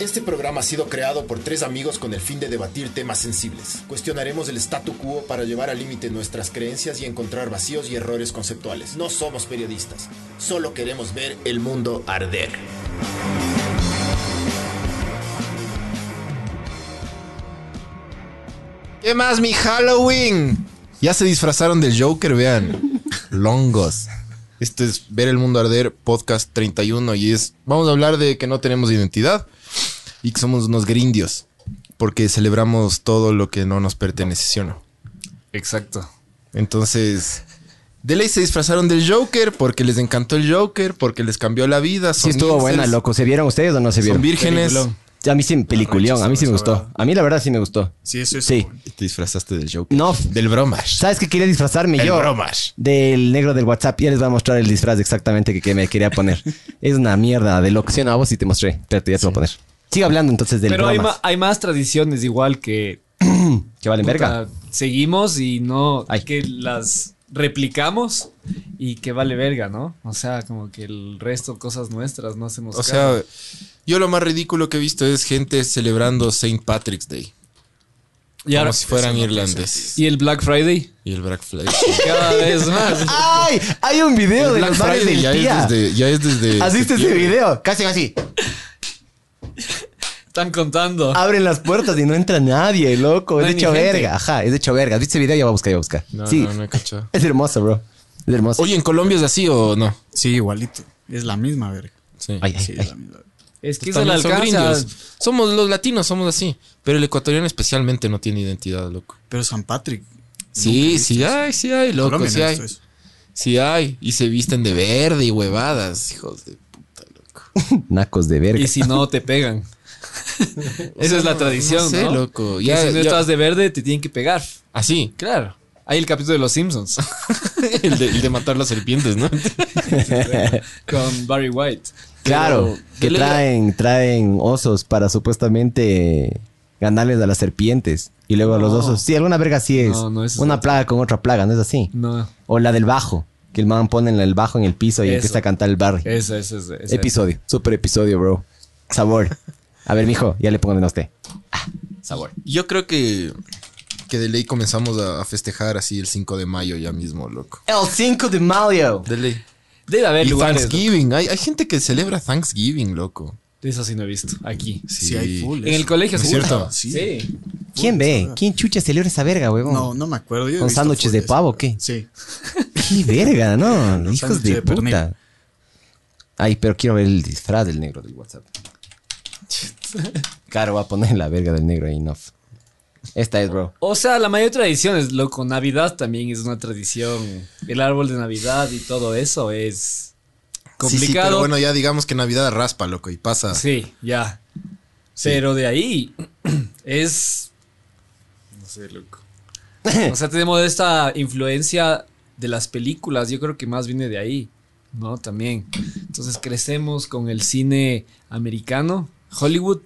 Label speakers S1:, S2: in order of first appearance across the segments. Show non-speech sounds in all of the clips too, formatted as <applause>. S1: Este programa ha sido creado por tres amigos con el fin de debatir temas sensibles. Cuestionaremos el statu quo para llevar al límite nuestras creencias y encontrar vacíos y errores conceptuales. No somos periodistas, solo queremos ver el mundo arder.
S2: ¿Qué más, mi Halloween? Ya se disfrazaron del Joker, vean. Longos. Esto es Ver el Mundo Arder, podcast 31. Y es. Vamos a hablar de que no tenemos identidad y que somos unos grindios. Porque celebramos todo lo que no nos pertenece, ¿sí o no?
S3: Exacto.
S2: Entonces. De ley se disfrazaron del Joker porque les encantó el Joker, porque les cambió la vida.
S4: Sí,
S2: son
S4: estuvo
S2: hipsters,
S4: buena, loco. ¿Se vieron ustedes o no se
S2: Son
S4: vieron?
S2: vírgenes.
S3: Peliculón.
S4: A mí sí, peliculeón. A mí sí me gustó. A mí la verdad sí me gustó.
S3: Sí, eso es.
S4: Sí.
S2: Te disfrazaste del Joker.
S4: No,
S2: Del bromas.
S4: ¿sabes qué quería disfrazarme
S2: Del
S4: yo?
S2: bromas.
S4: Del negro del WhatsApp. Ya les voy a mostrar el disfraz exactamente que, que me quería
S3: <laughs>
S4: poner. es una mierda de loco. Sí, no, a vos sí te mostré. Espérate, ya te voy a poner. Sigue hablando entonces del
S3: Pero hay,
S4: bromas.
S3: ma- hay más tradiciones igual que
S4: Que valen verga.
S3: puta, seguimos y no
S4: Ay.
S3: que las replicamos y que vale verga, ¿no? O sea, como que el resto cosas nuestras no hacemos
S2: O
S3: caso.
S2: sea, yo lo más ridículo que he visto es gente celebrando St. Patrick's Day.
S3: y,
S2: como
S3: ahora-
S2: si fueran irlandeses.
S3: y el Black Friday
S2: Y el
S3: <laughs>
S2: Black Friday.
S3: cada vez más.
S4: ¡Ay! Hay un video de
S2: Black
S4: los bares del
S2: ya
S4: tía.
S2: es desde. Ya es desde
S4: ¿Has visto ese
S2: septiembre.
S4: video? Casi así.
S3: Están contando.
S4: Abren las puertas y no entra nadie, loco.
S3: No
S4: Es
S3: hay
S4: hecho
S3: ni gente.
S4: verga. Ajá, es hecho verga. ¿Viste ese video? Ya va a buscar, ya va a buscar.
S2: No,
S4: sí.
S2: no, no he cachado.
S4: Es hermoso, bro. Es hermoso.
S2: Oye, ¿en Colombia es así o no?
S5: Sí, igualito. Es la misma verga.
S2: Sí.
S4: Ay, ay,
S5: Sí,
S4: ay.
S5: es la misma.
S3: Es que eso le
S2: También son
S3: alcanza.
S2: gringos. Somos los latinos, somos así. Pero el ecuatoriano especialmente no tiene identidad, loco.
S5: Pero San Patrick. nunca he
S2: Sí,
S5: visto
S2: sí
S5: eso.
S4: ah,
S2: hay, sí hay,
S5: En
S2: loco,
S5: Colombia
S2: sí
S5: no he
S2: hay.
S5: visto eso.
S2: Sí hay. Y se visten de verde y huevadas, hijos de puta, loco.
S4: Nacos de verga.
S3: Y si no, te
S2: <laughs>
S3: pegan. Esa es la tradición,
S2: no sé,
S3: ¿no?
S2: loco.
S3: Que
S2: Ya-
S3: si no
S2: ya-
S3: estás de verde, te tienen que pegar.
S2: Así. <laughs>
S3: Claro. Hay el capítulo de Los Simpsons
S2: el, de, el de matar las serpientes, ¿no?
S3: con Barry White.
S4: Claro, que
S2: Yo le-
S4: traen, traen osos para supuestamente ganarles a las serpientes. Y luego a los
S3: No.
S4: osos. Sí, alguna verga sí es.
S3: No, no, eso es
S4: Una
S3: otra.
S4: plaga con otra plaga, ¿no es así?
S3: No.
S4: O la del bajo, que el man pone el bajo en el piso y
S3: Eso.
S4: empieza a cantar el barrio.
S3: Esa, esa, esa. esa.
S4: Episodio, super episodio, bro. Sabor. A ver, mijo, ya le pongo de no a usted.
S3: Sabor.
S2: Yo creo que, que de ley comenzamos a, a festejar así el 5 de mayo ya mismo, loco.
S4: El 5 de mayo.
S2: De ley.
S3: Debe haber
S2: Y
S3: lugares.
S2: Thanksgiving. Hay, hay gente que celebra Thanksgiving, loco.
S3: De eso sí no he visto. Aquí.
S5: Sí, hay full.
S3: En el
S5: eso.
S3: colegio,
S2: ¿No es
S3: seguro.
S2: cierto?
S3: Sí.
S5: Sí.
S4: ¿Quién ve? ¿Quién chucha celebra esa verga, huevón?
S5: No, no me acuerdo. Yo he
S4: ¿Con
S5: visto
S4: sándwiches
S5: full
S4: de
S5: eso.
S4: pavo o qué? <laughs>
S5: Sí.
S4: ¡Qué verga, no!
S5: Los
S4: Hijos de,
S5: sándwiches de pernil.
S4: puta. Ay, pero quiero ver el disfraz del negro del WhatsApp. Claro, voy a poner la verga del negro ahí, no. Esta es, bro.
S3: O sea, la mayor tradición es loco. Navidad también es una tradición. El árbol de Navidad y todo eso es complicado.
S2: Sí, sí, pero bueno, ya digamos que Navidad raspa, loco, y pasa.
S3: Sí, ya. Pero de ahí <clears throat> es. No sé, loco. O sea, tenemos esta influencia de las películas. Yo creo que más viene de ahí, ¿no? También. Entonces crecemos con el cine americano, Hollywood,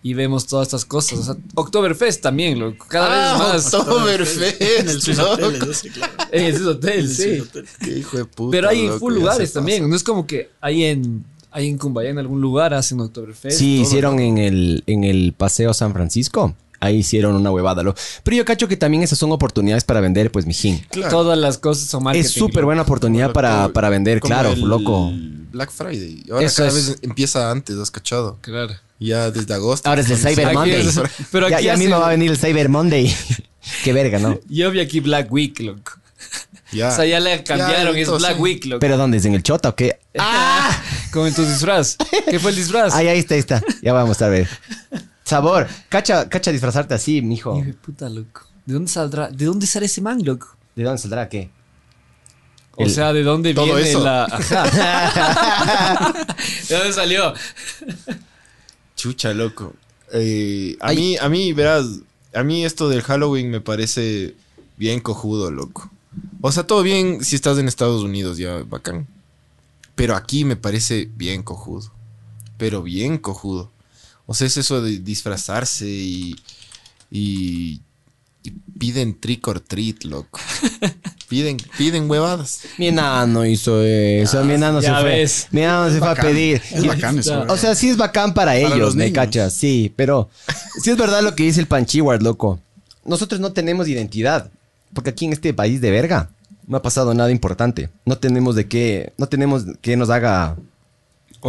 S3: y vemos todas estas cosas. O sea, Oktoberfest también, loco. Cada
S2: <laughs> Ah,
S3: vez más.
S4: Oh,
S2: Oktoberfest,
S5: En el
S4: <laughs>
S5: Swiss Hotel,
S2: loco.
S5: eso sí, claro.
S3: <laughs> En el hotel,
S5: En el
S3: sí.
S5: Swiss Hotel.
S2: Qué hijo de puta,
S3: Pero hay en
S2: loco,
S3: full
S2: ya
S3: lugares
S2: se
S3: también. No es como que hay en. Hay en Cumbaya, en algún lugar, hacen Oktoberfest.
S4: Sí,
S3: todo.
S4: hicieron en el, en el Paseo San Francisco. Ahí hicieron una huevada, lo. Pero yo cacho que también esas son oportunidades para vender, pues, mijín.
S3: Todas las cosas son marketing.
S4: Es súper buena oportunidad
S2: pasa.
S4: para,
S2: Loco,
S4: para vender,
S2: como
S4: claro,
S2: el
S4: loco.
S2: Black Friday. Ahora
S4: Eso
S2: cada
S4: es.
S2: vez empieza antes, ¿has cachado?
S3: Claro.
S2: Ya desde agosto.
S4: Ahora es el Cyber
S3: Aquí
S4: Monday.
S3: es- pero
S4: ya
S3: aquí
S4: ya
S3: hace-
S4: mismo va a venir el Cyber Monday. Qué verga, ¿no?
S3: Yo vi aquí Black Week, loco.
S2: Ya.
S3: o sea, ya
S2: Ah.
S3: le cambiaron, es
S2: entonces,
S3: Black
S2: sí.
S3: Week, loco.
S4: ¿Pero dónde? ¿Es en el Chota o qué?
S3: <laughs> ¡Ah! Con tu disfraz. ¿Qué fue el disfraz?
S4: Ahí, ahí está, ahí está. Ya vamos a ver. Sabor, cacha, cacha disfrazarte así, mijo.
S3: Hijo de puta, loco. ¿De dónde saldrá? ¿De dónde sale ese man, loco?
S4: ¿De dónde saldrá qué?
S3: O
S4: El-
S3: sea, ¿de dónde
S2: Todo
S3: viene <laughs>
S2: eso.
S3: la. Ajá. <laughs> ¿De dónde salió?
S2: Chucha, loco. Eh, a mí, a mí, verás, a mí esto del Halloween me parece bien cojudo, loco. O sea, todo bien si estás en Estados Unidos, ya bacán. Pero aquí me parece bien cojudo. Pero bien cojudo. O sea, es eso de disfrazarse y. y. y piden trick or treat, loco. Piden, piden huevadas.
S4: Mi enano hizo eso. mi enano se
S3: ya
S4: fue.
S3: ves.
S4: Mi enano se fue
S5: bacán,
S4: a pedir.
S5: Ah, es bacán eso,
S4: O sea, sí es bacán para, ellos,
S5: los
S4: me
S5: niños.
S4: cachas. Sí, pero sí es verdad lo que dice el Panchiward, loco. Nosotros no tenemos identidad. Porque aquí en este país de verga no ha pasado nada importante. No tenemos de qué. No tenemos que nos haga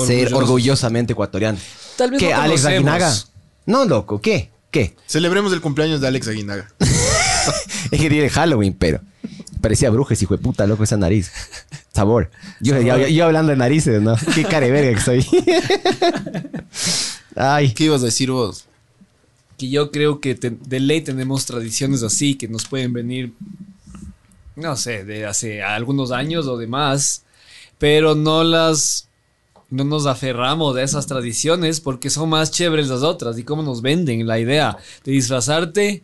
S4: ser orgullosamente ecuatorianos.
S3: Tal vez
S4: ¿Qué,
S3: no
S4: Alex
S3: conocemos.
S4: Aguinaga? No, loco, ¿qué? ¿Qué?
S2: Celebremos el cumpleaños de Alex Aguinaga.
S4: Es que tiene Halloween, pero parecía bruja ese hijo de puta, loco, esa nariz. Sabor. Yo, yo- yo hablando de narices, ¿no? Qué cara de verga que soy. Ay.
S2: ¿Qué ibas a decir vos?
S3: Que yo creo que te- de ley tenemos tradiciones así que nos pueden venir, no sé, de hace algunos años o demás, pero no las. No nos aferramos a esas tradiciones porque son más chéveres las otras y cómo nos venden la idea de disfrazarte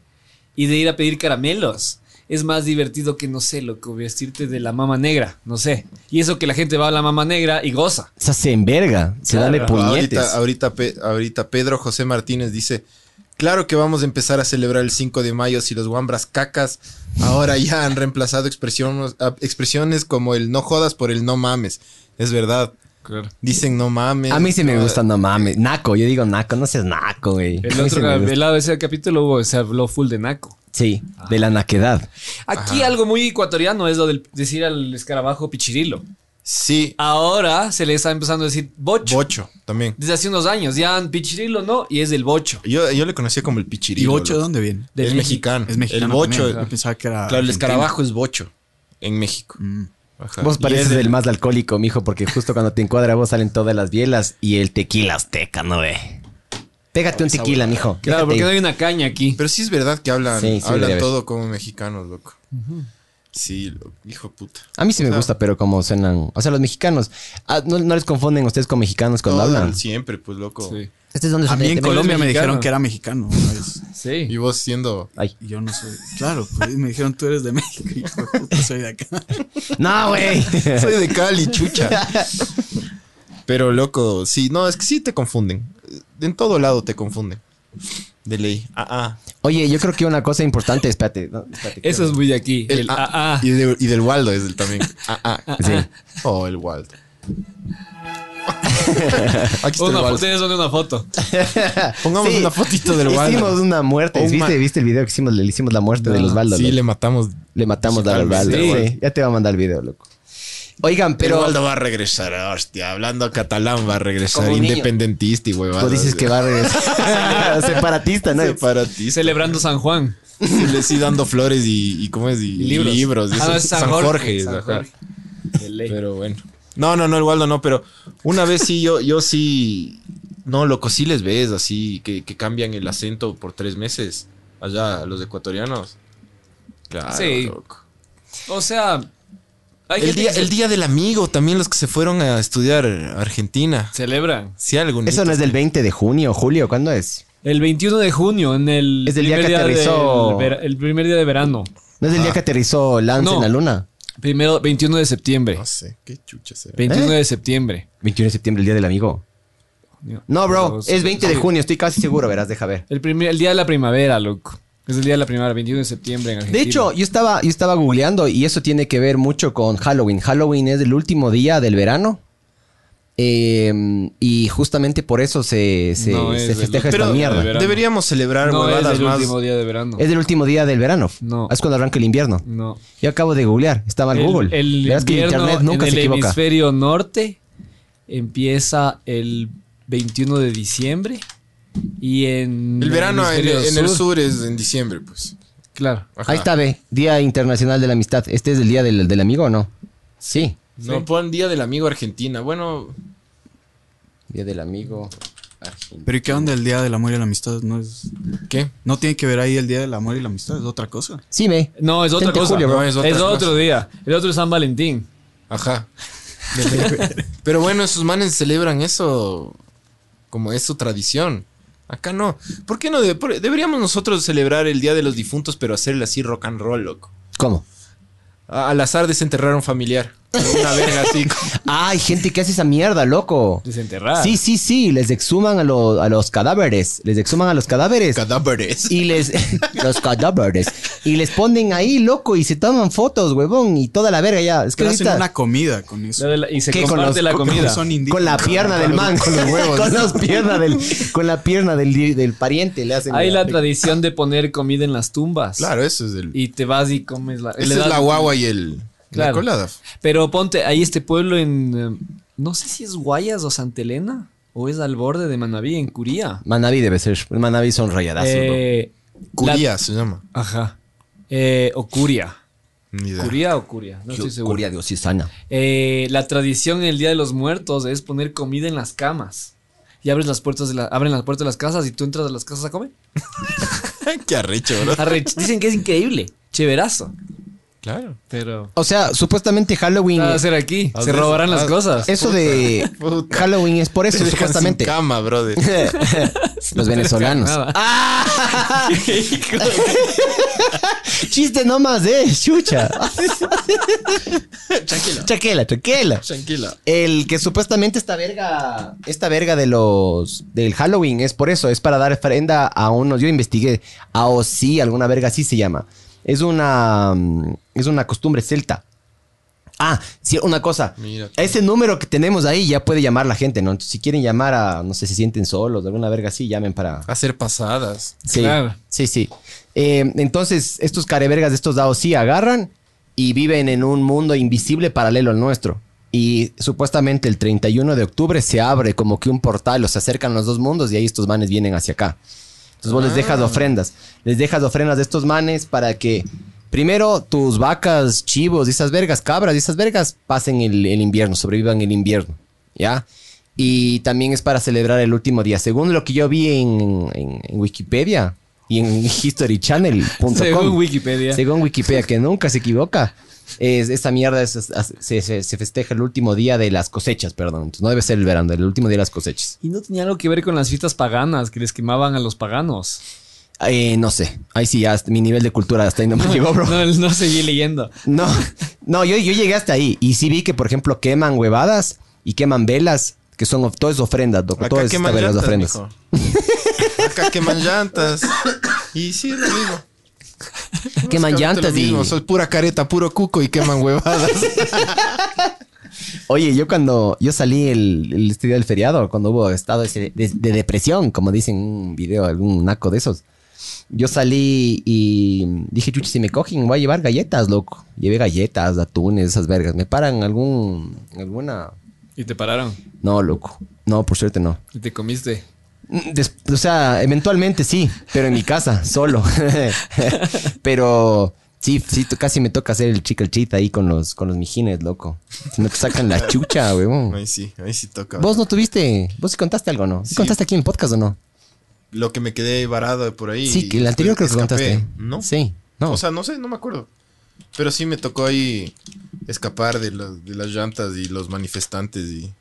S3: y de ir a pedir caramelos. Es más divertido que, no sé, loco, vestirte de la mama negra, no sé. Y eso que la gente va a la mama negra y goza.
S4: O sea, se enverga. Se dan de
S3: Claro.
S4: puñetes.
S2: Ahorita, ahorita, Pe- ahorita Pedro José Martínez dice: Claro que vamos a empezar a celebrar el 5 de mayo si los guambras cacas ahora ya han reemplazado expresiones, a- expresiones como el no jodas por el no mames. Es verdad.
S3: Claro.
S2: Dicen no mames.
S4: A mí sí me
S2: Ah,
S4: gusta, no mames. Naco, yo digo naco, no seas naco, güey. A mí
S3: El
S4: sí
S3: otro
S4: me gusta.
S3: cap- el lado de ese capítulo hubo- se habló full de naco.
S4: Sí, de la naquedad.
S3: Aquí algo muy ecuatoriano es lo del decir al escarabajo pichirilo.
S2: Sí,
S3: Ahora se le está empezando a decir bocho.
S2: bocho también.
S3: Desde hace unos años, ya en pichirilo no, y es del bocho.
S2: Yo, yo le conocía como el pichirilo.
S5: ¿Y Bocho
S2: loco.
S5: de
S2: Ah,
S5: dónde viene?
S3: De-
S2: es
S3: Del
S2: mexicano.
S5: Es mexicano.
S2: El bocho.
S5: también. Yo pensaba que era.
S2: Claro, el
S5: argentino.
S2: escarabajo es bocho en México.
S5: Mm.
S2: Ajá.
S4: Vos
S2: Y
S4: pareces
S2: es de-
S4: el más alcohólico, mijo, porque justo cuando te encuadra vos salen todas las bielas y el tequila azteca, ¿no ve? Pégate un tequila, mijo.
S3: Claro,
S4: Déjate
S3: porque
S4: ir.
S3: no hay una caña aquí.
S2: Pero sí es verdad que hablan,
S4: Sí, sí, debe
S2: hablan
S4: haber.
S2: todo como mexicanos, loco. Sí, loco, hijo de puta.
S4: A mí sí
S2: O
S4: me
S2: sea,
S4: gusta, pero como suenan. O sea, los mexicanos. ah, no, no les confunden ustedes con mexicanos cuando
S2: todos
S4: hablan.
S2: Siempre, pues, loco.
S3: Sí.
S4: Este es donde
S5: A mí en
S3: Te- te-
S5: Colombia me
S3: mexicano.
S5: dijeron que era mexicano. una vez.
S2: Y
S3: Sí.
S2: vos siendo...
S4: Ay.
S5: Y yo no soy. Claro, pues me dijeron tú eres de México. Y yo, puta, soy de acá.
S4: No, güey.
S2: Soy de Cali, chucha. Pero, loco, sí. No, es que sí te confunden. En todo lado te confunden. De ley. Ah, ah.
S4: Oye, yo creo que una cosa importante, espérate. no, espérate.
S3: Eso es muy de aquí. El,
S2: ah,
S3: ah, ah.
S2: Y, de- y del Waldo es el también. Ah, ah.
S4: Sí.
S2: Oh, el Waldo. Aquí está el
S3: Una foto,
S2: Waldo.
S3: ustedes son de una foto.
S2: <laughs> Pongamos
S4: Sí.
S2: una fotito del Waldo.
S4: Hicimos una muerte.
S2: Oh,
S4: ¿Viste,
S2: man.
S4: ¿Viste el video que hicimos? Le hicimos la muerte de Ah, los baldos.
S2: Sí,
S4: loco.
S2: le matamos.
S4: le, matamos a los baldos.
S2: Digitalmente,
S4: Sí.
S2: igual.
S4: ya te va a mandar el video, loco. Oigan,
S2: Pero
S4: pero.
S2: Waldo va a regresar, hostia. Hablando catalán, va a regresar
S4: Como un niño.
S2: independentista y huevada.
S4: Tú Pues dices que va a regresar. <laughs> Separatista, ¿no?
S3: Y
S2: Separatista.
S3: celebrando San Juan.
S2: Se le sí dando flores y, y ¿cómo es? Y libros. y
S3: Ah,
S2: eso.
S3: no, es
S2: San, Jorge.
S3: San
S2: ajá.
S3: Jorge. De ley.
S2: Pero bueno. No, no, no, el Waldo no, pero una vez sí, yo, yo sí. No, loco, sí les ves así que, que cambian el acento por tres meses allá a los ecuatorianos. Claro,
S3: Sí.
S2: loco.
S3: O sea, hay
S2: El
S3: gente
S2: día,
S3: que se-
S2: el día del amigo, también los que se fueron a estudiar a Argentina.
S3: celebran.
S2: Sí, algún
S4: Eso no es del 20 de junio, julio. ¿Cuándo es?
S3: El 21 de junio, en el
S4: Es el día
S3: primer
S4: que aterrizó.
S3: del vera- el primer día de verano.
S4: ¿No es el día
S2: Ah.
S4: que aterrizó Lance
S3: No.
S4: en la luna?
S3: Primero, 21 de septiembre.
S2: No sé, qué chucha será.
S3: 21
S4: ¿Eh?
S3: de septiembre.
S4: 21 de septiembre, el día del amigo. No, bro, es 20 de junio, estoy casi seguro, verás, deja ver.
S3: El, primer, el día de la primavera, loco. Es el día de la primavera, 21 de septiembre en Argentina.
S4: De hecho, yo estaba, yo estaba googleando y eso tiene que ver mucho con Halloween. Halloween es el último día del verano. eh, y justamente por eso se, se-
S3: No, es
S4: se
S3: del
S4: festeja
S3: último
S4: esta
S3: día
S4: mierda.
S3: del verano.
S2: Deberíamos celebrar
S3: no es
S2: huevadas
S3: el
S2: más.
S3: último día de verano.
S4: Es el último día del verano.
S3: No.
S4: Es cuando arranca el invierno.
S3: no.
S4: Yo acabo de googlear, estaba en
S3: El-
S4: Google.
S3: El,
S4: Verás que
S3: invierno
S4: internet nunca
S3: en
S4: se
S3: el
S4: equivoca.
S3: hemisferio norte empieza el 21 de diciembre y en
S2: El verano en,
S3: hemisferio
S2: en el sur es en diciembre, pues.
S3: Claro.
S2: Ajá.
S4: Ahí está, ve. Día Internacional de la Amistad. ¿Este es el día del, del amigo o no? Sí.
S2: No, pon Día del Amigo Argentina. Bueno,
S4: Día del amigo. Argentina.
S5: Pero ¿y qué onda el día del amor y la amistad? No es.
S2: ¿qué?
S5: No tiene que ver ahí el día del amor y la amistad, es otra cosa.
S4: Sí, ve.
S3: No, es otra
S4: 20 de
S3: cosa.
S4: julio,
S2: bro.
S3: No, es
S2: otra
S3: es
S2: cosa.
S3: otro día. El otro es San Valentín.
S2: Ajá. Pero bueno, esos manes celebran eso como es su tradición. Acá no. ¿Por qué no? de- por- deberíamos nosotros celebrar el Día de los Difuntos, pero hacerle así rock and roll, loco.
S4: ¿Cómo?
S2: A- al azar desenterrar a un familiar. Una verga así.
S4: Ay, gente que hace esa mierda, loco.
S3: Desenterrar.
S4: Sí, sí, sí. Les exhuman a, lo- a los cadáveres. Les exhuman a los cadáveres.
S2: Cadáveres.
S4: y les. <laughs> los cadáveres. Y les ponen ahí, loco, y se toman fotos, huevón. Y toda la verga ya. Es que
S5: Pero hacen
S4: ahorita-
S5: una comida con eso.
S3: La de la- y se
S4: ¿Qué, con
S3: comparte
S4: los-
S3: la
S5: Con-
S3: comida.
S5: Son indígenas.
S4: Con la pierna del man. Con <laughs> los huevos. con las piernas del. Con la pierna del, del pariente le hacen.
S3: Hay la
S4: la-
S3: tradición de poner comida en las tumbas.
S2: este, Claro, eso es el.
S3: Y te vas y comes la.
S2: Esa
S3: le
S2: es
S3: das-
S2: la guagua y el. La
S3: Claro.
S2: colada.
S3: Pero ponte, hay este pueblo en. eh, No sé si es Guayas o Santa Elena. O es al borde de Manaví, en Curía.
S4: Manaví debe ser. Manaví son rayadazos, bro.
S3: Eh,
S2: Curía se llama.
S3: la- ajá. Eh, o Curia.
S2: Ni idea.
S3: ¿Curia o Curia? No estoy
S4: Yo-
S3: seguro.
S4: Curia diocesana.
S3: Eh, la tradición en el Día de los Muertos es poner comida en las camas. Y abres las puertas de la- abren las puertas de las casas y tú entras a las casas a comer.
S2: <laughs> Qué arrecho, bro.
S3: Arre- <laughs> Dicen que es increíble. Chéverazo.
S2: Claro.
S3: Pero.
S4: O sea, supuestamente Halloween.
S3: ¿Qué va a hacer aquí?
S2: Haz
S3: Se
S2: de-
S3: robarán las
S2: haz-
S3: cosas.
S4: Eso de
S2: Puta.
S4: Halloween es por
S2: Te
S4: eso,
S2: dejan
S4: supuestamente.
S2: sin cama, brother.
S4: <laughs> Los venezolanos.
S3: Nada. Ah,
S4: Chiste nomás, eh,
S2: <laughs>
S4: chucha. Tranquila. Tranquila, tranquila.
S2: Tranquila.
S4: El que supuestamente esta verga, esta verga de los del Halloween es por eso, es para dar ofrenda a unos. Yo investigué a sí, alguna verga así se llama. Es una mm, es una costumbre celta. Ah, sí, una cosa.
S2: Mira.
S4: Ese número que tenemos ahí ya puede llamar la gente, ¿no? Entonces, si quieren llamar a, no sé, si sienten solos, alguna verga así, llamen para.
S2: Hacer pasadas.
S4: Sí,
S3: Claro.
S4: sí, sí. Eh, entonces, estos carevergas de estos dados sí agarran y viven en un mundo invisible paralelo al nuestro. Y supuestamente el 31 de octubre se abre como que un portal, o se acercan los dos mundos y ahí estos manes vienen hacia acá. Entonces vos les
S3: Ah.
S4: dejas ofrendas, les dejas ofrendas de estos manes para que primero tus vacas, chivos, y esas vergas, cabras, y esas vergas pasen el, el invierno, sobrevivan el invierno, ¿ya? Y también es para celebrar el último día. Según lo que yo vi en, en- en Wikipedia y en historychannel.com.
S3: <laughs> Según Wikipedia.
S4: Según Wikipedia, que nunca se equivoca. Es, esta mierda es- es- se, se- se festeja el último día de las cosechas, perdón. Entonces, no debe ser el verano, el último día de las cosechas.
S3: Y no tenía algo que ver con las fiestas paganas que les quemaban a los paganos.
S4: Eh, no sé. Ahí sí, ya hasta- mi nivel de cultura hasta ahí no me llegó, bro.
S3: No, no seguí leyendo.
S4: No, no, yo, yo llegué hasta ahí. Y sí vi que, por ejemplo, queman huevadas y queman velas, que son of- todo es ofrendas, loco. Todo
S2: Acá
S4: es esta
S2: queman
S4: verga de
S2: llantas,
S4: ofrendas.
S2: mijo. Acá queman llantas. Y sí, es lo mismo.
S4: Queman
S2: Básicamente
S4: llantas
S2: lo
S4: y.
S2: mismo, Soy pura careta, puro cuco y queman huevadas.
S4: Oye, yo cuando yo salí el, el este día del feriado, cuando hubo estado ese de, de depresión, como dicen en un video, algún naco de esos, yo salí y dije, chuchi, si me cogen, voy a llevar galletas, loco. Llevé galletas, atunes, esas vergas. Me paran algún, alguna...
S3: Y te pararon.
S4: No, loco. No, por suerte no.
S3: <laughs> Y te comiste.
S4: Des- o sea, eventualmente sí, pero en mi casa, solo. <laughs> pero sí, sí, t- casi me toca hacer el chicle cheat ahí con los, con los mijines, loco. Si no te sacan la chucha,
S2: <laughs>
S4: huevón.
S2: Ahí sí, ahí sí toca.
S4: Vos no tuviste, vos sí contaste algo, ¿no? ¿Sí,
S2: Sí.
S4: contaste aquí en el podcast o no?
S2: Lo que me quedé varado por ahí.
S4: sí, que el anterior creo que
S2: escapé,
S4: contaste.
S2: ¿No?
S4: Sí, no.
S2: O sea, no sé, no me acuerdo. Pero sí me tocó ahí escapar de, las- de las llantas y los manifestantes y...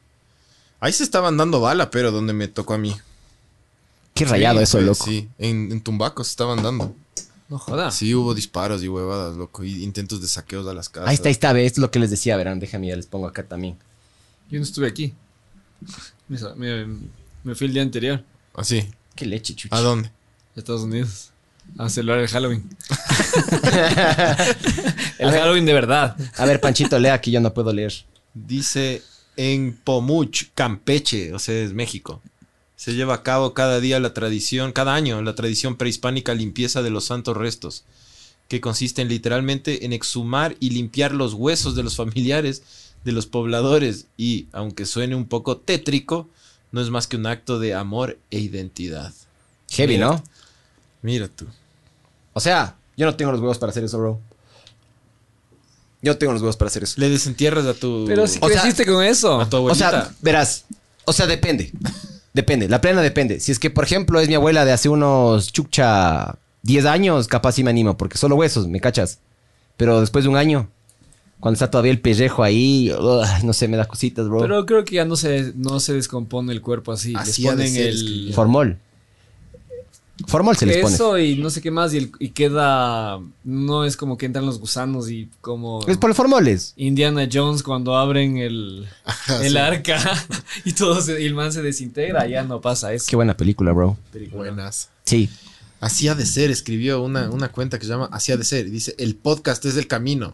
S2: Ahí se estaban dando bala, pero donde me tocó a mí.
S4: Qué rayado
S2: Sí,
S4: eso,
S2: sí,
S4: loco.
S2: Sí, en, en Tumbacos se estaban dando.
S3: No joda.
S2: Sí, hubo disparos y huevadas, loco. Y intentos de saqueos a las casas.
S4: Ahí está, ahí está, ve, esto es lo que les decía, verán, déjame ya les pongo acá también.
S3: Yo no estuve aquí. Me, sa- me- me fui el día anterior
S2: Así.
S4: Qué leche, chucha.
S2: ¿A dónde?
S3: a Estados Unidos a celebrar el <laughs> Halloween. el Halloween de verdad.
S4: A ver, Panchito, lea que yo no puedo leer.
S2: Dice en Pomuch, Campeche, o sea, es México. Se lleva a cabo cada día la tradición, cada año, la tradición prehispánica limpieza de los santos restos, que consiste en literalmente en exhumar y limpiar los huesos de los <laughs> familiares de los pobladores y, aunque suene un poco tétrico, no es más que un acto de amor e identidad.
S4: Heavy, ¿no?
S2: Mira tú.
S4: O sea, yo no tengo los huevos para hacer eso, bro. Yo tengo los huevos para hacer eso.
S2: Le desentierras a tu...
S3: Pero si
S4: O sea,
S3: creciste con
S2: a
S3: eso.
S2: tu
S4: O
S2: abuelita.
S4: sea, verás. O sea, depende. Depende. La plena depende. Si es que, por ejemplo, es mi abuela de hace unos chucha 10 años, capaz sí me animo, porque solo huesos, ¿me cachas? Pero después de un año, cuando está todavía el pellejo ahí, ugh, no sé, me da cositas, bro.
S3: Pero creo que ya no se, no se descompone el cuerpo así.
S2: Así
S3: Les
S2: ha de
S3: ponen
S2: ser, es que
S3: el.
S2: ya-
S4: Formol. Formal se les pone.
S3: Eso y no sé qué más. Y, el- y queda. No es como que entran los gusanos y como.
S4: Es por formoles.
S3: Indiana Jones cuando abren el, el arca <laughs> y todo se- y el man se desintegra, ya no pasa eso.
S4: Qué buena película, bro.
S2: Buenas.
S4: Sí.
S2: Así ha de ser, escribió una, una cuenta que se llama Así ha de ser. Y dice, el podcast es el camino.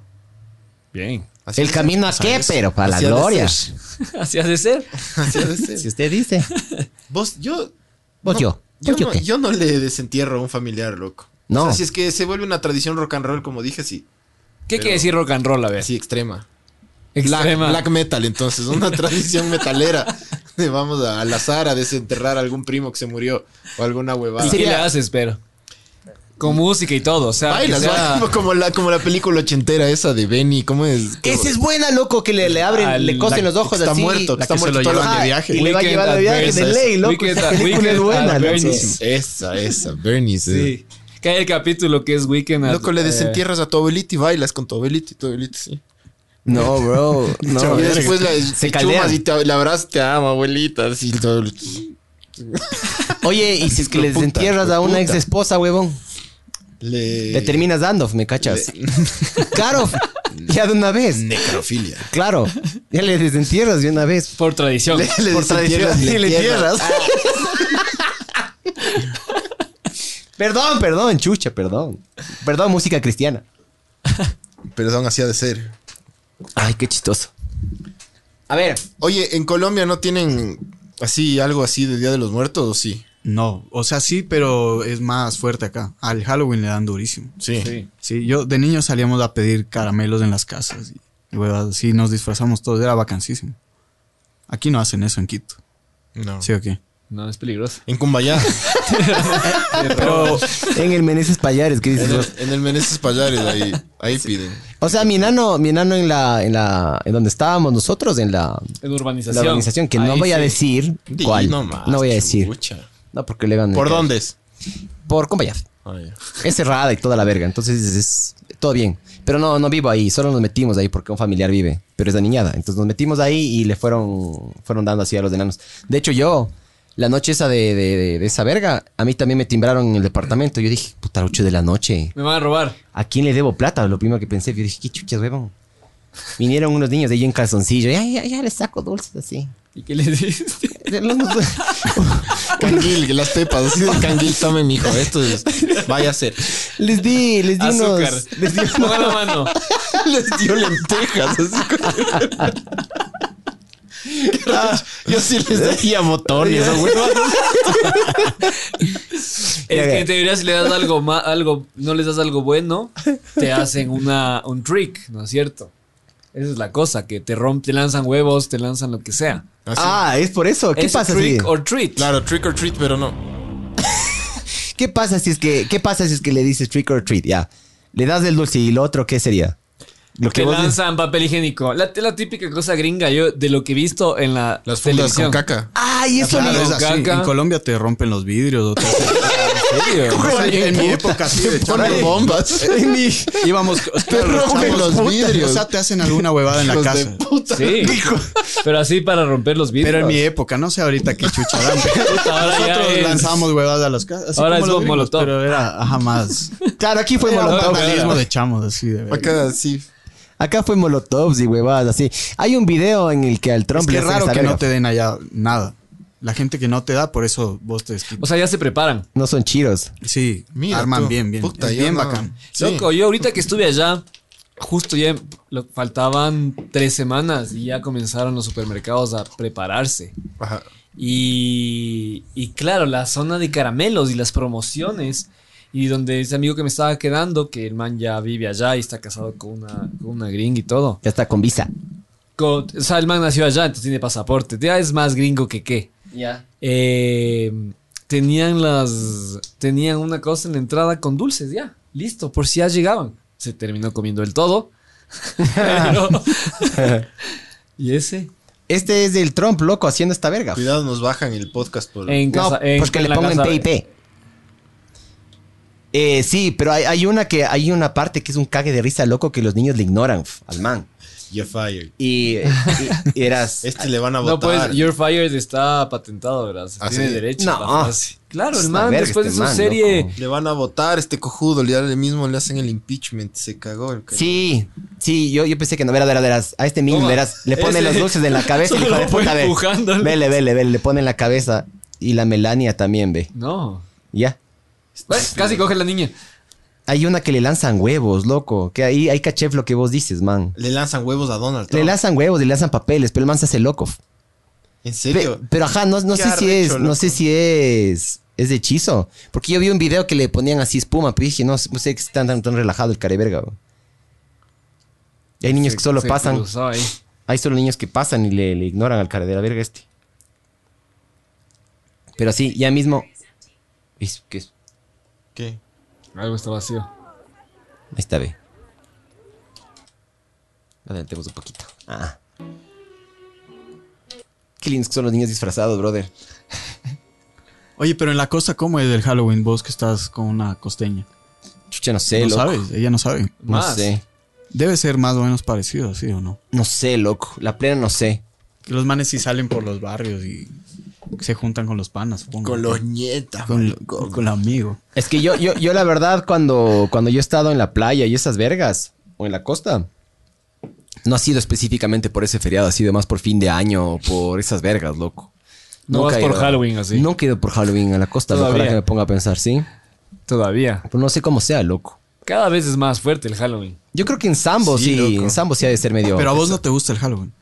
S3: Bien.
S2: Así ha
S4: El
S2: de ser.
S4: camino a qué, pero para la
S2: Así ha de
S4: gloria.
S2: ser.
S3: <laughs> Así ha de ser.
S2: <laughs>
S4: <laughs>
S2: Así ha de ser.
S4: Si usted dice.
S2: Vos, yo.
S4: Vos,
S2: no,
S4: yo.
S2: Yo,
S4: Vos, yo
S2: no,
S4: qué.
S2: yo no le desentierro a un familiar, loco.
S4: No.
S2: O sea, si es que se vuelve una tradición rock and roll, como dije, sí.
S3: ¿Qué quiere decir rock and roll? A ver.
S2: Así extrema. Black,
S3: Extrema.
S2: black metal, entonces, una <laughs> tradición metalera. <laughs> De Vamos a, al azar a desenterrar a algún primo que se murió o alguna huevada.
S3: ¿Y qué le haces, pero? Con música y todo. O sea, que
S2: Bailas,
S3: sea-
S2: ¿no? como, la, como la película ochentera esa de Benny, ¿cómo es?
S4: Esa es buena, loco, que le, le abren,
S3: Ah,
S4: le
S3: la-
S4: cosen los ojos
S2: está
S4: así.
S2: muerto, que
S3: la
S2: está
S3: que se
S2: muerto
S3: lo
S2: todo el
S3: llevan.
S2: año de
S4: Ajá,
S3: <laughs>
S2: viaje.
S4: y le va
S3: Weekend
S4: llevando de
S3: at
S4: viaje de
S3: Bernie's.
S4: ley, loco.
S3: Weekend
S4: Esa
S3: at-
S4: película
S3: Weekend
S4: es
S3: at
S4: buena, loco.
S3: Bernie's.
S2: Esa, esa, Bernie.
S3: Sí. Que hay el capítulo que es Weekend. at-
S2: Loco, le
S3: eh,
S2: desentierras a tu abuelito y bailas con tu abuelito y tu abuelito, sí.
S4: No, <laughs> bro. No.
S2: y después la, te
S4: caldean.
S2: chumas y te la abrazas, te amo, abuelita. así, tu abuelito.
S4: Oye, y si es que
S2: Hijo
S4: les
S2: puta,
S4: entierras
S2: hijo
S4: a una
S2: puta.
S4: ex esposa, huevón,
S2: Le-
S4: le terminas dando, ¿me cachas? <laughs> Claro, ya de una vez.
S2: <laughs> Necrofilia.
S4: Claro, ya le desentierras de una vez.
S3: Por tradición.
S2: <laughs> Le
S4: Por
S2: desentierras
S4: tradición,
S2: y <laughs> le entierras.
S4: <laughs> Perdón, perdón, chucha, perdón. Perdón, música cristiana.
S2: Pero son así ha de ser.
S4: Ay, qué chistoso. A ver,
S2: Oye, ¿en Colombia no tienen así algo así del Día de los Muertos o sí?
S5: No, o sea, sí, pero es más fuerte acá. Al Halloween le dan durísimo.
S2: Sí.
S5: Sí, yo de niño salíamos a pedir caramelos en las casas y huevadas así, nos disfrazamos todos, era vacancísimo. Aquí no hacen eso en Quito.
S2: No.
S5: ¿Sí o qué?
S3: No, es peligroso.
S2: En Cumbayá.
S5: Pero
S4: en el Meneses Payares, ¿qué dices
S2: en,
S4: vos?
S2: el, en el Meneses Payares, ahí, ahí piden.
S4: O sea, mi enano, mi enano en la, en la, en donde estábamos nosotros, en la,
S3: En urbanización.
S4: la organización, que no
S3: Ahí
S4: voy a
S3: sí.
S4: decir
S2: Di
S4: cuál.
S2: nomás,
S4: No voy a decir.
S2: chucha.
S4: No, porque le van a-
S2: ¿Por dónde es?
S4: Por Combayá. Es cerrada y toda la verga. Entonces es, es todo bien. Pero no, no vivo ahí. Solo nos metimos ahí porque un familiar vive. Pero es de niñada. Entonces nos metimos ahí y le fueron, fueron dando así a los enanos. De hecho, yo, la noche esa de, de- de- de esa verga, a mí también me timbraron en el departamento. Yo dije, puta, 8 de la noche.
S3: Me van a robar.
S4: ¿A quién le debo plata? Lo primero que pensé, yo dije, qué chuchas, huevón. Vinieron unos niños de ahí en calzoncillo. Ya, ya, ya les saco dulces así.
S3: ¿Y qué les
S4: <laughs>
S3: dices?
S4: Los-
S2: Canguil, las pepas, así de canguil, tome, mijo. Esto es. Vaya a ser.
S4: les di, les di
S3: Azúcar.
S4: unos.
S3: <laughs> Ponga la
S4: <laughs>
S3: mano.
S2: Les <laughs> dio lentejas. así con- Ah, Yo sí les decía motones, güey.
S3: Es
S4: Ya, ya.
S3: que en teoría si le das algo ma- algo, no les das algo bueno, te hacen una, un trick, ¿no es cierto? Esa es la cosa, que te rompen, te lanzan huevos, te lanzan lo que sea.
S4: Ah, es por eso. ¿Qué
S3: Es
S4: pasa si-
S3: Trick or treat.
S2: Claro, trick or treat, pero no.
S4: ¿Qué pasa si es que qué pasa si es que le dices trick or treat? Ya. Le das el dulce y lo otro qué sería? Lo
S3: Te
S4: vos-
S3: lanzan papel higiénico. La, la típica cosa gringa, yo, de lo que he visto en la
S2: Las fundas
S3: televisión.
S2: con caca.
S4: Ay, eso
S5: claro,
S4: le-
S5: es así.
S3: Caca.
S5: En Colombia te rompen los vidrios. o te hacen-
S2: <laughs>
S5: O
S4: <laughs>
S5: sea, en mi época sí, de
S2: Ponen
S5: chaval,
S2: bombas. <laughs>
S5: íbamos claro,
S2: rompen
S5: chamos,
S2: los
S5: puta,
S2: vidrios.
S5: O sea, te hacen alguna huevada en la
S2: Hijos de
S5: casa.
S2: puta.
S3: Sí. Pero así para romper los vidrios.
S5: Pero en mi época, no sé ahorita qué chucharán.
S3: Ahora ya
S5: Nosotros
S3: es-
S5: lanzábamos huevadas a las casas. así
S3: Ahora
S5: como
S3: es
S5: los
S3: un
S5: gringos,
S3: molotov.
S5: Pero era jamás.
S4: Claro, aquí fue
S5: Era un
S4: molotov.
S5: vandalismo de chamos, así de verdad.
S2: Acá sí.
S4: Acá fue molotovs y huevadas así. Hay un video en el que al Trump
S5: Es que
S4: le
S5: es
S4: hacen
S5: raro
S4: esa
S5: que
S4: verga.
S5: no te den allá nada. La gente que no te da, por eso vos te desquitas.
S3: O sea, ya se preparan.
S4: No son chiros.
S5: Sí,
S2: Mira
S5: arman
S2: tú.
S5: bien, bien.
S2: Puta,
S5: Es
S2: yo
S5: bien
S2: no.
S5: bacán.
S2: Sí.
S3: Loco, yo ahorita que estuve allá, justo ya lo- faltaban tres semanas y ya comenzaron los supermercados a prepararse.
S2: Ajá.
S3: Y, y claro, la zona de caramelos y las promociones. Y donde ese amigo que me estaba quedando, que el man ya vive allá y está casado con una, con una gringa y todo.
S4: Ya está con visa.
S3: Con- o sea, el man nació allá, entonces tiene pasaporte. Ya es más gringo que qué.
S4: Ya.
S3: Eh, tenían las. Tenían una cosa en la entrada con dulces, ya. Listo, por si ya llegaban. Se terminó comiendo el todo. <laughs> Pero- y ese.
S4: Este es del Trump loco haciendo esta verga.
S2: Cuidado, nos bajan el podcast por.
S3: En
S4: No,
S3: casa. en-
S4: porque
S3: en
S4: le
S3: la
S4: pongan
S3: casa-
S4: PIP. Eh, sí, pero hay, hay una que hay una parte que es un cague de risa loco que los niños le ignoran f, al man.
S2: You're fired.
S4: Y, y- y
S3: <laughs>
S4: eras...
S2: Este le van a
S3: No,
S2: votar.
S3: pues Your Fired está patentado, ¿verdad? Se
S2: ¿Ah,
S3: tiene
S2: sí?
S3: derecho
S4: No.
S3: a la frase. Claro,
S4: Es
S3: el
S4: una
S3: man
S4: verga
S3: después
S4: este
S3: de su
S4: man,
S3: serie.
S4: loco.
S2: Le van a votar este cojudo. Le le mismo le hacen el impeachment. Se cagó el carajo.
S4: Sí, sí, yo, yo pensé que no, verás, verás, verás, a este mismo,
S2: Toma.
S4: verás, le ponen
S2: Ese-
S4: los dulces
S3: <laughs>
S4: en la cabeza y le
S3: Solo
S4: de
S3: fue
S4: puta, ve,
S3: empujándole.
S4: vele, vele, vele, le ponen la cabeza y la Melania también, ve,
S3: No. Este-
S4: ya.
S3: Bueno, casi coge la niña.
S4: Hay una que le lanzan huevos, loco, que ahí, ahí cachef lo que vos dices, man.
S2: Le lanzan huevos a Donald
S4: Le
S2: Trump.
S4: lanzan huevos y le lanzan papeles, pero el man se hace loco. Pe-
S2: ¿En serio?
S4: pero ajá, no, no
S2: Qué
S4: sé si es,
S2: arrecho,
S4: no
S2: loco.
S4: sé si es, es de hechizo. Porque yo vi un video que le ponían así espuma, pero dije, no, no sé que están tan, tan relajado el careverga. bro. Y hay niños que solo
S3: Se
S4: pasan.
S3: cruzó ahí.
S4: Hay solo niños que pasan y le, le ignoran al cara de la verga este. Pero sí, ya mismo. Es- ¿qué es?
S2: ¿Qué?
S3: Algo está vacío.
S4: Ahí está, ve. Adelantemos un poquito. Ah. Qué lindos que son los niños disfrazados, brother.
S5: Oye, pero en la costa, ¿cómo es el Halloween? Vos que estás con una costeña.
S4: Chucha, no sé,
S5: no
S4: loco.
S5: sabes, ella no sabe.
S4: No
S3: Más.
S4: sé.
S5: Debe ser más o menos parecido, ¿sí o no?
S4: No sé, loco. La plena no sé.
S5: Que los manes sí salen por los barrios y se juntan con los panas, supongo.
S2: Con los nietas.
S5: Con, lo-
S2: loco.
S5: con los amigos.
S4: Es que yo, yo, yo la verdad, cuando, cuando yo he estado en la playa y esas vergas, o en la costa, no ha sido específicamente por ese feriado, ha sido más por fin de año o por esas vergas, loco.
S3: No vas
S4: he
S3: por
S4: ido-
S3: Halloween así.
S4: Nunca he ido por Halloween a la costa, loco,
S3: Todavía.
S4: ahora que me ponga a pensar, ¿sí?
S3: Todavía.
S4: Pero no sé cómo sea, loco.
S3: Cada vez es más fuerte el Halloween.
S4: Yo creo que en Sambo sí,
S2: Sí, loco.
S4: en Sambo sí ha de ser medio...
S5: Pero a vos no te gusta el Halloween.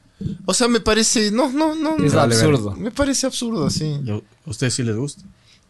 S2: O sea, me parece. No, no, no.
S3: Es
S2: no.
S3: absurdo.
S2: Me parece absurdo, sí.
S5: Yo- a ustedes sí les gusta.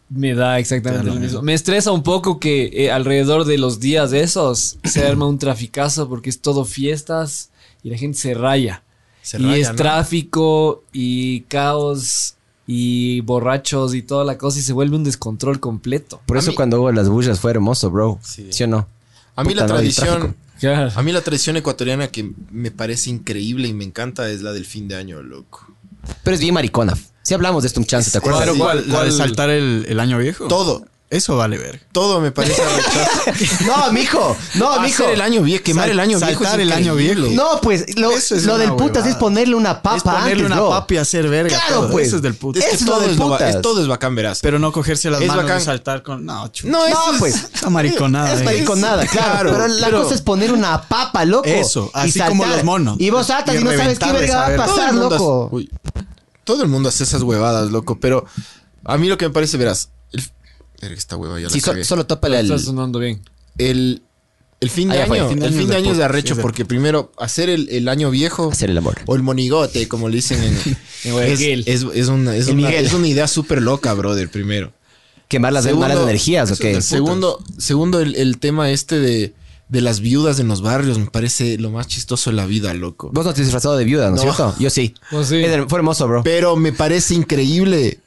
S3: Me da exactamente lo mismo. Me estresa un poco que eh, alrededor de los días de esos se arma un traficazo porque es todo fiestas y la gente se raya.
S2: Se
S3: y
S2: raya,
S3: es
S2: ¿no?
S3: tráfico y caos y borrachos y toda la cosa y se vuelve un descontrol completo.
S4: Por eso
S2: mí-
S4: cuando hubo las bullas fue hermoso, bro. Sí,
S2: Sí.
S4: o no?
S2: A mí
S4: Puta,
S2: la
S4: no, hay
S2: tradición.
S4: tráfico.
S2: A mí la tradición ecuatoriana que me parece increíble y me encanta es la del fin de año, loco.
S4: Pero es bien maricona. Si hablamos de esto un chance, ¿te acuerdas?
S5: <laughs>
S2: Claro,
S5: Sí,
S2: ¿cuál-
S5: la de
S2: cuál-
S5: saltar el, el año viejo?
S2: Todo,
S5: Eso vale ver.
S2: todo me
S3: <laughs>
S2: parece arrechazo.
S4: No, mijo. No, mijo.
S2: Hacer el año viejo, quemar
S5: Sal-
S2: el año viejo.
S5: saltar
S2: es
S5: el año
S2: increíble.
S5: viejo.
S4: No, pues lo,
S5: Eso es
S4: lo
S5: una
S4: del putas
S5: huevada.
S4: es ponerle una papa
S5: es ponerle
S4: antes,
S5: una
S4: bro.
S5: papa y hacer verga.
S4: Claro,
S5: todo.
S4: pues.
S5: Eso es del puto.
S4: Es-
S2: que
S4: Eso
S2: todo,
S4: de
S2: es lo ba-
S4: putas.
S2: es, todo es bacán, verás.
S5: Pero no cogerse las
S2: Es
S5: manos
S2: bacán.
S5: y saltar con... No, chulo.
S2: no,
S4: No,
S2: eso es,
S4: pues.
S5: Esta mariconada.
S4: Es
S5: eh.
S4: mariconada, claro. Pero la cosa es poner una papa, loco.
S5: Eso,
S4: y
S5: así
S4: saltar.
S5: como los monos.
S4: Y vos atas
S5: Y
S4: y no sabes qué
S5: reventarles,
S4: verga va
S5: a
S4: a
S5: ver.
S2: pues, todo
S4: pasar,
S2: el mundo
S4: loco.
S2: hace- uy, todo el mundo hace esas huevadas, loco. Pero a mí lo que me parece, verás. el- verga, esta hueva ya la
S4: Sí, so-
S2: cagué.
S4: solo tópale
S3: Está
S4: al.
S3: sonando bien.
S2: el, el fin
S4: Ah,
S2: de
S4: ya fue,
S2: año.
S4: el fin
S5: de
S2: El
S5: año
S2: fin
S5: es
S2: de
S5: de
S2: año es de
S5: putas, sí, es
S2: arrecho
S5: de-
S2: porque primero hacer el, el año viejo.
S4: Hacer el amor.
S2: O el monigote, como le dicen en,
S4: <laughs>
S3: En Guayaquil.
S2: Es, es- es una, es
S4: En
S2: una-
S4: Miguel.
S2: es una idea súper loca, brother, primero.
S4: Quemar las
S2: Segundo,
S4: malas energías, ¿o
S2: eso,
S4: qué?
S2: del Segundo, segundo el, el tema este de, de las viudas en los barrios me parece lo más chistoso de la vida, loco.
S4: Vos no te has disfrazado de viuda, ¿no es
S2: No. Pues
S4: cierto? Yo sí.
S3: Vos sí.
S4: Es her- Fue hermoso, bro.
S2: Pero me parece increíble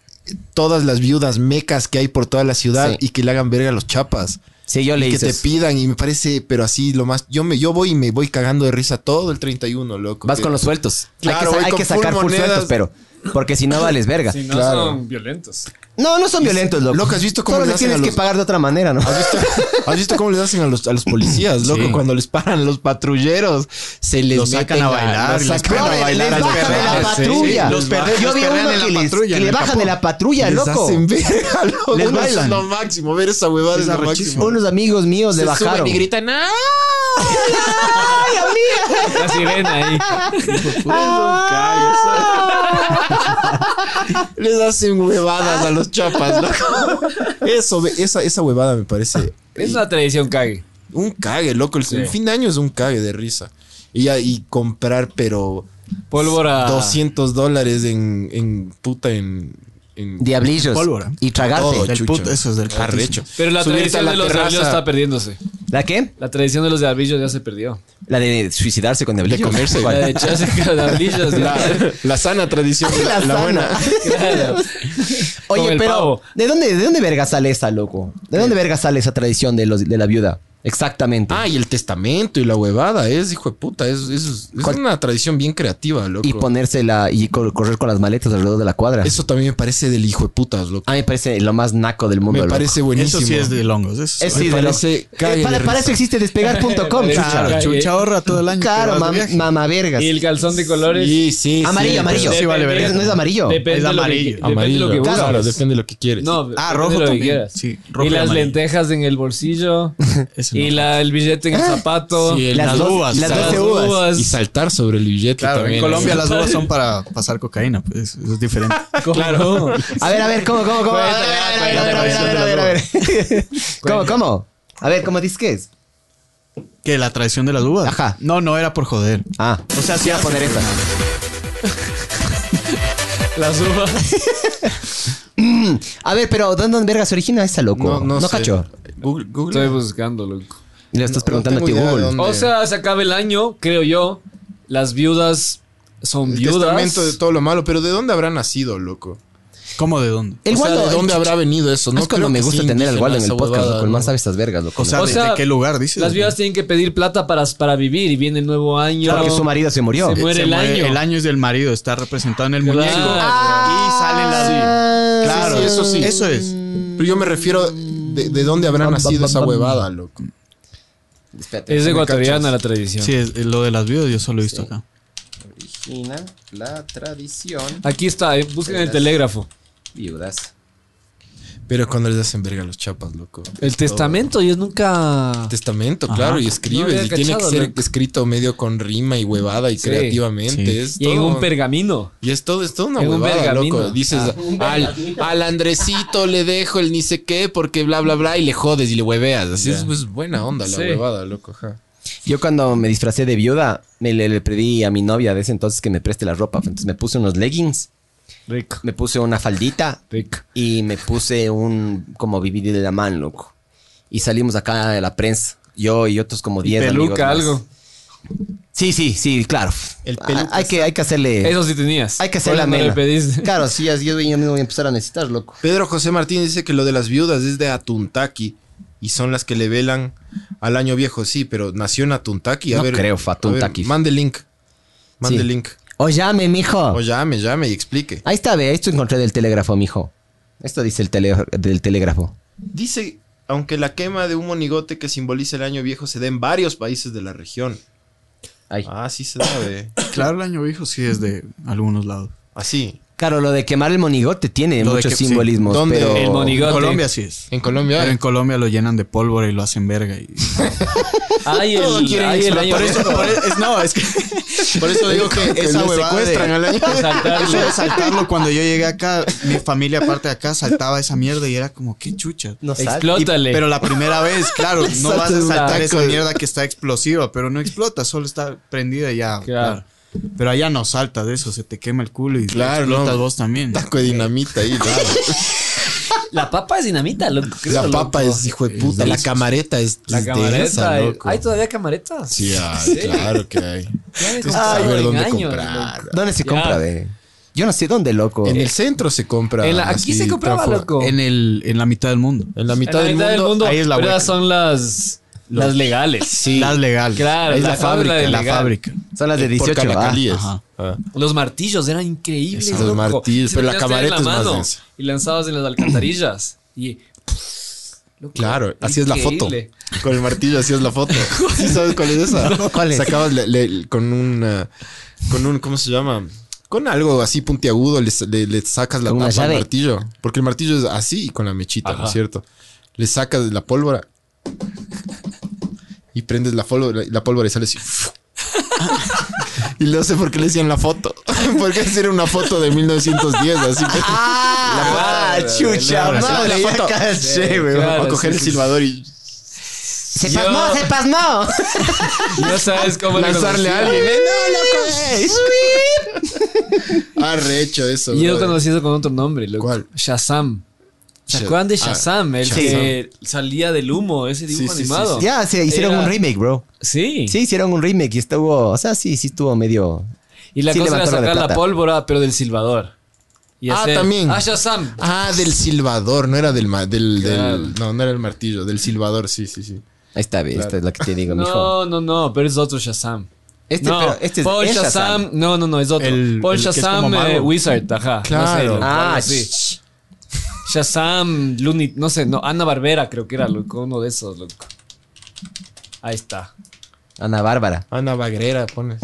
S2: todas las viudas mecas que hay por toda la ciudad
S4: Sí.
S2: y que le hagan verga a los chapas.
S4: Sí, yo le
S2: Y que
S4: hice.
S2: te
S4: eso.
S2: pidan y me parece, pero así lo más... Yo, me, yo voy y me voy cagando de risa todo el 31, loco.
S4: Vas
S2: Que-
S4: con los sueltos.
S2: Claro,
S4: hay que, sa-
S2: voy
S4: hay
S2: con
S4: que sacar
S2: full
S4: full
S2: monedas.
S4: sueltos, pero. Porque si no vales verga.
S3: Si no son violentos.
S4: No, no son violentos, loco.
S2: Loco, ¿has visto cómo
S4: Solo
S2: le
S4: le
S2: hacen
S4: tienes
S2: a
S4: que
S2: los-
S4: pagar de otra manera, ¿no?
S2: ¿Has visto, has visto cómo les hacen a los, a los policías, loco? Cuando les paran los patrulleros, se les
S5: Los sacan
S2: meten
S5: a bailar,
S2: los
S5: los
S2: sacan a
S5: perrean,
S2: bailar
S4: les
S2: a los
S4: bajan de la
S2: perrean, sí.
S4: patrulla.
S5: Los perrean-
S4: Yo
S5: los
S4: vi
S5: perrean
S4: uno
S5: en la
S4: que, les,
S5: patrulla,
S4: que
S5: en
S4: le
S5: el
S4: bajan
S5: capó.
S4: de la patrulla,
S2: Les
S4: loco.
S2: hacen verga, loco.
S4: Les
S2: Uno es
S4: bailan.
S2: lo máximo, ver esa huevada
S5: Es
S2: es, lo
S5: arrechísimo.
S2: máximo.
S4: Unos amigos míos le
S2: Se suben
S4: bajaron.
S2: y
S3: <laughs>
S2: gritan, ¡ah!
S3: La sirena ahí.
S2: Les hacen huevadas a los chapas, loco. <laughs> Eso, ve- esa, esa huevada me parece
S3: Es una tradición cague.
S2: un cague, loco. El, el fin de año es un cague de risa. Y, y comprar, pero... Ah.
S3: Pólvora.
S2: 200 dólares en, en puta en... en
S4: Diablillos.
S5: Pólvora.
S4: Y tragarte.
S2: todo,
S5: del
S2: chucha.
S5: puto- eso es del
S2: Arrecho.
S3: Pero la
S2: Subirte a
S3: tradición
S2: la
S3: de los
S2: terraza.
S3: diablillos está perdiéndose.
S4: ¿La qué?
S3: La tradición de los diablillos ya se perdió.
S4: La de suicidarse con diablillos.
S2: comerse.
S4: ¿Cuál?
S3: La de echarse con los diablillos.
S2: La, la sana tradición.
S4: <laughs> La
S2: la, la
S4: sana. <laughs>
S2: buena.
S3: Claro. Con
S4: Oye,
S3: el
S4: pero
S3: pavo.
S4: ¿de dónde, ¿de dónde verga sale esa, loco? ¿De dónde verga sale esa tradición de, los, de la viuda? Exactamente.
S2: Ah, y el testamento y la huevada es, hijo de puta. Es, es- es
S4: ¿Cuál?
S2: una tradición bien creativa, loco.
S4: y ponérsela y cor- correr con las maletas alrededor de la cuadra.
S2: Eso también me parece del hijo de putas, loco.
S4: A mí me parece lo más naco del mundo.
S2: me
S4: Ah, loco.
S2: parece
S5: Eso
S2: buenísimo.
S5: sí es de longos. Eso
S4: Es
S5: sí.
S2: Me
S4: ídolo.
S2: parece
S4: Eh,
S2: cague de
S4: para, para
S2: risa.
S4: eso existe
S2: <laughs>
S4: despegar.com.
S3: Me
S4: claro,
S5: Claro,
S3: Cague.
S5: chucha
S2: eh.
S5: ahorra todo el año.
S4: claro
S5: pero vas de
S4: mam-
S5: viaje.
S4: mamavergas.
S3: Y el calzón de colores.
S2: Sí, sí.
S4: Amarillo,
S2: sí,
S4: amarillo.
S2: pero-
S5: Sí, vale,
S3: Depende-
S5: verga.
S4: No es amarillo.
S3: Depende
S5: Es
S3: de lo que-
S5: amarillo.
S3: depende de lo que
S2: Amarillo.
S3: buscas.
S2: Claro, depende de lo que quieres.
S3: No, depende
S5: Ah, rojo
S3: de lo que
S5: también.
S3: quieras.
S5: Sí, rojo
S3: y
S5: y
S3: las
S5: amarillo.
S3: lentejas en el bolsillo.
S5: Eso no. Ah.
S3: y la, el billete en el zapato.
S2: Sí, el-
S4: las
S5: las
S4: dos-
S5: uvas,
S4: Las
S5: claro.
S4: 12
S3: Las
S4: uvas.
S3: uvas.
S2: Y saltar sobre el billete
S5: Claro,
S2: también.
S5: en
S2: ¿no?
S5: Colombia las uvas son para pasar cocaína, pues eso es diferente.
S3: <laughs> Claro.
S4: A ver, a ver, ¿cómo, cómo, cómo? A ver, a ver, a ver, a ver, a ver, a ver, a ver, a ver. <laughs> ¿Cómo, cómo? A ver, ¿cómo dices que es?
S5: ¿Que la traición de las uvas?
S4: Ajá.
S5: No, no era por joder.
S4: Ah,
S5: O sea, sí
S4: voy a poner esta.
S3: las uvas.
S4: A ver, pero ¿dónde en verga se origina esa, loco? No,
S2: sé.
S4: cacho.
S2: Google, Google.
S3: Estoy buscando, loco.
S4: Y Le estás
S2: No,
S4: preguntando
S2: no
S4: a ti,
S2: tengo idea de
S4: Google.
S2: dónde.
S3: O sea, se acaba el año, creo yo. Las viudas son
S2: El
S3: viudas.
S2: testamento de todo lo malo, pero ¿de dónde habrá nacido, loco?
S5: ¿Cómo de dónde?
S4: El
S2: o sea,
S4: Waldo,
S2: ¿de dónde
S4: el-
S2: habrá venido eso?
S4: No es cuando
S2: creo
S4: me
S2: que
S4: gusta
S2: sea
S4: tener al
S2: indígena
S4: Waldo en el
S2: esa
S4: podcast,
S2: huevada,
S4: loco. El
S2: ¿no?
S4: man sabe estas vergas, loco.
S5: O sea,
S3: O
S5: ¿de-
S3: sea,
S5: ¿de qué lugar dices?
S3: Las viudas tienen que pedir plata para, para vivir y viene el nuevo año.
S4: Porque su marido se murió.
S3: Se muere
S5: Se
S3: el
S5: muere-
S3: año.
S5: El año es del marido, está representado en el
S3: Claro.
S5: muñeco.
S3: Ah,
S5: y salen las
S4: Ah,
S5: Claro,
S2: sí, eso sí.
S5: Eso es.
S2: Pero yo me refiero de, de dónde habrá nacido esa huevada, loco.
S4: Espérate.
S3: Es ecuatoriana la tradición.
S5: Sí, es- lo de las viudas yo solo he visto acá.
S4: Origina la tradición.
S3: Aquí está, eh, busquen el telégrafo.
S4: Viudas.
S2: Pero cuando les hacen verga a los chapas, loco.
S3: El testamento, ellos nunca.
S2: El testamento, claro, y
S3: No
S2: escribes.
S3: había
S2: y tiene que
S3: cachado,
S2: ser
S3: loco.
S2: escrito medio con rima y huevada y
S3: Sí.
S2: creativamente.
S5: Sí.
S2: Es
S3: Y en
S2: todo-
S3: un pergamino.
S2: Y es todo, es todo una
S3: En un
S2: huevada,
S3: pergamino. Ah,
S2: loco. Dices al, al Andresito le dejo el ni sé qué porque bla, bla, bla, y le jodes y le hueveas. Así es, pues, buena onda la
S3: Sí.
S2: huevada, loco. ajá.
S4: Yo cuando me disfracé de viuda, me le, le pedí a mi novia de ese entonces que me preste la ropa. Entonces me puse unos leggings,
S3: Rico,
S4: me puse una faldita
S3: rico.
S4: y me puse un como vivir de la mano, loco. Y salimos acá de la prensa, yo y otros como 10 amigos
S3: Peluca,
S4: más.
S3: algo.
S4: Sí, sí, sí, claro.
S2: El
S4: Ah,
S2: peluca
S4: hay que hay que hacerle
S3: Eso sí tenías.
S4: hay que
S3: Por
S4: hacerle
S3: eso no
S4: amena. <laughs>
S3: le pediste.
S4: Claro, sí, así yo, yo mismo voy a empezar a necesitar, loco.
S2: Pedro José Martín dice que lo de las viudas es de Atuntaki y son las que le velan al año viejo, sí, pero nació en Atuntaki. A
S4: No
S2: ver,
S4: creo, fue
S2: a ver,
S4: Atuntaki.
S2: mande link. Mande
S4: Sí. Ah.
S2: link.
S4: O llame, mijo.
S2: O llame, llame y explique.
S4: Ahí está, ve, esto encontré del telégrafo, mijo. Esto dice el tele- del telégrafo.
S2: Dice, aunque la quema de un monigote que simboliza el año viejo se da en varios países de la región.
S4: Ahí.
S2: Ah, sí se da, ve.
S5: Claro, el año viejo sí es de algunos lados.
S2: Así.
S4: Claro, lo de quemar el monigote tiene
S5: Lo de
S4: muchos
S5: que- sí.
S4: simbolismos,
S2: ¿Dónde?
S4: pero...
S3: El monigote.
S5: En Colombia sí es.
S2: En Colombia.
S5: Pero en Colombia lo llenan de pólvora y lo hacen verga. y-
S3: Ay,
S2: Todo
S3: el,
S2: quieren
S3: ay, el año
S5: Por eso, por eso- es- no, es que <laughs>
S2: Por eso digo que,
S5: Que
S2: esa
S5: le
S2: huevada
S5: secuestran
S2: de-
S5: al año.
S3: Saltarlo.
S5: Eso de saltarlo, cuando yo llegué acá, mi familia aparte de acá saltaba esa mierda y era como, qué chucha.
S4: No sal-
S5: Y-
S3: Explótale.
S5: pero la primera vez, claro, no vas a
S3: saltas una-
S5: saltar esa mierda que está explosiva, pero no explota, solo está prendida y ya.
S3: Claro.
S5: Claro. Pero allá no saltas de eso, se te quema el culo y
S2: Claro,
S5: explotas
S2: no.
S5: vos también.
S2: Taco de dinamita ahí, claro.
S3: la papa es dinamita, loco. creo,
S2: La
S3: loco.
S2: papa es hijo de puta. La camareta es.
S3: La
S2: es de
S3: camareta.
S2: esa,
S3: eh.
S2: loco.
S3: ¿Hay todavía camaretas?
S2: <laughs> Sí, hay, claro que hay.
S3: Ya me
S2: Tienes que
S3: contaron
S2: saber
S3: en
S2: dónde
S3: años,
S2: comprar.
S3: loco.
S4: ¿Dónde se
S3: Ya.
S4: compra, ve? Yo no sé dónde, loco.
S2: En el centro se compra.
S3: En la- aquí
S2: así,
S3: se compraba,
S2: transform-
S3: loco.
S5: En, el, en la mitad del mundo.
S2: En la mitad,
S3: En la
S2: del,
S3: mitad
S2: mundo,
S5: ahí es la
S3: pero
S5: hueca.
S3: son las, las legales.
S2: Sí.
S5: Las legales.
S3: Claro,
S5: es
S3: la
S5: la, fábrica.
S3: fábrica
S5: La
S3: legal.
S5: fábrica.
S4: Son las de
S2: Por
S4: 18, va.
S2: Caracolíes.
S5: Ajá.
S2: Ah.
S3: Los martillos eran increíbles.
S2: Esos
S3: loco.
S2: martillos,
S3: Se
S2: pero la
S3: tenías que tener
S2: camareta es más
S3: mano
S2: densa.
S3: Y lanzabas en las alcantarillas. Y. Loco,
S2: Claro, así es la foto.
S3: increíble.
S2: Con el martillo, así es la foto. ¿Sí sabes cuál es esa?
S4: ¿cuál es?
S2: Sacabas le- le- con una. Con un. ¿Cómo se llama? Con algo así puntiagudo le, le- le sacas la
S4: Con una
S2: tapa al
S4: llave.
S2: martillo. Porque el martillo es así y con la mechita, ¿no es
S3: Ajá.
S2: cierto? Le sacas la pólvora. Y prendes la pólvora, la pólvora y
S4: <laughs>
S2: sale así. Y no sé por qué le decían la foto. <laughs> Porque esa era una foto de 1910, así.
S4: ¡Ah! ¡Chucha
S2: la-
S4: madre!
S2: la
S4: ya
S2: foto.
S4: caché, weón.
S3: claro,
S2: o coger
S3: sí,
S2: el
S3: sí.
S2: silbador y
S4: ¡Se
S3: Yo-
S4: pasmó, se pasmó!
S3: No sabes cómo le
S2: lanzarle a
S3: conocí.
S2: alguien. ¡Eh, no, loco! <laughs> Arrecho eso.
S3: Y yo
S2: brother.
S3: conocí eso con otro nombre, loco.
S2: ¿Cuál?
S3: Shazam. ¿Se
S2: Sha-
S3: acuerdan de
S2: ah,
S3: Shazam? el
S2: Shazam.
S3: que salía del humo, ese dibujo
S2: Sí, sí, sí,
S3: animado.
S2: sí.
S4: Ya, se hicieron
S3: Era-
S4: un remake, bro.
S3: Sí.
S4: Sí, hicieron un remake y estuvo... O sea, sí, sí estuvo medio...
S3: Y la
S4: Sí,
S3: cosa era
S4: levantaron la
S3: sacar la,
S4: plata.
S3: pólvora, pero del silbador. Y
S2: Ah,
S3: hacer-
S2: también.
S3: Ah, Shazam.
S2: Ah, del silbador, no era del, ma- del, del-
S3: Claro.
S2: No, no era el martillo, del silbador, sí, sí, sí.
S4: Ahí está, ve, esta es la que te digo, mijo.
S3: No, no, no, pero es otro Shazam.
S4: Este,
S3: no,
S4: pero este es
S3: Paul
S4: el
S3: Shazam.
S4: Shazam.
S3: No, no, no, es otro.
S5: El-
S3: Paul
S5: el que es
S3: Shazam
S5: como mago.
S3: eh, Wizard, ajá. no sé,
S2: Claro.
S3: loco,
S4: Ah,
S3: algo así.
S4: sh-
S3: Shazam, Looney, no sé, no, Ana Barbera creo que era, loco, uno de esos, loco. Ahí está.
S4: Ana Bárbara.
S2: Ana Bagrera, pones.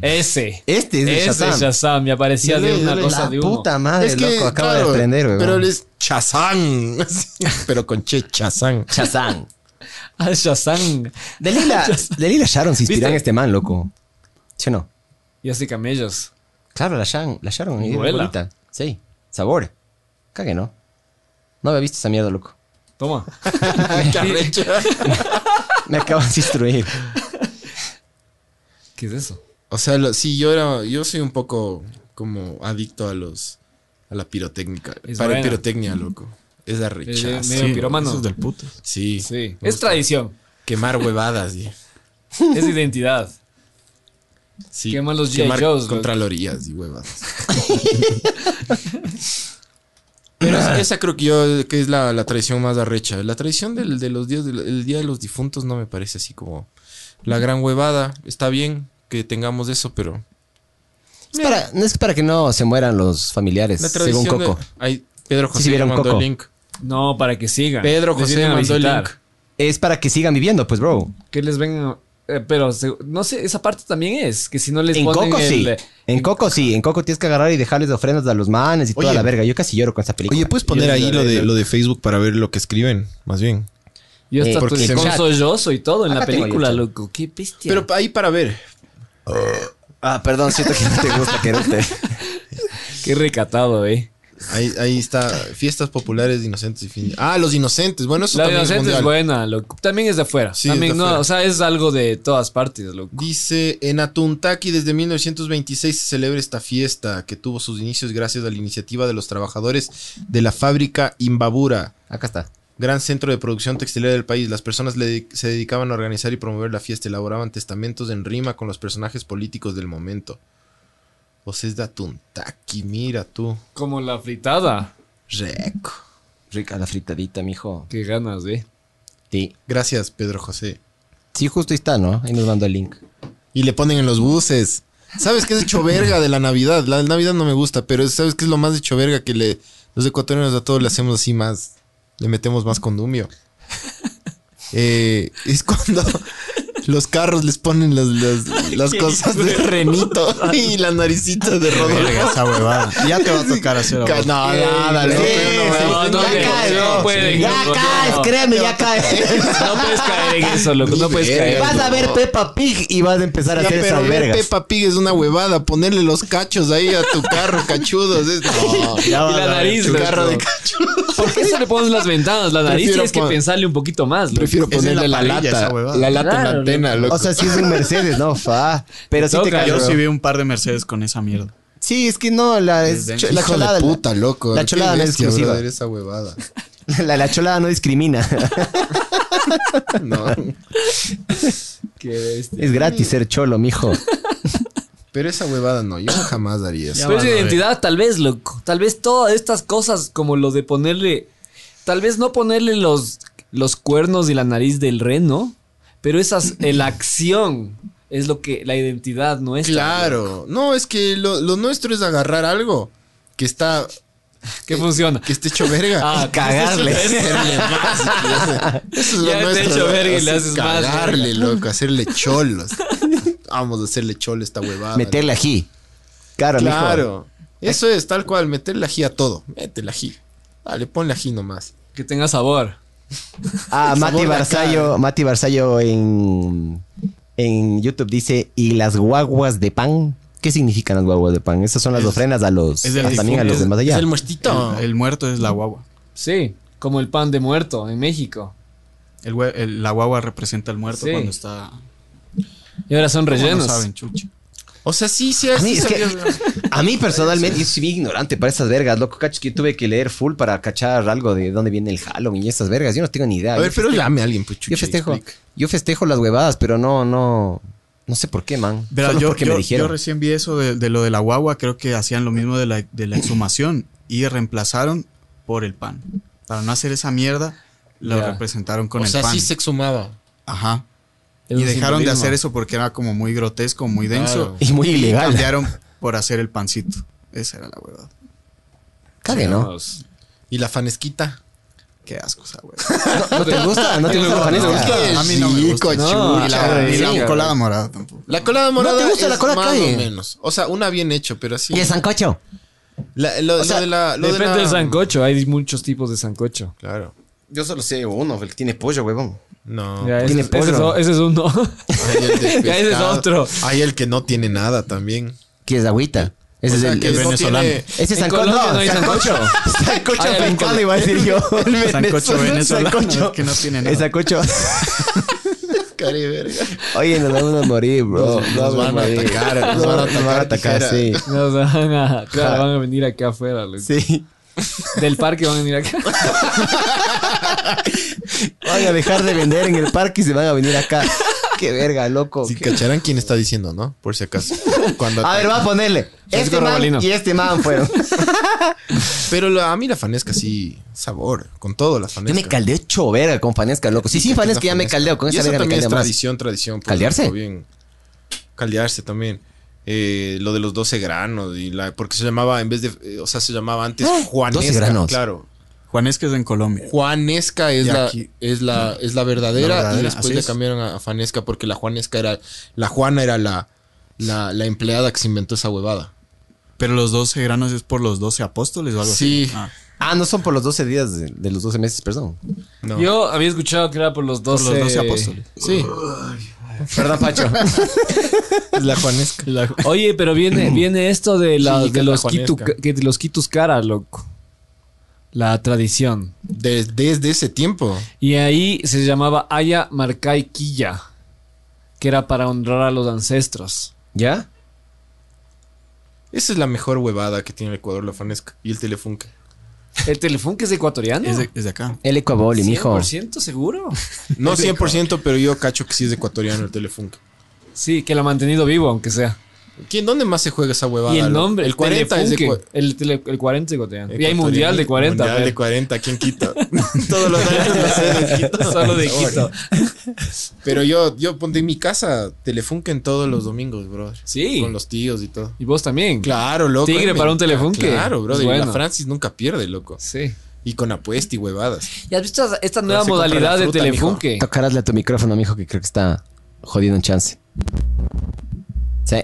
S3: Ese.
S4: Este es el
S3: Ese
S4: Shazam.
S3: Shazam, me aparecía
S2: Dale,
S3: de una
S2: dale.
S3: cosa
S4: La
S3: de uno.
S4: puta madre, loco, acaba de aprender, weón.
S2: Pero él es Chazán. <laughs> pero con che, Chazán.
S4: <laughs> Shazam.
S3: Ah, Shazam.
S4: Delila, Delila Sharon se inspiró en este man, loco. ¿Sí o no?
S3: Y así camellos.
S4: Claro, la, Shan- la Sharon. es
S3: Vuela.
S4: bonita. Sí. Sabor. Cague, ¿no? No había visto esa mierda, loco.
S3: Toma.
S4: Me <laughs> acabas de instruir.
S3: <laughs> ¿Qué es eso?
S2: O sea, lo- sí, yo era. Yo soy un poco como adicto a los. a la pirotecnica.
S3: Es
S2: Para
S3: buena.
S2: pirotecnia, loco. Es la
S3: Es de-
S2: rechaza.
S3: medio piromano.
S5: Eso es del putas.
S2: Sí.
S3: Sí.
S2: Me
S3: Es
S2: gusta
S3: tradición.
S2: Quemar huevadas, y-
S3: Es identidad.
S2: sí.
S3: Quemar los G.I.
S2: Quemar
S3: Joes, loco.
S2: Contralorías
S3: <laughs>
S2: y huevadas. Pero es- esa creo que yo que es la, la tradición más arrecha. La tradición del, de los días del el día de los difuntos no me parece así como la gran huevada. Está bien que tengamos eso, pero
S4: Es para, no es para que no se mueran los familiares,
S2: la
S4: según
S2: tradición
S4: Coco.
S2: de- ay, Pedro
S4: sí
S2: José me
S4: vieron
S2: mandó
S4: Coco.
S2: el link.
S3: No, para que sigan.
S2: Pedro
S3: Les
S2: José
S3: vienen a
S2: mandó el
S3: visitar.
S2: link.
S4: Es para que sigan viviendo, pues, bro.
S3: Que les vengan. eh, pero se- no sé, esa parte también es. Que si no les
S4: En
S3: ponen
S4: Coco
S3: el-
S4: sí. En Coco sí. En Coco tienes que agarrar y dejarles ofrendas a los manes y toda
S2: Oye.
S4: la verga. Yo casi lloro con esta película.
S2: Oye, pues- puedes poner ahí lo de, lo de Facebook para ver lo que escriben, más bien.
S3: Yo
S4: Eh,
S3: hasta
S4: porque
S3: estoy
S4: el
S3: con
S4: chat-
S3: sollozo y todo en la
S4: Acá tengo
S3: película,
S4: yo el
S3: loco. Qué bestia.
S2: Pero ahí para ver.
S4: Ah, perdón, siento que no te gusta, quererte.
S3: Qué recatado, eh.
S2: Ahí, ahí está. Fiestas populares de inocentes y fin. Ah, los inocentes. Bueno, eso
S3: La
S2: también es
S3: inocente es
S2: mundial.
S3: buena, loco. También es de afuera.
S2: Sí,
S3: también
S2: es de
S3: no,
S2: afuera.
S3: o sea, es algo de todas partes, loco.
S2: Dice, en Atuntaki desde 1926 se celebra esta fiesta que tuvo sus inicios gracias a la iniciativa de los trabajadores de la fábrica Imbabura,
S4: <laughs> Acá está.
S2: gran centro de producción textilera del país. Las personas le de- se dedicaban a organizar y promover la fiesta, elaboraban testamentos en rima con los personajes políticos del momento. O sea, es de Atuntaki, mira tú.
S3: Como la fritada.
S2: Reco.
S4: Rica la fritadita, mijo.
S3: Qué ganas, eh.
S4: Sí.
S2: Gracias, Pedro José.
S4: Sí, justo ahí está, ¿no? Ahí nos mandó el link.
S2: Y le ponen en los buses. ¿Sabes qué es hecho verga de la Navidad? La Navidad no me gusta, pero ¿sabes qué es lo más hecho verga que le, los ecuatorianos a todos le hacemos así más? Le metemos más condumio. Eh, es cuando los carros les ponen las, las- las cosas de renito y las naricitas de
S5: Verga,
S2: Rodolfo.
S5: esa huevada. Ya te va a tocar hacer a
S2: Ca-
S5: vos.
S2: No, nada,
S4: Sí,
S2: loco,
S4: sí,
S2: no,
S3: no, no,
S2: ya
S3: no,
S2: cae,
S3: no,
S2: no.
S3: pueden,
S4: Ya
S3: no, no,
S4: caes,
S3: no.
S4: créeme, ya caes.
S3: <laughs> No puedes caer en eso, loco.
S2: Ni
S3: No puedes
S2: verga.
S3: caer.
S4: Vas a ver Peppa Pig y vas a empezar a
S2: Ya,
S4: hacer
S2: pero
S4: esas
S2: ver
S4: vergas.
S2: Peppa Pig es una huevada. Ponerle los cachos ahí a tu carro, <laughs> cachudos. es- <laughs> no,
S5: Ya
S3: Y
S5: vas
S3: la
S5: a ver.
S3: nariz,
S2: tu
S3: loco.
S2: carro de
S3: ¿Por qué se le pones las ventanas? La nariz
S2: Prefiero
S3: tienes que
S2: pon-
S3: pensarle un poquito más, loco.
S2: Prefiero
S5: es en
S2: ponerle la,
S5: la parrilla
S2: lata.
S5: esa huevada.
S2: La lata en
S3: Claro,
S2: la antena, loco.
S4: O sea, si es un Mercedes,
S2: <laughs>
S4: no, fa. Pero sí te
S3: Toca,
S4: cayó.
S5: Yo
S3: Claro.
S5: sí vi un par de Mercedes con esa mierda.
S4: Sí, es que no, la, es
S5: Desde-
S4: cho- la
S2: Hijo
S4: cholada.
S2: de puta, loco.
S4: la
S2: Qué
S4: cholada no es
S2: bestia,
S4: exclusiva.
S2: brother, esa huevada.
S4: <laughs> La, la cholada no discrimina.
S2: <laughs>
S4: <laughs>
S2: No.
S3: Qué bestia.
S4: es
S2: Mm.
S4: gratis ser cholo, mijo.
S2: Pero esa huevada no, <coughs> yo jamás haría eso.
S3: Pero es
S5: van a ver.
S3: Pues, identidad, tal vez, loco. Tal vez todas estas cosas, como lo de ponerle. Tal vez no ponerle los, los cuernos y la nariz del reno, pero esas, la acción es lo que. La identidad nuestra.
S2: Claro. No, es que lo, lo nuestro es agarrar algo que está,
S3: Que funciona.
S2: que esté hecho verga.
S3: Ah,
S4: Cagarle.
S2: Hacerle más, que eso es lo
S3: Ya te
S2: nuestro.
S3: hecho verga y
S2: así,
S3: le haces más,
S2: Cagarle, loco, hacerle cholos. Vamos a hacerle cholo a esta huevada.
S4: Meterle ají. Claro, mijo.
S2: Claro. Eso es, tal cual, meterle ají a todo. Métele ají. Dale, ponle ají nomás.
S3: Que tenga sabor.
S4: Ah,
S2: Sabor
S4: Mati
S2: de
S4: Barzallo, Mati Barzallo en, en YouTube dice, ¿y las guaguas de pan? ¿Qué significan las guaguas de pan? Esas son las
S5: Es-
S4: ofrendas a los,
S5: es del
S4: a- también a
S5: difunto,
S4: los demás allá.
S2: Es el muestito.
S5: El, el muerto es la guagua.
S3: Sí, como el pan de muerto en México.
S5: El, hue- el- la guagua representa al muerto
S3: Sí.
S5: cuando está. ¿Cómo
S3: Y ahora son
S5: no
S3: rellenos.
S5: saben, chucha.
S2: O sea, sí, sí,
S4: A mí,
S2: sí
S4: es que-
S2: sabía-
S4: <laughs> a mí personalmente, yo soy bien ignorante para esas vergas, loco, cacho, que yo tuve que leer full para cachar algo de dónde viene el Halloween y esas vergas. Yo no tengo ni idea.
S2: A ver,
S4: yo,
S2: pero llame a alguien, pues chucha,
S4: yo festejo,
S2: explica.
S4: yo festejo las huevadas, pero no, no, no sé por qué, man.
S5: Verá,
S4: Solo
S5: yo,
S4: porque
S5: yo-
S4: me dijeron.
S5: yo recién vi eso de, de lo de la guagua. Creo que hacían lo mismo de la, de la exhumación y reemplazaron por el pan. Para no hacer esa mierda, lo
S3: Ya.
S5: representaron con
S2: o
S5: el
S2: sea,
S5: pan.
S2: sí se exhumaba.
S5: Ajá.
S3: Es
S5: Y
S3: un
S5: dejaron de
S3: simbolismo.
S5: hacer eso porque era como muy grotesco, muy
S2: Claro.
S5: denso.
S4: Y muy ilegal.
S5: Cambiaron por hacer el pancito. Esa era la huevada.
S4: Cague, ¿no?
S3: Vamos.
S2: Y la fanesquita.
S5: Qué asco esa huevada.
S4: ¿no? ¿No te gusta? ¿No te gusta la
S5: No,
S4: fanesca?
S2: gusta.
S5: a mí no me gusta.
S3: No,
S5: y la,
S3: chucha,
S5: y la
S3: sí,
S5: colada morada tampoco.
S2: La colada morada.
S4: te gusta
S2: es
S4: la cola
S2: más
S4: calle?
S2: o menos. O sea, una bien hecho, pero así.
S4: ¿Y el sancocho?
S2: La- lo, lo
S4: sea,
S2: de la. Lo de
S3: Depende
S2: la-
S3: del sancocho, hay muchos tipos de sancocho.
S2: Claro.
S4: Yo solo sé uno, el que tiene pollo, huevón.
S2: No.
S3: Ya, ese,
S4: Tiene
S3: es- ese es,
S4: pollo.
S3: o- ese es uno.
S2: Hay <laughs> el de
S3: <laughs> Ya, ese es
S2: pescado. <laughs>
S3: otro.
S2: Hay el que no tiene nada también.
S4: Que es agüita. Ese
S2: O
S4: es
S2: sea,
S4: el...
S2: que
S5: el
S2: no
S5: venezolano.
S2: tiene-
S4: Ese es
S3: En
S4: sancocho.
S3: Colombia no hay
S4: sancocho. <laughs> Sancocho
S3: Hay algún
S4: africano, iba a decir yo. El <laughs>
S5: Sancocho venezolano,
S4: sancocho.
S5: es que no tiene nada.
S4: El sancocho. Oye, nos vamos a morir, bro.
S2: Nos- nos van a
S4: morir.
S2: atacar, nos van a atacar,
S4: sí.
S2: dijera.
S3: Nos van a, claro, van a venir acá afuera. loco.
S4: Sí.
S3: Del parque van a venir acá.
S4: Van a dejar de vender en el parque y se van a venir acá. Qué verga, loco.
S2: Si
S4: Qué-
S2: cacharán quién está diciendo, ¿no? Por si <laughs> acaso. Cuando
S4: A ver, va a ponerle. Este man
S3: Robalino.
S4: y este man
S2: <laughs>
S4: fueron.
S2: Pero la- a mí la fanesca sí, sabor. Con todo la
S4: Yo
S2: fanesca.
S4: me caldeo hecho verga con Fanesca, loco. Sí, sin Fanesca ya me caldeo. Con
S2: Y
S4: esa
S2: eso
S4: verga me
S2: también
S4: caldeo
S2: es
S4: más.
S2: tradición, tradición. por
S4: ¿Caldearse?
S2: ejemplo, bien. Caldearse también. Eh, lo de los 12 granos. y la, Porque se llamaba, en vez de... eh, o sea, se llamaba antes Juanesca.
S4: 12 Ah, granos.
S2: Claro.
S5: Juanesca es en Colombia.
S2: Juanesca es
S5: Y
S2: la,
S5: aquí-
S2: es la es la verdadera,
S5: La verdadera,
S2: y
S5: así
S2: después le
S5: es.
S2: cambiaron a, a Fanesca porque la Juanesca era la Juana era la, la, la empleada que se inventó esa huevada.
S5: Pero los 12 granos es por los 12 apóstoles o algo así.
S2: Sí.
S5: Ah,
S4: Ah, no son por los 12 días de, de los 12 meses, perdón.
S2: No.
S3: Yo había escuchado que era por los 12,
S5: por los 12 apóstoles.
S2: Sí,
S4: Perdón, Pacho.
S2: la Juanesca.
S3: Oye, pero viene, viene esto de, la-
S2: Sí, que
S3: de,
S2: es la
S3: los quitu,
S2: Juanesca.
S3: que de los quitus cara, loco. La tradición.
S2: De- desde ese tiempo.
S3: Y ahí se llamaba Aya Marcay Quilla, que era para honrar a los ancestros.
S4: <laughs> ¿Ya?
S2: Esa es la mejor huevada que tiene el Ecuador, la Fanesca. Y el Telefunke.
S3: ¿El telefón que es ecuatoriano?
S5: Es de, es de acá.
S4: El Ecuaboli, mijo.
S3: 100% seguro.
S2: No <laughs> 100%, pero yo cacho que sí es ecuatoriano el Telefunke.
S3: Sí, que lo ha mantenido vivo, aunque sea.
S2: ¿Quién, ¿Dónde más se juega esa huevada?
S3: y el
S2: loco?
S3: nombre,
S2: El 40 es
S3: Telefunke,
S2: de Ecua-
S3: el, tele- el 40 es ecuatoriano. Y hay mundial de 40.
S2: Mundial de
S3: pero-
S2: 40, ¿quién
S3: <laughs>
S2: quita? Todos los años la sede es Quito.
S3: Solo de Quito.
S2: Pero yo, yo ponte en mi casa Telefunken todos los domingos, bro.
S3: Mm. Sí.
S2: Con los tíos y todo.
S3: Y vos también.
S2: Claro, loco.
S3: Tigre
S2: eh,
S3: para un
S2: me-
S3: Telefunken.
S2: Claro, bro.
S3: Es
S2: Y
S3: bueno.
S2: la Francis nunca pierde, loco.
S3: Sí.
S2: Y con apuesta y huevadas.
S3: ¿Y has visto esta nueva
S2: se compra
S3: modalidad
S2: la
S3: de
S2: fruta,
S3: telefunke?
S4: Tocarásle a tu micrófono, mijo, que creo que está jodido un chance. Sí.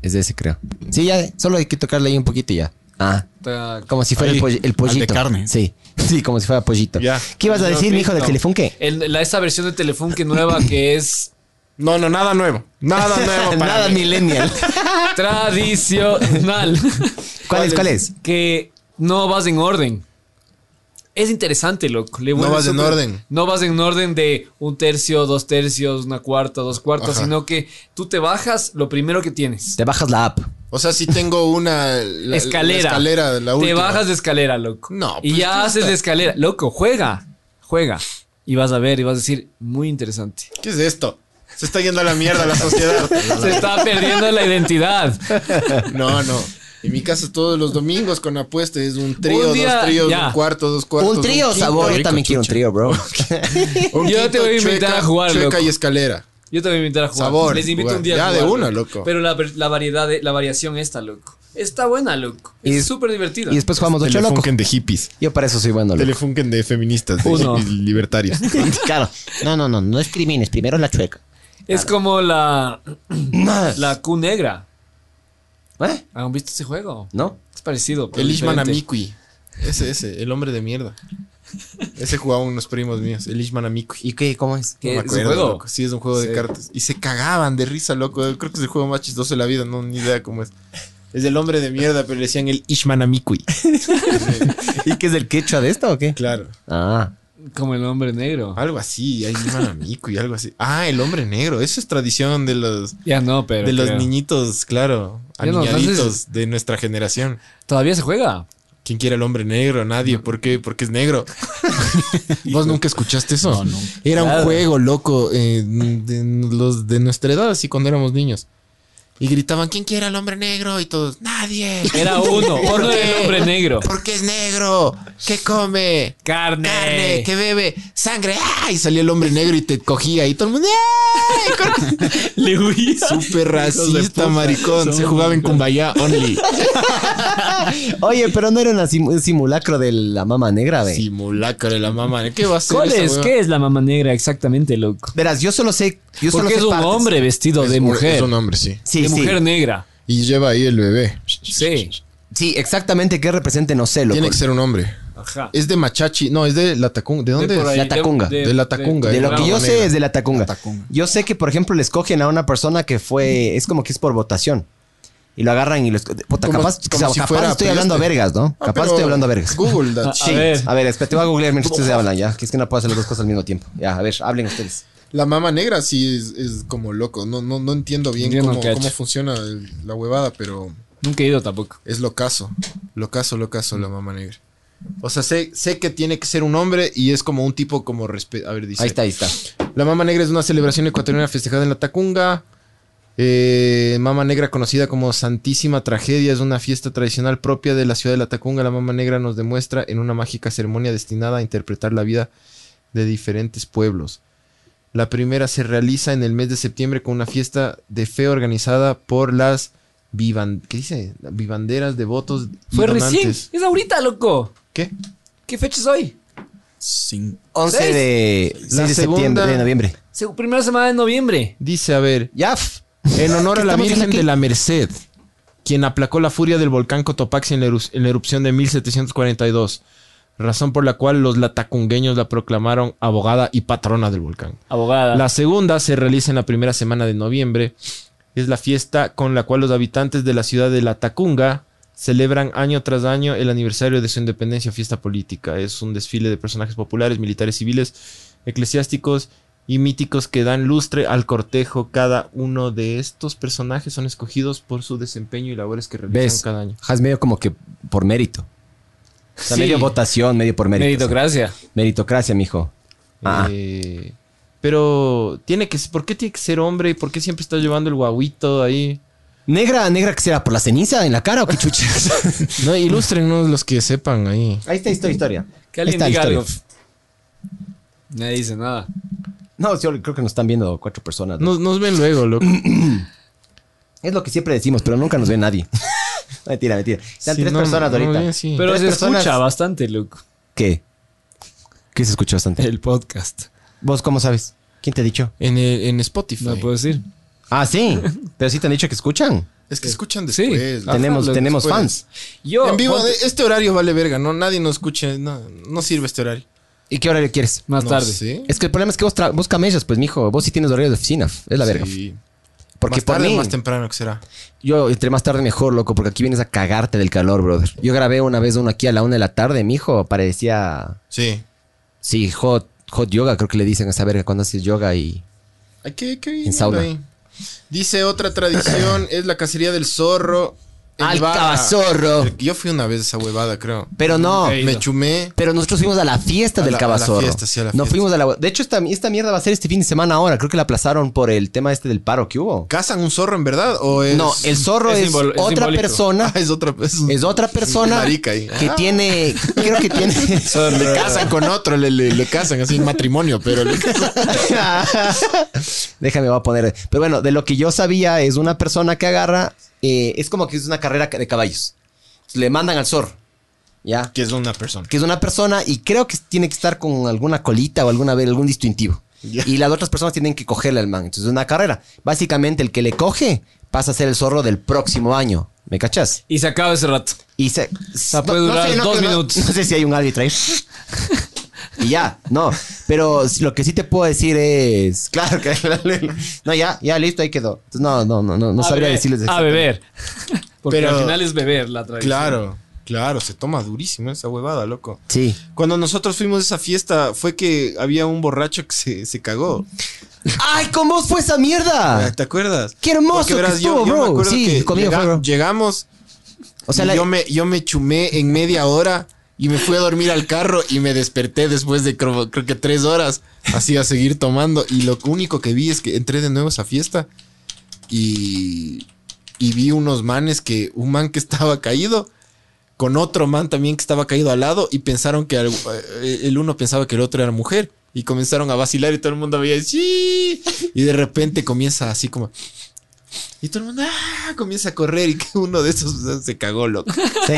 S4: Es de ese, creo. Sí, ya, solo hay que tocarle ahí un poquito y ya. Ah,
S3: Está-
S4: como si fuera
S5: Ahí,
S4: el, poll- el
S5: al de
S4: pollito.
S5: carne.
S4: Sí, <laughs> sí, como si fuera pollito.
S2: Ya.
S4: ¿Qué ibas a
S3: Yo
S4: decir, mijo, del
S3: pinto.
S4: Telefunke?
S3: El- la, esta versión de telefunke nueva que es
S2: No, no, nada nuevo.
S3: <laughs>
S2: Nada
S4: <laughs>
S2: nuevo. para
S4: Nada
S2: mí.
S4: millennial.
S3: tradicional.
S4: ¿Cuál es? ¿Cuál es?
S3: que no vas en orden. Es interesante, loco. Le
S2: No
S3: vuelve
S2: vas en
S3: súper-
S2: orden.
S3: No vas en orden de un tercio, dos tercios, una cuarta, dos cuartas,
S2: Ajá.
S3: sino que tú te bajas lo primero que tienes.
S4: Te bajas la app.
S2: O sea, si tengo una... la-
S3: escalera.
S2: La escalera, la última.
S3: Te bajas de escalera, loco.
S2: No,
S3: Y
S2: pues,
S3: ya
S2: tú
S3: haces de
S2: estás-
S3: escalera. Loco, juega. Juega. Y vas a ver y vas a decir, muy interesante.
S2: ¿Qué es esto? Se está yendo a la mierda
S3: <laughs>
S2: la sociedad.
S3: Se está perdiendo la identidad.
S2: No, no. En mi casa todos los domingos con apuestas es un trío,
S3: Un día,
S2: dos tríos,
S3: ya.
S2: un cuarto, dos cuartos.
S4: un trío,
S2: quinto.
S4: sabor. Yo
S2: Rico,
S4: también quiero un
S2: chucha.
S4: trío, bro.
S2: Un
S3: Yo
S2: quinto,
S3: te voy a invitar
S2: chueca-
S3: a jugar,
S2: Chueca
S3: loco.
S2: y escalera.
S3: Yo te voy a invitar a jugar.
S2: Sabor,
S3: Les invito
S2: jugar.
S3: un día a
S2: Ya
S3: jugar,
S2: de una, loco.
S3: Pero la, ver- la variedad, de- la variación está, loco. Está buena, loco.
S4: Y
S3: Es
S4: es-
S3: súper divertida.
S4: Y después jugamos ocho loco.
S2: Telefunken de hippies.
S4: Yo para eso soy bueno, loco.
S2: Telefunken de feministas, de
S3: Uno.
S2: hippies libertarios.
S4: <laughs> Claro. No, no, no, no discrimines. Primero la chueca.
S3: Es como la, la Q negra.
S4: ¿Eh?
S3: ¿Han visto ese juego?
S4: ¿No?
S3: Es parecido. pero
S2: <laughs> El Ishman
S3: diferente.
S2: Amikui. Ese, ese, el hombre de mierda. Ese jugaba unos primos míos, el Ishman Amikui.
S4: ¿Y qué? ¿Cómo es?
S3: ¿Qué?
S2: me
S3: Eh, ¿Es un
S2: acuerdo,
S3: juego?
S2: loco. Sí, es un juego
S3: Sí.
S2: de cartas. Y se cagaban de risa, loco. Creo que es el juego más chistoso de la vida, no, ni idea cómo es. Es el hombre de mierda, pero le decían el Ishman
S3: <laughs>
S2: Amikui.
S4: ¿Y qué es el quechua de esto o qué?
S2: Claro.
S4: Ah.
S3: Como el hombre negro.
S2: Algo así, hay un manamico y algo así. Ah, el hombre negro, eso es tradición de los
S3: Ya no, pero.
S2: de los
S3: creo.
S2: niñitos, claro,
S3: Ya no,
S2: aniñaditos de nuestra generación.
S3: Todavía se juega.
S2: ¿Quién quiere el hombre negro? Nadie, ¿por qué? Porque es <laughs> negro. ¿Vos nunca escuchaste eso? Era un juego loco eh, de los de nuestra edad, así cuando éramos niños. Y gritaban, ¿quién quiere al hombre negro? Y
S3: <laughs>
S2: todos, nadie. <laughs>
S3: Era uno.
S2: ¿Por
S3: Uno era el
S2: qué?
S3: hombre negro.
S2: Porque es negro. ¿Qué come?
S3: Carne.
S2: Carne, ¿qué bebe? Sangre. ¡Ah! Y salía el hombre negro y te cogía. Y todo el mundo. ¡ay! <laughs>
S3: Le huía.
S2: Súper
S3: Hijos de
S2: racista,
S3: puta.
S2: maricón. Se jugaba en Kumbaya <laughs> only.
S4: Oye, pero no era una sim- un simulacro de la mama negra, ve.
S2: Simulacro de la mamá. ¿Qué va a ser?
S3: ¿Cuál
S2: esa
S3: es?
S2: hueva?
S3: ¿Qué es la mamá negra exactamente, loco?
S4: Verás, yo solo sé. Yo solo
S3: Porque
S4: sé
S3: es un
S4: partes.
S3: hombre vestido
S2: Es
S3: de
S2: un-
S3: mujer.
S2: Es un hombre, sí.
S4: Sí,
S3: de
S4: sí.
S3: mujer negra.
S2: Y lleva ahí el bebé.
S3: Sí.
S4: Sí, exactamente qué representa, no sé, loco.
S2: Tiene que ser un hombre.
S3: Ajá.
S2: Es de Machachi. No, es de La Tacunga. ¿De dónde
S3: De
S2: es?
S3: por ahí,
S4: La Tacunga.
S2: De la Tacunga,
S4: De
S2: eh.
S4: lo que yo
S2: Bravo,
S4: sé
S2: negra.
S4: es de la tacunga.
S5: La Tacunga.
S4: Yo sé que, por ejemplo, le escogen a una persona que fue. Es como que es por votación. Y lo agarran y los. Puta,
S2: Como-
S4: capaz,
S2: como
S4: o sea,
S2: si
S4: capaz
S2: fuera
S4: estoy hablando a
S2: peste.
S4: vergas, ¿no?
S2: Ah,
S4: capaz
S2: pero
S4: estoy hablando a vergas.
S2: Google <laughs> that
S3: A
S2: shit.
S3: ver.
S4: A ver, espérate, voy a googlear mientras ustedes hablan ya. Que es que no puedo hacer las dos cosas al mismo tiempo. Ya, a ver, hablen ustedes.
S2: La mama negra sí es, es como loco. No, no, no entiendo bien
S3: Yo no
S2: cómo,
S3: cacho.
S2: cómo funciona el- la huevada, pero
S3: Nunca he ido tampoco.
S2: es locazo. Locazo, locazo la mama negra. O sea, sé, sé que tiene que ser un hombre y es como un tipo como respeto. A ver, dice.
S4: Ahí está, ahí está.
S2: La mama negra es una celebración ecuatoriana festejada en la Tacunga. Eh, mama negra conocida como Santísima Tragedia es una fiesta tradicional propia de la ciudad de la Tacunga. La mama negra nos demuestra en una mágica ceremonia destinada a interpretar la vida de diferentes pueblos. La primera se realiza en el mes de septiembre con una fiesta de fe organizada por las vivan- ¿qué dice? vivanderas, devotos y
S3: Fue recién.
S2: donantes.
S3: Es ahorita, loco.
S2: ¿Qué?
S3: ¿Qué fecha es hoy?
S5: Sin
S4: 11
S3: Seis.
S4: de, seis
S2: La
S4: de
S2: segunda-
S4: septiembre, de noviembre.
S3: Se- Primera semana de noviembre.
S2: Dice, a ver,
S4: Ya.
S2: En honor a la
S4: Estamos en
S2: Virgen
S4: aquí.
S2: de la Merced, quien aplacó la furia del volcán Cotopaxi en la, eru- en la erupción de 1742, razón por la cual los latacungueños la proclamaron abogada y patrona del volcán.
S3: Abogada.
S2: La segunda se realiza en la primera semana de noviembre. Es la fiesta con la cual los habitantes de la ciudad de La Tacunga celebran año tras año el aniversario de su independencia, fiesta política. Es un desfile de personajes populares, militares, civiles, eclesiásticos y míticos que dan lustre al cortejo. Cada uno de estos personajes son escogidos por su desempeño y labores que realizan
S4: ¿Ves?
S2: cada año.
S4: Has medio como que por mérito. O sea,
S2: Sí.
S4: medio votación, medio por mérito.
S3: Meritocracia.
S4: Meritocracia, mijo. Ah.
S2: Eh, pero tiene que, ¿por qué tiene que ser hombre? ¿Por qué siempre está llevando el guaguito ahí?
S4: Negra, negra que será por la ceniza en la cara o qué chuchas.
S2: No, ilústrenos los que sepan ahí.
S4: Ahí está esta historia.
S3: Que alguien
S4: Ahí
S3: diga
S4: está la
S3: algo.
S4: historia.
S3: Nadie dice nada.
S4: No, yo creo que nos están viendo cuatro personas. ¿no?
S2: Nos, nos ven luego, loco.
S4: Es lo que siempre decimos, pero nunca nos ve nadie. mentira, mentira. Están
S2: Sí,
S4: tres
S2: no,
S4: personas
S2: no,
S4: ahorita.
S2: bien, sí.
S3: Pero
S4: Tres
S3: se
S4: personas-
S3: escucha bastante, loco.
S4: ¿Qué? ¿Qué se escuchó bastante?
S3: El podcast.
S4: ¿Vos cómo sabes? ¿Quién te ha dicho?
S2: En, el- en Spotify.
S3: No puedo decir.
S4: Ah, sí. Pero sí te han dicho que escuchan.
S2: Es que escuchan
S3: Sí.
S2: después.
S3: Ajá,
S4: tenemos
S3: lo-
S4: tenemos
S2: puede.
S4: fans.
S3: Yo.
S2: Ah, en vivo,
S3: ponte-
S2: de- este horario vale verga, ¿no? Nadie nos escucha. No, no sirve este horario.
S4: ¿Y qué horario quieres?
S3: Más
S2: No
S3: tarde.
S2: sé.
S4: Es que el problema es que vos, tra- vos camellas, pues, mijo. Vos sí tienes horario de oficina. Es la verga.
S2: Sí.
S4: Porque
S2: más
S4: por
S2: tarde,
S4: mí-
S2: más temprano que será.
S4: Yo entre más tarde mejor, loco, porque aquí vienes a cagarte del calor, brother. Yo grabé una vez uno aquí a la una de la tarde, mijo. Parecía.
S2: Sí.
S4: Sí, hot, hot yoga, creo que le dicen a esa verga cuando haces yoga y.
S2: Hay que, hay que ir
S4: En sauna.
S2: viendo ahí. Dice otra tradición es la cacería del zorro. en
S4: ¡Al
S2: Ibarra.
S4: cabazorro!
S2: Yo fui una vez a esa huevada, creo.
S4: Pero no.
S3: Ok.
S2: Me chumé.
S4: Pero nosotros fuimos a la fiesta
S2: A
S4: del
S2: la- a la
S4: cabazorro.
S2: fiesta, sí, a la
S4: No
S2: fiesta.
S4: fuimos a la. De hecho, esta, esta mierda va a ser este fin de semana ahora. Creo que la aplazaron por el tema este del paro que hubo.
S2: ¿Cazan un zorro en verdad? ¿O es.?
S4: no, el zorro
S3: es
S4: es,
S3: simbol- es
S4: otra
S3: simbólico.
S4: persona.
S2: <laughs> Ah, es otra.
S4: Es otra persona
S2: Marica ahí. Ah.
S4: que tiene. Creo que tiene.
S2: <laughs> Le casan con otro, le, le, le casan así en matrimonio, pero le casan.
S4: <laughs> Déjame, voy a poner. Pero bueno, de lo que yo sabía es una persona que agarra. eh, es como que es una carrera de caballos. Le mandan al zorro. ¿Ya?
S2: que es una persona.
S4: Que es una persona y creo que tiene que estar con alguna colita o alguna algún distintivo.
S2: Ya.
S4: Y las otras personas tienen que cogerle al man. Entonces es una carrera. Básicamente, el que le coge pasa a ser el zorro del próximo año. ¿Me cachas?
S3: Y se acaba ese rato.
S4: Y se.
S3: sea, puede durar dos minutos.
S4: No sé si hay un árbitro ahí. Y ya, no. Pero lo que sí te puedo decir es. Claro que. No, ya, ya, listo, ahí quedó. Entonces, No, no, no, no, no
S3: A
S4: sabría
S3: beber,
S4: decirles.
S3: A
S4: exactamente.
S3: beber. Porque
S2: Pero-
S3: al final es beber la tradición.
S2: Claro, claro, se toma durísimo esa huevada, loco.
S4: Sí.
S2: Cuando nosotros fuimos a esa fiesta, fue que había un borracho que se, se cagó.
S4: ¡Ay, con vos fue esa mierda!
S2: ¿Te acuerdas?
S4: Ah. ¡Qué hermoso que estuvo, bro! Sí, conmigo fue, bro.
S2: Llegamos,
S4: O sea,
S2: y
S4: la-
S2: yo, me, yo me chumé en media hora y me fui a dormir al carro y me desperté después de creo, creo que tres horas así a seguir tomando. Y lo único que vi es que entré de nuevo a esa fiesta y y vi unos manes que un man que estaba caído con otro man también que estaba caído al lado y pensaron que al- eh, el uno pensaba que el otro era mujer y comenzaron a vacilar y todo el mundo veía sí y de repente comienza así como y todo el mundo "Ah", comienza a correr y que uno de esos o sea, se cagó loco
S4: Sí.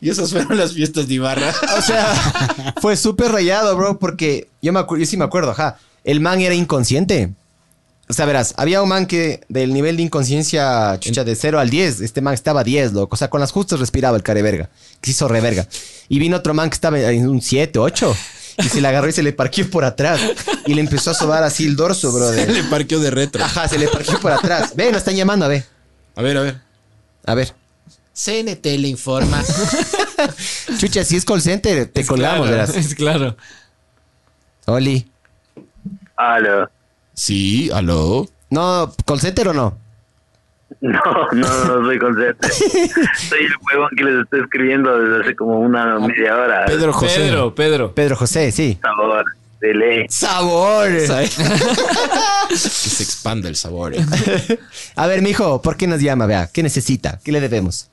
S2: y esas fueron las fiestas de <laughs> Ibarra
S4: O sea, fue súper rayado, bro, porque yo, me acu- yo sí me acuerdo, ajá. El man era inconsciente. O sea, verás, había un man que del nivel de inconsciencia, chucha, de 0 al 10, este man estaba 10, loco. O sea, con las justas respiraba el careverga, que se hizo reverga. Y vino otro man que estaba en un 7, 8, y se le agarró y se le parqueó por atrás. Y le empezó a sobar así el dorso, bro.
S2: le parqueó de retro
S4: Ajá, se le parqueó por atrás. Ve, nos están llamando, a ver.
S2: a ver a ver
S4: A ver.
S2: CNT le informa
S4: <laughs> Chucha, si es call center, te
S3: Es
S4: colgamos,
S3: claro,
S4: verás.
S3: <laughs> Es claro.
S4: Oli.
S6: Aló.
S2: sí aló
S4: No, call center o no?
S6: <laughs> No, no, no
S2: <laughs>
S6: soy concepto. soy el huevón que les estoy escribiendo desde hace como una media hora.
S2: Pedro José
S3: Pedro, Pedro.
S4: Pedro José, sí.
S6: Sabor, de ley.
S4: ¡Sabor!
S2: que se expanda el sabor eh.
S4: A ver, mijo, ¿por qué nos llama? Vea, ¿qué necesita? ¿Qué le debemos?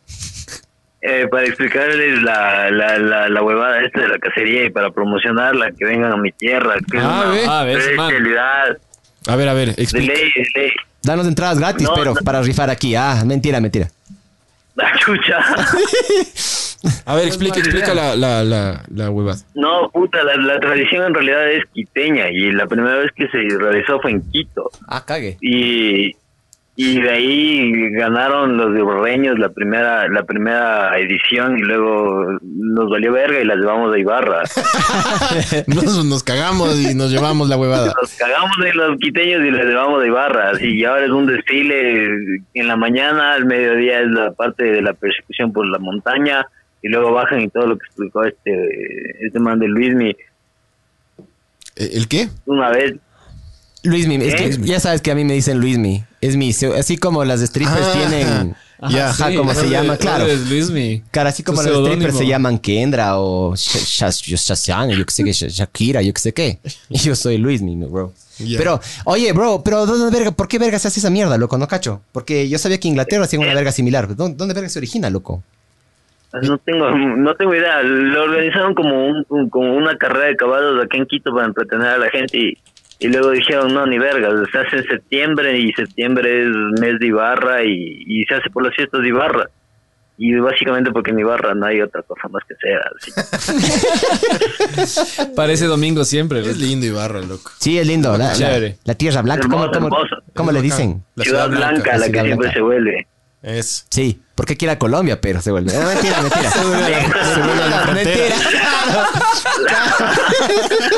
S6: Eh, para explicarles la, la, la, la huevada esta de la cacería y para promocionarla, que vengan a mi tierra, que
S2: Ah,
S6: es
S2: ve,
S6: una
S3: ah, ve, ese man.
S6: especialidad
S2: a ver a ver
S6: de
S2: explica
S6: ley, de ley. <laughs>
S4: Danos entradas gratis,
S6: No,
S4: pero
S6: no.
S4: para rifar aquí. Ah, mentira, mentira.
S6: La
S2: <laughs>
S6: chucha.
S2: A ver, explica, explica la, la, la, la huevada.
S6: No, puta, la, la tradición en realidad es quiteña y la primera vez que se realizó fue en Quito.
S4: Ah, cague.
S6: y y de ahí ganaron los de Borreños la primera la primera edición y luego nos valió verga y la llevamos a Ibarra.
S2: Nos, nos cagamos y nos llevamos la huevada.
S6: Nos cagamos de los quiteños y la llevamos a Ibarra. Así, y ahora es un desfile en la mañana, al mediodía es la parte de la persecución por la montaña y luego bajan y todo lo que explicó este este man de Luismi
S2: ¿Eh, ¿El qué?
S6: una vez.
S4: Luismi, es que
S6: ¿Eh?
S4: ya sabes que a mí me dicen Luismi. Es mi, se- así como las strippers
S2: Ah,
S4: tienen.
S2: ya.
S4: Ajá, como se
S3: Eres-
S4: llama, claro.
S3: eres Luismi.
S4: Cara, así como
S3: Tu
S4: las strippers
S3: seudónimo.
S4: se llaman Kendra o Sha- Sha- Shasiana, yo que sé qué, Sha- Shakira, yo que sé qué. <laughs> Y yo soy Luismi, mi bro.
S2: Ya.
S4: Pero, oye, bro, pero ¿dónde verga? ¿Por qué verga se hace esa mierda, loco? No cacho. Porque yo sabía que Inglaterra hacía una verga similar. ¿Dó- ¿Dónde verga se origina, loco?
S6: No tengo, no tengo idea. Lo organizaron como un, un- como una carrera de caballos aquí en Quito para entretener a la gente y, y luego dijeron no ni vergas, se hace en septiembre y septiembre es mes de Ibarra y, y se hace por las fiestas de Ibarra y básicamente porque en Ibarra no hay otra cosa más que hacer. así.
S3: Parece domingo siempre.
S2: Es
S3: loco.
S2: lindo Ibarra, loco.
S4: Sí, es lindo. La, la,
S3: Chévere.
S4: la tierra blanca. ¿Cómo,
S6: Hermoso,
S4: cómo-
S6: hermoso.
S4: cómo
S2: Es
S4: le
S2: bacán.
S4: dicen?
S2: La
S6: ciudad, Blanca, la que
S4: Ciudad
S6: siempre
S4: Blanca.
S6: se vuelve.
S2: Es.
S4: Sí, porque quiera Colombia, pero se vuelve. Ah, mentira,
S2: <laughs>
S4: mentira. <laughs>
S2: frontera.
S4: mentira.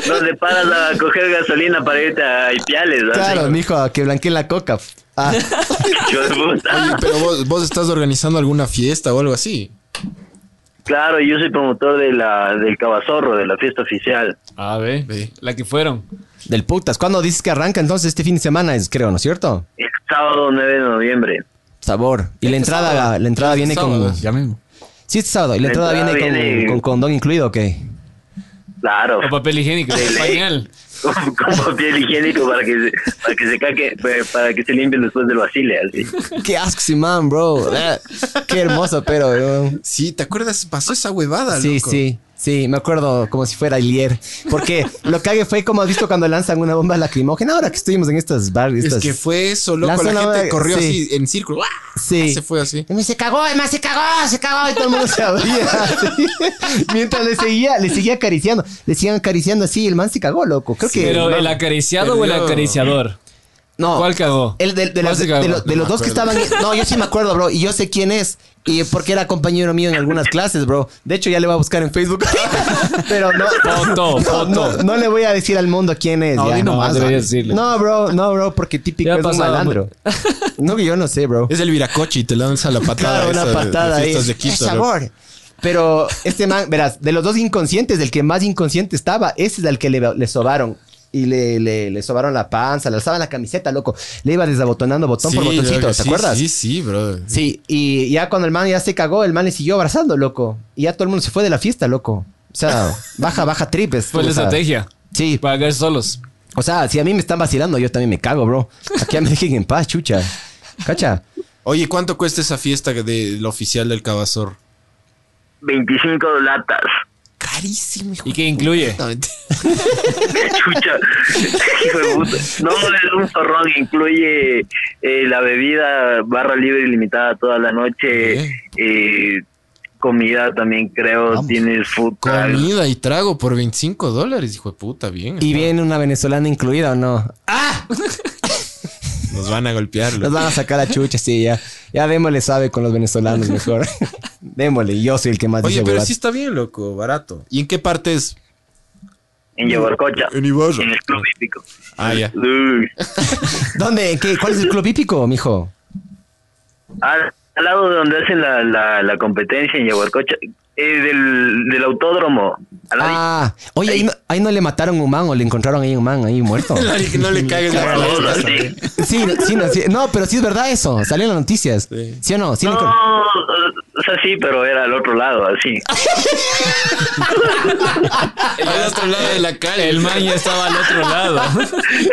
S6: Donde paras a coger gasolina para irte a Ipiales. así. <laughs>
S4: Claro, mijo, a que blanqueen la coca. Ah,
S6: Hijo de puta.
S2: Oye, pero vos, vos estás organizando alguna fiesta o algo así.
S6: Claro, yo soy promotor de la, del Cabazorro, de la fiesta oficial.
S3: A ver.
S2: Ve.
S3: Ah, La que fueron.
S4: del putas. ¿Cuándo dices que arranca entonces este fin de semana? Es, creo, ¿no es cierto?
S6: El sábado 9 de noviembre.
S4: Sabor. Y
S2: Este
S4: la entrada, la entrada viene con.
S5: Ya mismo.
S4: Sí, este sábado. Y la
S6: La
S4: entrada viene,
S6: entrada viene-
S4: con, con condón incluido, ¿o
S2: <laughs>
S4: qué?
S6: <laughs> Claro.
S3: O papel higiénico.
S6: De ley.
S3: Pañal.
S6: con, con papel higiénico para que se, para que se caque, pa- para que se limpie después del vacile, así.
S4: Qué asco, ese man, bro. Ah, Qué hermoso, pero. bro.
S2: Sí, ¿te acuerdas? Pasó esa huevada,
S4: Sí,
S2: Ah, loco.
S4: sí, sí, me acuerdo como si fuera ayer.
S2: <laughs>
S4: Porque lo que hago fue como has visto cuando lanzan una bomba lacrimógena. Ahora que estuvimos en estas bar,
S2: Es
S4: estas-
S2: que fue eso, loco.
S4: Lanza
S2: La,
S4: la
S2: gente
S4: hueva-
S2: corrió
S4: sí.
S2: así en círculo. ¡Ah!
S4: Sí.
S2: Se fue así.
S4: Y me se cagó, además se cagó, se cagó y todo el mundo se
S2: <laughs>
S4: abría. así. Mientras le seguía, le seguía acariciando, le seguían acariciando así, el man se cagó, loco. Creo que
S3: Pero el acariciado o el
S2: perdió.
S3: acariciador.
S4: no.
S3: ¿Cuál cagó?
S4: El de, de
S3: ¿Cuál
S4: las-
S3: se
S4: de
S3: cagó?
S4: lo- de
S2: No
S4: los
S2: me
S4: dos que
S2: acuerdo.
S4: estaban. No, yo sí me acuerdo, bro. Y yo sé quién es. Y porque era compañero mío en algunas clases, bro. De hecho, ya le voy a buscar en Facebook. <laughs> Pero no.
S3: Foto,
S4: no,
S3: foto.
S4: no, no le voy a decir al mundo quién es.
S5: No,
S4: ya.
S5: di nomás,
S4: no,
S3: deberías decirle.
S4: No, bro, no, bro, porque típico
S3: Ya ha
S4: es un
S3: pasado
S4: malandro. No, que yo no sé, bro.
S2: Es el viracochi y te lanza la patada.
S4: Claro,
S2: esa
S4: una
S2: de- de
S4: patada ahí.
S2: fiestas de
S4: ¡Qué
S2: Quito, loco.
S4: sabor! Pero este man, verás, de los dos inconscientes, del que más inconsciente estaba, ese es al que le, le sobaron. Y le, le, le sobaron la panza, le alzaban la camiseta, loco. Le iba desabotonando botón por
S2: Sí,
S4: botoncito,
S2: loco,
S4: ¿te
S2: sí,
S4: acuerdas?
S2: Sí, sí, bro.
S4: Sí, y ya cuando el man ya se cagó, el man le siguió abrazando, loco. Y ya todo el mundo se fue de la fiesta, loco. O
S2: <laughs>
S4: sea, baja, baja tripes.
S3: Fue la estrategia.
S4: Sí,
S3: Para caer solos.
S4: <laughs> o sea, si a mí me están vacilando, yo también me cago, bro. Aquí ya me dejen en paz, chucha. Cacha.
S2: Oye, ¿cuánto cuesta esa fiesta del oficial del Cabazor?
S6: 25 <laughs> latas.
S2: Carísimo, hijo.
S3: ¿Y qué incluye?
S6: Chucha. <laughs> Hijo de puta. No, es un zorrón. Incluye eh, la bebida, barra libre ilimitada toda la noche. eh, comida también, creo.
S2: Vamos.
S6: Tienes food. truck.
S2: Comida y trago por 25 dólares, hijo de puta, bien.
S4: ¿Y viene una venezolana incluida o no?
S2: Nos van a golpear.
S4: Nos
S2: loco.
S4: van a sacar a chucha, sí, ya. Ya démosle sabe con los venezolanos mejor. démosle, yo soy el que más
S2: Oye,
S4: dice
S2: pero
S4: huevadas.
S2: sí está bien, loco, barato. ¿Y en qué parte es?
S6: En Yabarcocha.
S2: En Ibarra.
S6: En el club hípico.
S2: Ah, ya.
S6: Uy.
S4: ¿Dónde? ¿Qué? ¿Cuál es el club hípico, mijo?
S6: Al, al lado de donde hacen la, la, la competencia en Yaguarcocha, eh, del, del autódromo. Al ladito.
S4: Ah, oye, ahí no, ahí no le mataron un man o le encontraron ahí un man ahí muerto.
S2: no le cagues la
S6: Todos
S2: palabra.
S6: así.
S4: Sí, no, sí, no, sí. No, pero sí es verdad eso. Salió en las noticias.
S2: Sí.
S4: ¿Sí, o no? Sí, le
S6: No,
S4: encon-
S6: o sea, sí, pero era al otro lado, así.
S2: Al otro lado de la calle.
S3: El man ya estaba al otro lado.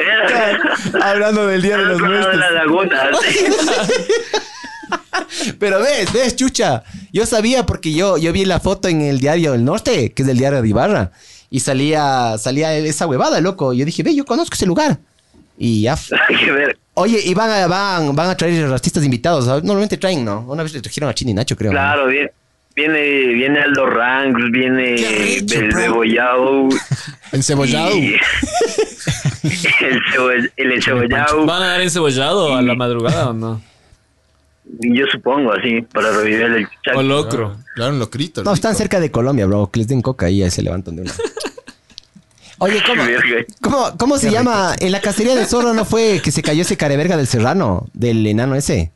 S6: Era
S4: Hablando del Día de
S6: al
S4: los
S6: otro lado de
S4: Muertos.
S6: la laguna, así.
S4: Pero ves, ves, chucha. Yo sabía porque yo, yo vi la foto en el diario El Norte, que es el diario de Ibarra. Y salía, salía esa huevada, loco. Yo dije, ve, yo conozco ese lugar. Y ya. f-
S6: <laughs> Hay que ver.
S4: Oye, y van a, van, van a traer artistas invitados. Normalmente traen, ¿no? Una vez le trajeron a Chini Nacho, creo. ¿no?
S6: Claro, bien. Viene, viene Aldo Ranks, viene
S2: Qué
S6: del
S2: rico, bro.
S6: Cebollao.
S2: En Cebollado.
S6: y- <laughs> El, cebo- el Cebollao,
S3: ¿Van a dar encebollado a la madrugada o no?
S6: yo supongo, así, para revivir el chat.
S3: O locro.
S2: Claro, un locrito.
S4: No, están cerca de Colombia, bro. Que les den coca y ahí se levantan de una. Oye, ¿cómo, cómo, cómo se llama? En la cacería del zorro no fue que se cayó ese careverga del serrano, del enano ese.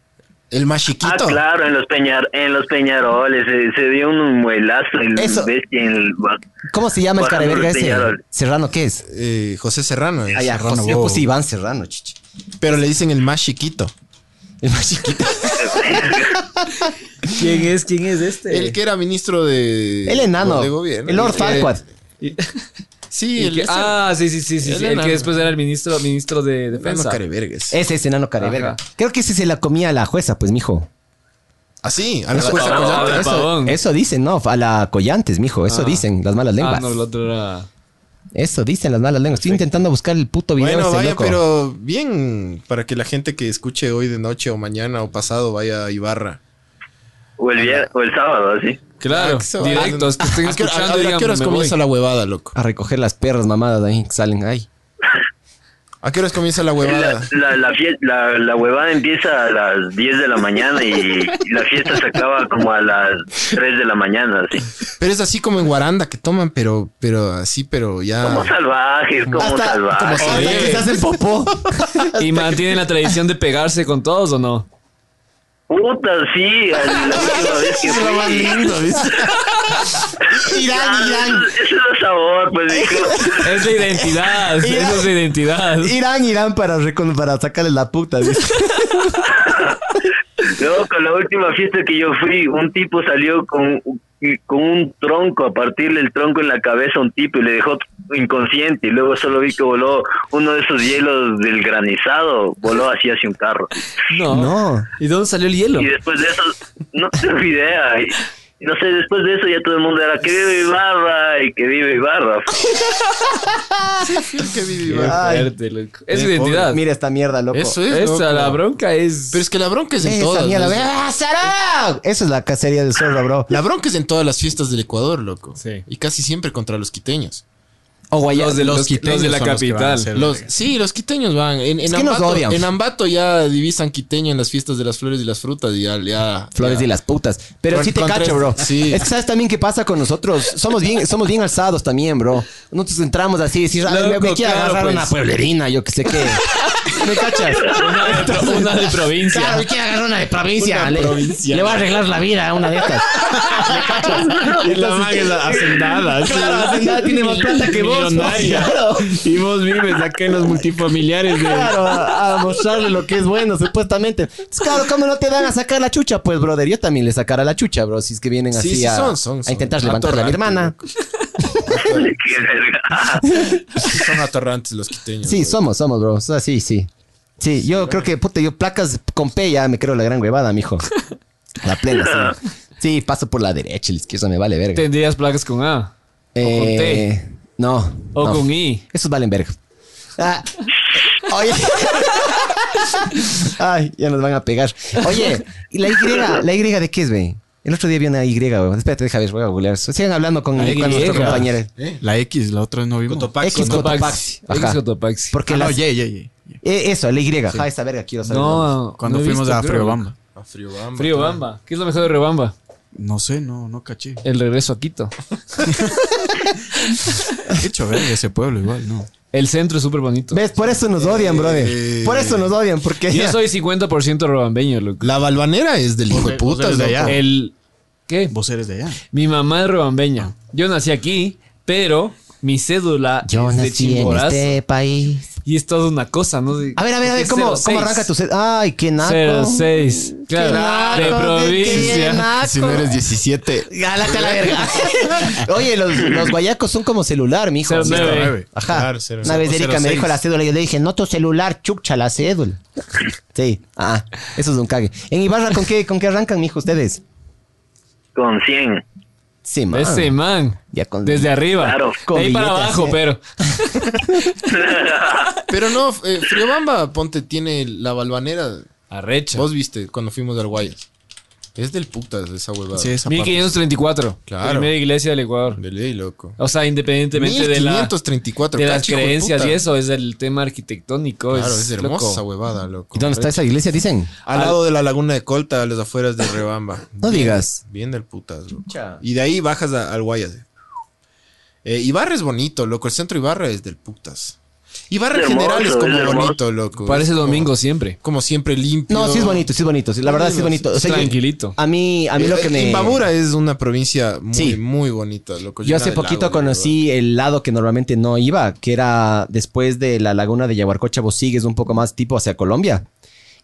S2: El más
S6: Ah,
S2: chiquito.
S6: claro, en los, peñar, en los Peñaroles se, se dio un muelazo el
S4: Eso.
S6: bestia en el ba-
S4: ¿Cómo se llama el
S6: Bueno,
S4: careverga
S6: no,
S4: ese?
S6: señor.
S4: ¿Serrano qué es?
S2: Eh, José Serrano. es.
S4: Ah, ya,
S5: Serrano,
S4: José- yo
S5: wow.
S4: puse Iván Serrano, chichi.
S2: Pero le dicen el más chiquito.
S4: El más chiquito.
S3: ¿Quién es? ¿Quién es este?
S2: El que era ministro de.
S4: El enano.
S2: De gobierno.
S4: el Lord
S2: que-
S4: Farquaad.
S2: Sí, el.
S3: ah, sí, sí, sí, sí.
S2: el
S3: sí, El,
S2: enano.
S3: que después era el ministro, ministro de defensa.
S2: carevergues.
S4: Ese es enano careverga.
S3: Ajá.
S4: Creo que ese se la comía a la jueza, pues, mijo.
S2: Así, a la pues,
S3: Eso-
S2: jueza
S3: ah,
S2: Collante.
S3: ah,
S4: Eso,
S3: Pavón.
S4: eso dicen, ¿no? A la collantes, mijo. Eso
S3: Ah.
S4: dicen las malas
S3: Ah,
S4: lenguas.
S3: no, el otro era.
S4: Eso dicen las malas lenguas. Estoy intentando buscar el puto video
S2: Bueno,
S4: ese,
S2: vaya,
S4: loco.
S2: pero bien, para que la gente que escuche hoy de noche o mañana o pasado vaya a Ibarra.
S6: o, el vier- o el sábado, así.
S3: Claro,
S2: Ah, que se vayan.
S3: directos. Que estén
S2: ¿A qué hora-
S3: escuchando
S2: a- a-
S3: y
S2: a
S3: digan,
S2: qué horas
S3: "Me
S2: comienza
S3: voy".
S2: la huevada, loco?
S4: A recoger las perras mamadas de ahí que salen ahí.
S2: ¿A qué horas comienza la
S6: La,
S3: <laughs>
S2: huevada?
S6: la, la, fie- la, la huevada empieza a las 10 de la mañana y la fiesta se acaba como a las 3 de la mañana, así.
S2: Pero es así como en Guaranda que toman, pero, pero así, pero
S6: Como
S2: ya.
S6: salvajes, como salvajes.
S2: como
S4: Hasta que
S2: Sí.
S4: se hacen popó.
S2: <laughs>
S3: ¿Y mantienen la tradición de pegarse con todos o no?
S6: Puta, sí, a la última vez que fui.
S4: <laughs> Irán,
S6: Ah,
S4: Irán.
S6: Ese ese es el sabor, pues dijo.
S3: <laughs> Es la
S2: <laughs>
S3: identidad.
S4: Mira.
S3: Eso es la identidad.
S4: Irán, Irán para, recon- para sacarle la puta. dice.
S6: Luego, con la última fiesta que yo fui, un tipo salió con, con un tronco, a partirle el tronco en la cabeza a un tipo y le dejó inconsciente. Y luego solo vi que voló uno de esos hielos del granizado, voló así hacia un carro.
S3: No.
S4: No.
S3: ¿Y dónde salió el hielo?
S6: Y después de eso, no tengo idea. y- y no sé, después de eso ya todo el mundo era que vive Ibarra y que vive <laughs> Ibarra.
S2: Creo que vive
S3: Qué
S2: Ibarra.
S3: fuerte, loco. Es
S2: Qué
S3: identidad.
S4: Mira esta mierda, loco.
S2: Eso es.
S3: Esta,
S2: loco.
S3: la bronca es.
S2: Pero es que la bronca es en
S4: Esa
S2: todas.
S4: mierda,
S2: ¿no?
S4: ve, ¡ah, Sara! Eso es la cacería del zorro, bro.
S2: La bronca es en todas las fiestas del Ecuador, loco.
S3: Sí.
S2: Y casi siempre contra los quiteños.
S4: O guayas.
S3: los de, los,
S2: los quiteños
S3: los de la
S5: son los que van a
S3: capital.
S5: hacer-
S2: Los, sí, los quiteños van. En, en
S4: que nos
S2: Ambato,
S4: odian.
S2: en Ambato ya divisan quiteño en las fiestas de las flores y las frutas. Y ya, ya-
S4: Flores
S2: ya.
S4: y las putas. Pero
S2: Con-
S4: sí te
S2: con
S4: cacho,
S2: tres-
S4: bro.
S2: sí.
S4: Es que sabes también qué pasa con nosotros. Somos bien, somos bien alzados también, bro. Nosotros entramos así y decir, "Ah, me,
S3: Loco,
S4: me quiero
S3: claro,
S4: agarrar
S3: pues.
S4: una pueblerina, yo que sé qué. ¿Me cachas?
S3: Una de, pro- una de provincia.
S4: Claro, me quiero agarrar una de provincia.
S2: Una
S4: le,
S2: provinciana.
S4: le voy a arreglar la vida a una de estas.
S2: Y la maga es hacendada.
S4: <laughs> Claro, la señora tiene más plata que vos.
S2: Millonaria.
S4: Claro.
S2: Y vos vives acá en los
S4: <laughs>
S2: multifamiliares.
S4: Claro, a, a mostrarle lo que es bueno, supuestamente. Pues claro, ¿cómo no te van a sacar la chucha? Pues, brother, yo también le sacaré la chucha, bro. Si es que vienen
S2: Sí,
S4: así
S2: sí,
S4: a,
S2: son, son,
S4: a
S2: son.
S4: intentar levantarle a mi
S2: Atorrante,
S4: hermana.
S6: Qué verga.
S2: <laughs> Son atorrantes los quiteños.
S4: Sí, somos, somos, bro. O sea, sí, sí. Sí, yo creo que, puta, yo placas con P ya me creo la gran huevada,
S2: <laughs>
S4: mijo. La plena, sí. Sí, paso por la derecha, la izquierda me vale verga.
S3: Tendrías placas con A. o con T.
S4: Eh, No.
S3: O
S4: no.
S3: con I.
S4: Esos valen verga. Ah,
S3: <laughs>
S4: oye. Ay, ya nos van a pegar. Oye, ¿y la Y? ¿La Y de qué es, güey? El otro día vi una Y, güey. Espérate, deja ver, voy a googlear. Sigan hablando con,
S3: La Y. Eh,
S4: con nuestro compañero.
S5: La X, la otra no vimos.
S2: Cotopaxi.
S4: X Cotopaxi. Ajá.
S3: Ex Cotopaxi.
S4: Porque
S5: Ah, no,
S4: las-
S5: ye, ye, ye, ye.
S4: eh, eso, la Y. Ajá, esa verga quiero saber.
S3: No,
S5: Cuando
S3: no he
S5: fuimos
S3: visto,
S5: a
S3: creo.
S5: Friobamba.
S2: A Friobamba.
S3: Frío Bamba. ¿Qué es lo mejor de Riobamba?
S5: No sé, no, no caché.
S3: El regreso a Quito.
S5: Hecho verga ese pueblo igual, no.
S3: El centro es súper bonito.
S4: ¿Ves? Por eso nos odian, brother. Por eso nos odian, porque...
S3: Yo soy 50% robambeño, loco.
S2: La balvanera es del hijo de
S5: Vos- vos
S2: putas,
S5: eres de
S2: loco.
S5: allá.
S3: El. ¿Qué?
S5: Vos eres de allá.
S3: Mi mamá es robambeña. Yo nací aquí, pero mi cédula
S4: Yo
S3: es de
S4: nací en
S3: Chimborazo.
S4: este país.
S3: Y es toda una cosa, ¿no? De-
S4: A ver, a ver, a ver,
S3: es
S4: ¿cómo,
S3: 06.
S4: cómo arranca tu set? Ay, qué naco.
S3: 06. Claro,
S4: naco,
S3: de
S4: qué- qué
S3: provincia.
S4: naco.
S2: Si no eres 17.
S4: Gálate a la
S2: <laughs>
S4: verga. Oye, los, los guayacos son como celular, mijo.
S3: Cero nueve.
S5: nueve.
S4: Ajá.
S2: Claro, cero
S4: Una vez
S5: nueve.
S4: Erika
S5: Cero
S4: me
S5: seis.
S4: dijo la cédula y yo le dije, no tu celular, chucha la cédula. Sí, ah, eso es un cague. ¿En Ibarra con qué, con qué arrancan, mijo, ustedes?
S6: <laughs> Con 100.
S4: Sí, man.
S3: Ese man.
S4: Ah. Ya con-
S3: Desde arriba.
S6: Claro.
S4: Con ¿eh?
S3: de ahí para
S4: billetes,
S3: abajo,
S4: sí.
S3: pero.
S2: Pero no, eh, Friobamba, ponte, tiene la balvanera.
S3: Arrecha.
S2: Vos viste cuando fuimos al Guayas. Es del putas esa huevada.
S5: Sí, esa parte.
S3: 1534.
S2: Claro.
S3: Primera iglesia del Ecuador.
S2: De ley, loco.
S3: O sea, independientemente de la.
S2: 1534.
S3: de las
S2: cacho, hijo
S3: creencias
S2: puta.
S3: y eso, es el tema arquitectónico.
S2: Claro, es, hermosa
S3: loco.
S2: esa huevada, loco.
S4: ¿Y dónde está esa iglesia, dicen?
S2: Al lado de la laguna de Colta, a las afueras de Rebamba.
S4: <laughs> No
S2: Bien-
S4: digas.
S2: Bien del putas, loco. Y de ahí bajas a- al Guayas. Eh, Ibarra es bonito, loco. El centro Ibarra es del putas. Ibarra en
S6: Es hermoso,
S2: general es como
S6: es hermoso.
S2: bonito, loco.
S3: Parece
S2: Es como-
S3: domingo siempre.
S2: Como siempre limpio.
S4: No, sí es bonito, sí es bonito. sí, la verdad sí es bonito. O sea, yo-
S3: Tranquilito.
S4: a mí, a mí lo que me...
S2: Eh, Imbabura es una provincia muy,
S4: Sí.
S2: muy bonita, loco.
S4: Yo
S2: llena
S4: hace
S2: de
S4: poquito
S2: lagos,
S4: conocí el lado que normalmente no iba, que era después de la laguna de Yaguarcocha, vos sigues un poco más tipo hacia Colombia.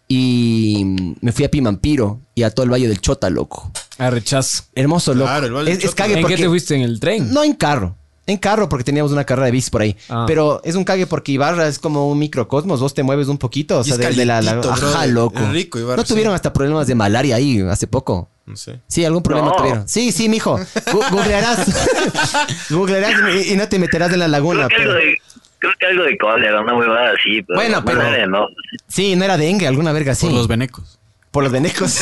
S4: Y mm, me fui a Pimampiro y a todo el Valle del Chota, loco.
S2: Ah.
S3: A rechazo.
S4: Hermoso, loco.
S2: Claro, el Valle del
S4: es, es
S2: Chota.
S4: cague
S3: ¿En qué
S4: porque...
S3: te fuiste? ¿En el tren?
S4: No en carro. En carro, porque teníamos una carrera de bici por ahí.
S3: Ah.
S4: Pero es un cague porque Ibarra es como un microcosmos. Vos te mueves un poquito. O
S2: Y
S4: sea,
S2: es
S4: de, de la, la-
S2: calientito,
S4: Ajá,
S2: brother.
S4: loco.
S2: Es rico, Ibarra,
S4: no
S2: sí.
S4: tuvieron hasta problemas de malaria ahí hace poco.
S2: loco. No sé.
S4: Sí, algún problema
S6: No.
S4: tuvieron. Sí, sí, mijo. Gu- googlearás.
S6: <laughs>
S4: googlearás y, y no te meterás en la laguna.
S6: Creo que,
S4: pero-
S6: algo de, creo que algo de cólera, una huevada así. Pero
S4: Bueno,
S6: de
S4: pero-
S6: manera no.
S4: Sí, no era dengue, alguna verga así.
S5: Por los venecos.
S4: Por los venecos.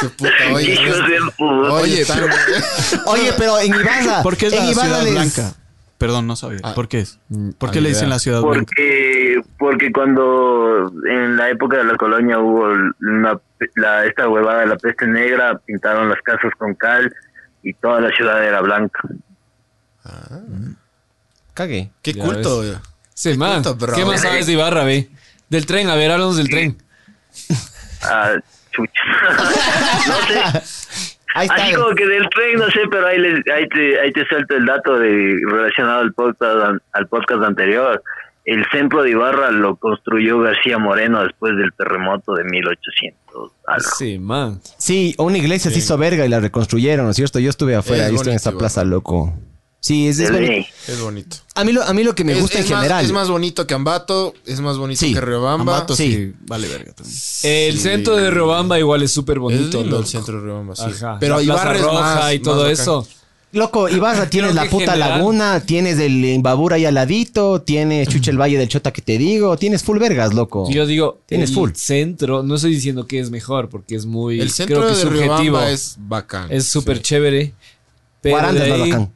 S2: Qué puta, oye.
S6: Hijos de puta.
S2: Oye, tan-
S4: <laughs>
S2: <laughs>
S4: Oye, pero en
S5: <laughs>
S4: Ibarra.
S5: ¿Por qué es
S4: en
S5: la
S4: Ibarra
S5: ciudad
S4: les-
S5: blanca? Perdón, no sabía. ¿Por qué es? ¿Por qué
S2: ni
S5: le dicen
S2: idea.
S5: la ciudad blanca?
S6: Porque, porque cuando en la época de la colonia hubo una- la, esta huevada de la peste negra, pintaron las casas con cal y toda la ciudad era blanca.
S4: Cague.
S2: Qué
S3: Ya
S2: culto,
S3: ves.
S2: eh.
S3: Sí, man.
S2: puta, bro.
S3: ¿Qué más sabes de Ibarra, ve? Del tren, a ver, háblanos del tren.
S6: Ah, chucha. <laughs> no sé.
S4: Ahí está. eh.
S6: Así como que del tren, no sé, pero ahí, les- ahí, te, ahí te suelto el dato de, relacionado al podcast, an- al podcast anterior. El centro de Ibarra lo construyó García Moreno después del terremoto de 1800. algo.
S3: Sí, man.
S4: Sí, una iglesia se hizo verga y la reconstruyeron, ¿no es cierto? Yo estuve afuera,
S2: Es
S4: yo estuve en
S2: bonito,
S4: esa
S2: Ibarra.
S4: plaza, loco. Sí, es,
S6: De
S4: es
S6: ley.
S4: bonito.
S2: Es bonito.
S4: A mí, lo, a mí lo que me
S2: Es-
S4: gusta
S2: es
S4: en
S2: más-
S4: general.
S2: es más bonito que Ambato, es más bonito
S4: Sí,
S2: que Riobamba.
S5: Ambato
S4: sí.
S5: sí. vale verga también.
S3: El
S2: Sí.
S3: centro de Robamba igual es súper
S2: Es
S3: bonito.
S2: lindo
S3: loco.
S2: el centro de Riobamba, sí.
S3: Ajá.
S2: Pero
S3: la Plaza
S2: Ibarra es
S3: Roja
S2: más-
S3: y todo
S2: más bacán.
S3: eso.
S4: Loco,
S3: <laughs>
S4: Ibarra, tienes
S3: Creo
S4: la
S3: que
S4: puta
S3: general-
S4: laguna, tienes el Imbabura ahí al ladito, tienes Chucha el Valle del Chota que te digo, tienes full vergas,
S2: Oh.
S4: loco.
S3: Yo digo,
S4: Tienes
S3: el
S4: full.
S3: centro, no estoy diciendo que es mejor, porque es muy.
S2: El centro
S3: creo que
S2: de
S3: subjetivo.
S2: Riobamba es bacán.
S3: Es súper
S2: Sí.
S3: chévere. Pero
S4: Guaranda
S3: de
S4: no es
S3: ahí-
S4: bacán.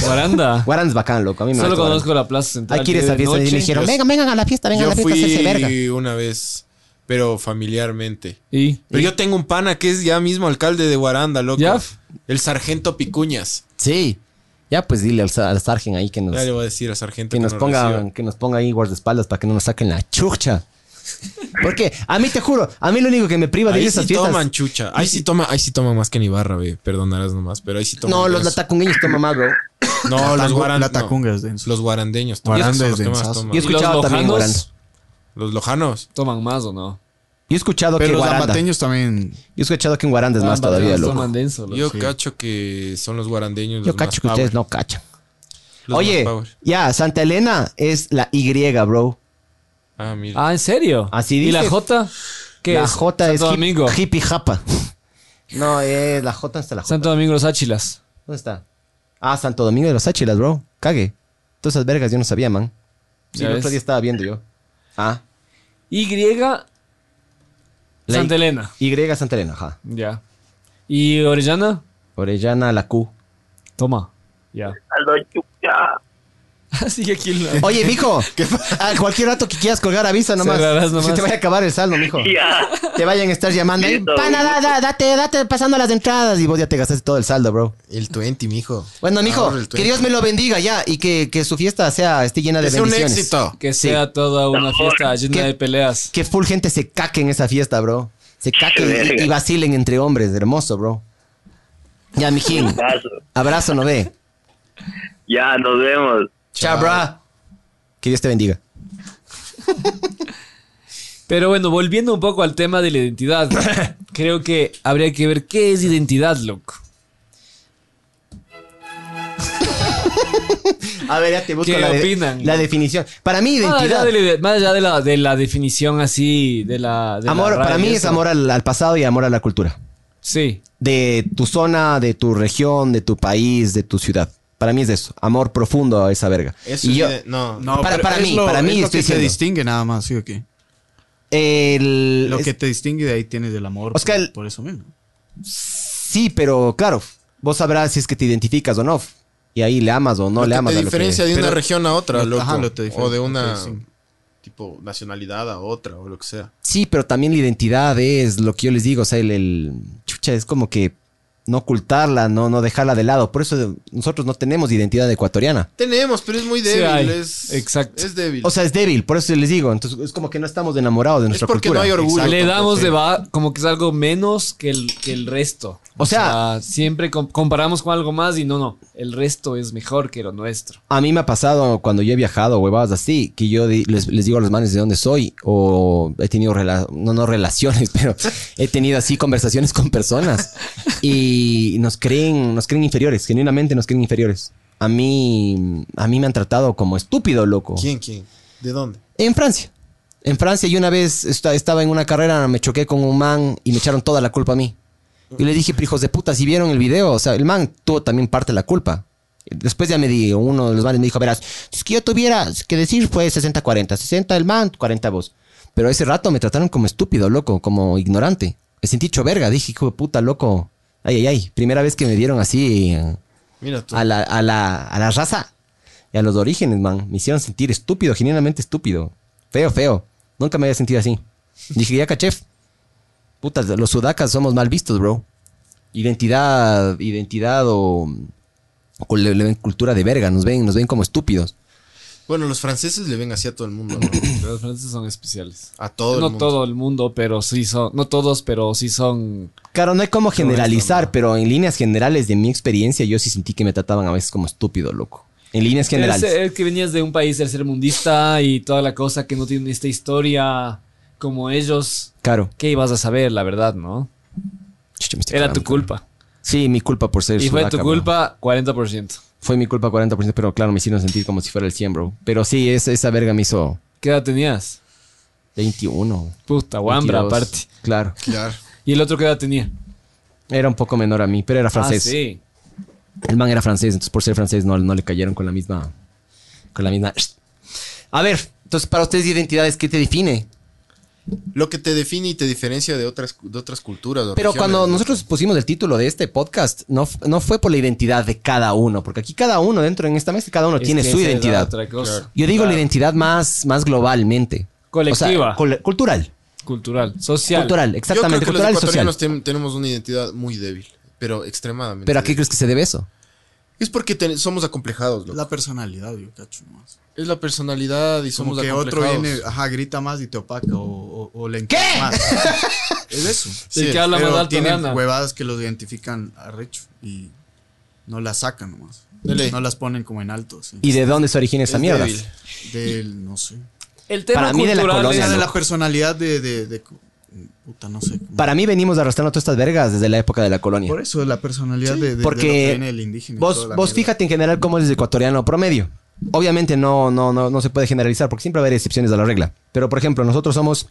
S3: Guaranda.
S4: Guaranda es bacán, loco. A mí me
S3: Solo
S4: gusta Guaranda.
S3: conozco la plaza central.
S4: Hay que ir a esa
S3: de
S4: fiesta y
S3: noche.
S4: me dijeron,
S2: Yo-
S4: vengan, vengan a la fiesta, vengan a
S2: Yo
S4: la fiesta, hacerse verga.
S2: fui una vez, pero familiarmente.
S3: Y
S2: Pero yo tengo un pana que es ya mismo alcalde de Guaranda, loco.
S3: ¿Ya?
S2: El sargento Picuñas.
S4: Sí. Ya, pues dile al, sa- al sargen ahí que nos,
S2: Ya le voy a decir al sargento
S4: que nos
S2: nos
S4: ponga,
S2: reciba.
S4: que nos ponga ahí guardaespaldas para que no nos saquen la chucha. Porque a mí te juro, a mí lo único que me priva de ir a
S2: Ahí
S4: esas
S2: sí
S4: fiestas.
S2: toman chucha. Ahí sí toma, ahí sí toman más que en Ibarra, ve. Perdonarás nomás, pero ahí sí toman.
S4: no, los
S2: verso.
S4: latacungueños toman más, bro.
S2: <laughs> No, los
S5: Tacu-
S2: guaran-
S5: la
S2: no.
S5: Tacunga es denso.
S2: Los guarandeños. toman,
S5: Guarandes
S2: son los que
S5: de
S2: más
S5: Ensazo.
S2: toman.
S4: Yo he escuchado
S3: los
S4: también
S3: mojanos?
S4: Guaranda.
S2: Los lojanos.
S3: toman más o no.
S4: Yo he escuchado
S5: Pero
S4: que
S5: los
S4: Guaranda. Yo
S5: ambateños también.
S4: he escuchado que en Guaranda es más
S3: Ah,
S4: todavía,
S3: Batanes
S4: loco.
S3: toman denso, loco.
S2: Yo cacho que son los guarandeños.
S4: Yo cacho que ustedes no cachan. Oye,
S2: Oye.
S4: ya, Santa Elena es la Y, bro.
S2: Ah, mira.
S3: Ah, ¿en serio?
S4: Así
S3: ¿Y
S4: dice.
S3: la J? ¿Qué
S4: la
S3: es?
S4: J es
S3: Santo
S4: hip-
S3: Domingo.
S4: hippie japa. <laughs> No, es la J. ¿Dónde está la J?
S3: Santo Domingo, los Áchilas.
S4: ¿Dónde está? Ah, Santo Domingo de los Áchilas, bro. Cague. Todas esas vergas yo no sabía, man. Sí,
S3: Ya
S4: el
S3: ves.
S4: otro día estaba viendo yo. Ah.
S3: Y,
S4: la
S3: Santa Elena.
S4: Y Santa Elena, ajá.
S3: Ya. ¿Y Orellana?
S4: Orellana, la Q.
S3: Toma. Ya. <laughs>
S6: Aldo Chucha.
S3: Sigue aquí en la...
S4: Oye, mijo. a cualquier rato que quieras colgar, avisa nomás.
S3: Cerrarás nomás.
S4: Se te vaya a acabar el saldo, mijo.
S6: Ya.
S4: Te vayan a estar llamando. ahí.
S6: Listo.
S4: Pana, da, da, date, date pasando las entradas. Y vos ya te gastaste todo el saldo, bro.
S2: El 20, mijo.
S4: Bueno, mijo,
S2: Ahorra el
S4: que
S2: 20.
S4: Dios me lo bendiga ya y que, que su fiesta sea esté llena de
S2: Es un
S4: bendiciones.
S2: éxito.
S3: Que sea toda una fiesta llena
S4: ¿Qué?
S3: de peleas.
S4: Que full gente se caque en esa fiesta, bro. Se caque y, y vacilen entre hombres. Hermoso, bro. Ya, mijín.
S6: Paso.
S4: Abrazo, no ve.
S6: Ya, nos vemos.
S4: Chao, bra. Que Dios te bendiga.
S3: Pero bueno, volviendo un poco al tema de
S4: <coughs>
S3: la identidad, creo que habría que ver qué es identidad, loco.
S4: A ver, ya te busco
S3: ¿Qué
S4: la, de-
S3: opinan?
S4: la definición. Para mí,
S3: Más allá
S4: identidad.
S3: de la, más allá de la- de la definición así, de la... de la
S4: Amor,
S3: RAE
S4: para mí
S3: y
S4: es
S3: eso.
S4: amor al, al pasado y amor a la cultura.
S3: Sí,
S4: De tu zona, de tu región, de tu país, de tu ciudad. Para mí es eso. Amor profundo a esa verga.
S2: Eso
S4: y yo,
S2: es de- no.
S5: No,
S4: Para-
S5: pero
S4: para
S5: es
S4: mí,
S5: lo-
S4: para mí
S5: es lo
S4: estoy
S5: que se
S4: diciendo.
S5: distingue nada más, ¿sí o qué?
S4: el,
S5: Lo
S4: es-
S5: que te distingue de ahí tienes el amor
S4: Oscar,
S5: por-
S4: el-
S5: por, eso mismo.
S4: Sí, pero claro, vos sabrás si es que te identificas o no. Y ahí le amas o no
S2: Lo
S4: le
S2: que
S4: amas.
S2: te
S4: a lo que-
S2: diferencia de una
S5: Pero-
S2: región a otra,
S5: Lo-
S2: loco.
S5: ajá, lo te
S2: o
S5: diferencia,
S2: de
S5: lo
S2: una
S5: que sí.
S2: tipo nacionalidad a otra o lo que sea.
S4: Sí, pero también la identidad es lo que yo les digo. O sea, el, el- chucha es como que no ocultarla, no, no dejarla de lado. Por eso nosotros no tenemos identidad ecuatoriana.
S2: Tenemos, pero es muy
S3: Sí,
S2: débil.
S3: hay.
S2: es,
S3: Exacto.
S2: Es débil.
S4: O sea, es débil, por eso les digo. Entonces, es como que no estamos enamorados de
S2: es
S4: nuestra
S2: porque
S4: cultura.
S2: no hay orgullo.
S3: le
S2: tampoco,
S3: damos
S2: sí.
S3: de va como que es algo menos que el, que el resto.
S4: O sea-
S3: siempre com- comparamos con algo más y no, no, el resto es mejor que lo nuestro.
S4: A mí me ha pasado cuando yo he viajado, huevadas así, que yo di- les, les digo a los manes de dónde soy, o he tenido, rela- no, no relaciones, <laughs> pero he tenido así conversaciones con personas y nos creen, nos creen inferiores, genuinamente nos creen inferiores. A mí, a mí me han tratado como estúpido, loco.
S2: ¿Quién, quién? ¿De dónde?
S4: En Francia. En Francia, yo una vez esta- estaba en una carrera, me choqué con un man y me echaron toda la culpa a mí. Yo le dije, "Pero hijos de puta, si vieron el video, o sea, el man tuvo también parte de la culpa. Después ya me di, uno de los manes me dijo, verás, si es que yo tuviera que decir fue 60-40, 60 el man, 40 vos. Pero ese rato me trataron como estúpido, loco, como ignorante. Me sentí hecho verga, dije, hijo de puta, loco. Ay, ay, ay, primera vez que me dieron así eh,
S2: Mira tú.
S4: a la, a la, a la raza y a los orígenes, man. Me hicieron sentir estúpido, genuinamente estúpido. Feo, feo. Nunca me había sentido así. Dije, ya cachef. Puta, los sudacas somos mal vistos, bro. Identidad, identidad o, o le- le ven cultura de verga. Nos ven, nos ven como estúpidos.
S2: Bueno, los franceses le ven así a todo
S4: <coughs>
S2: el mundo. ¿no?
S3: Los franceses son especiales.
S2: A todo el
S3: no
S2: mundo.
S3: todo el mundo, pero sí son, no todos, pero sí son...
S4: Claro, no hay como
S3: esto,
S4: generalizar,
S3: ¿no?
S4: pero en líneas generales de mi experiencia, yo sí sentí que me trataban a veces como estúpido, loco. En líneas generales.
S3: El, que venías de un país tercermundista y toda la cosa que no tiene esta historia como ellos,
S4: Claro.
S3: ¿qué ibas a saber, la verdad, no?
S4: Chucha, me estoy
S3: Era tu
S4: cagando.
S3: culpa.
S4: Sí, mi culpa por ser
S3: Y fue
S4: sudaca,
S3: tu
S4: bro.
S3: culpa 40%.
S4: Fue mi culpa 40%, pero claro, me hicieron sentir como si fuera el 100, bro. Pero sí, esa, esa verga me hizo
S3: ¿Qué edad tenías?
S4: 21.
S3: Puta, guambra
S4: 22.
S3: aparte.
S4: Claro.
S2: Claro.
S3: ¿Y el otro qué edad tenía?
S4: Era un poco menor a mí, pero era francés.
S3: Ah, sí.
S4: El man era francés, entonces por ser francés no, no le cayeron con la misma... Con la misma... A ver, entonces para ustedes identidades, ¿qué te define?
S2: Lo que te define y te diferencia de otras, de otras culturas. o
S4: Pero
S2: regiones,
S4: cuando
S2: ¿no?
S4: nosotros pusimos el título de este podcast, no, f- no fue por la identidad de cada uno, porque aquí cada uno dentro en esta mesa, cada uno
S3: Es
S4: tiene
S3: que
S4: su
S3: esa es la
S4: identidad.
S3: otra cosa.
S4: Yo digo
S3: Claro.
S4: la identidad más, más globalmente. O
S3: Colectiva.
S4: sea, col- cultural.
S3: Cultural, social.
S4: Cultural,
S2: Yo
S4: exactamente.
S2: creo que
S4: Cultural y
S2: los
S4: social.
S2: ecuatorianos ten- tenemos una identidad muy débil, pero extremadamente.
S4: Pero ¿a qué
S2: débil.
S4: crees que se debe eso?
S2: Es porque ten- somos acomplejados, loco.
S5: La personalidad, yo cacho más.
S2: Es la personalidad y
S5: Como
S2: somos
S5: que otro
S2: acomplejados.
S5: viene, ajá, grita más y te opaca o, o, o le
S4: <laughs>
S5: encanta más. Es eso.
S3: El
S2: Sí,
S3: que habla más
S5: Pero
S3: alto
S5: tienen
S3: gana.
S5: huevadas que los identifican a Recho y no las sacan nomás.
S2: De ley.
S5: No las ponen como en alto. sí.
S4: ¿Y de dónde se origina esa
S2: Es
S4: mierda?
S2: débil.
S5: Del, no sé.
S3: El tema
S4: Para mí de
S3: cultural
S4: la
S5: O
S4: colonia,
S5: sea,
S3: es-
S5: de
S4: loco.
S5: la personalidad de, de, de- Puta, no sé.
S4: Para mí venimos arrastrando todas estas vergas desde la época de la colonia.
S5: Por eso, la personalidad de, de- de lo que
S4: Porque
S5: viene del indígena. y
S4: vos,
S5: toda la
S4: vos
S5: mierda.
S4: fíjate en general cómo es el ecuatoriano promedio. Obviamente no, no, no, no se puede generalizar porque siempre va a haber excepciones a la regla. Pero, por ejemplo, nosotros somos,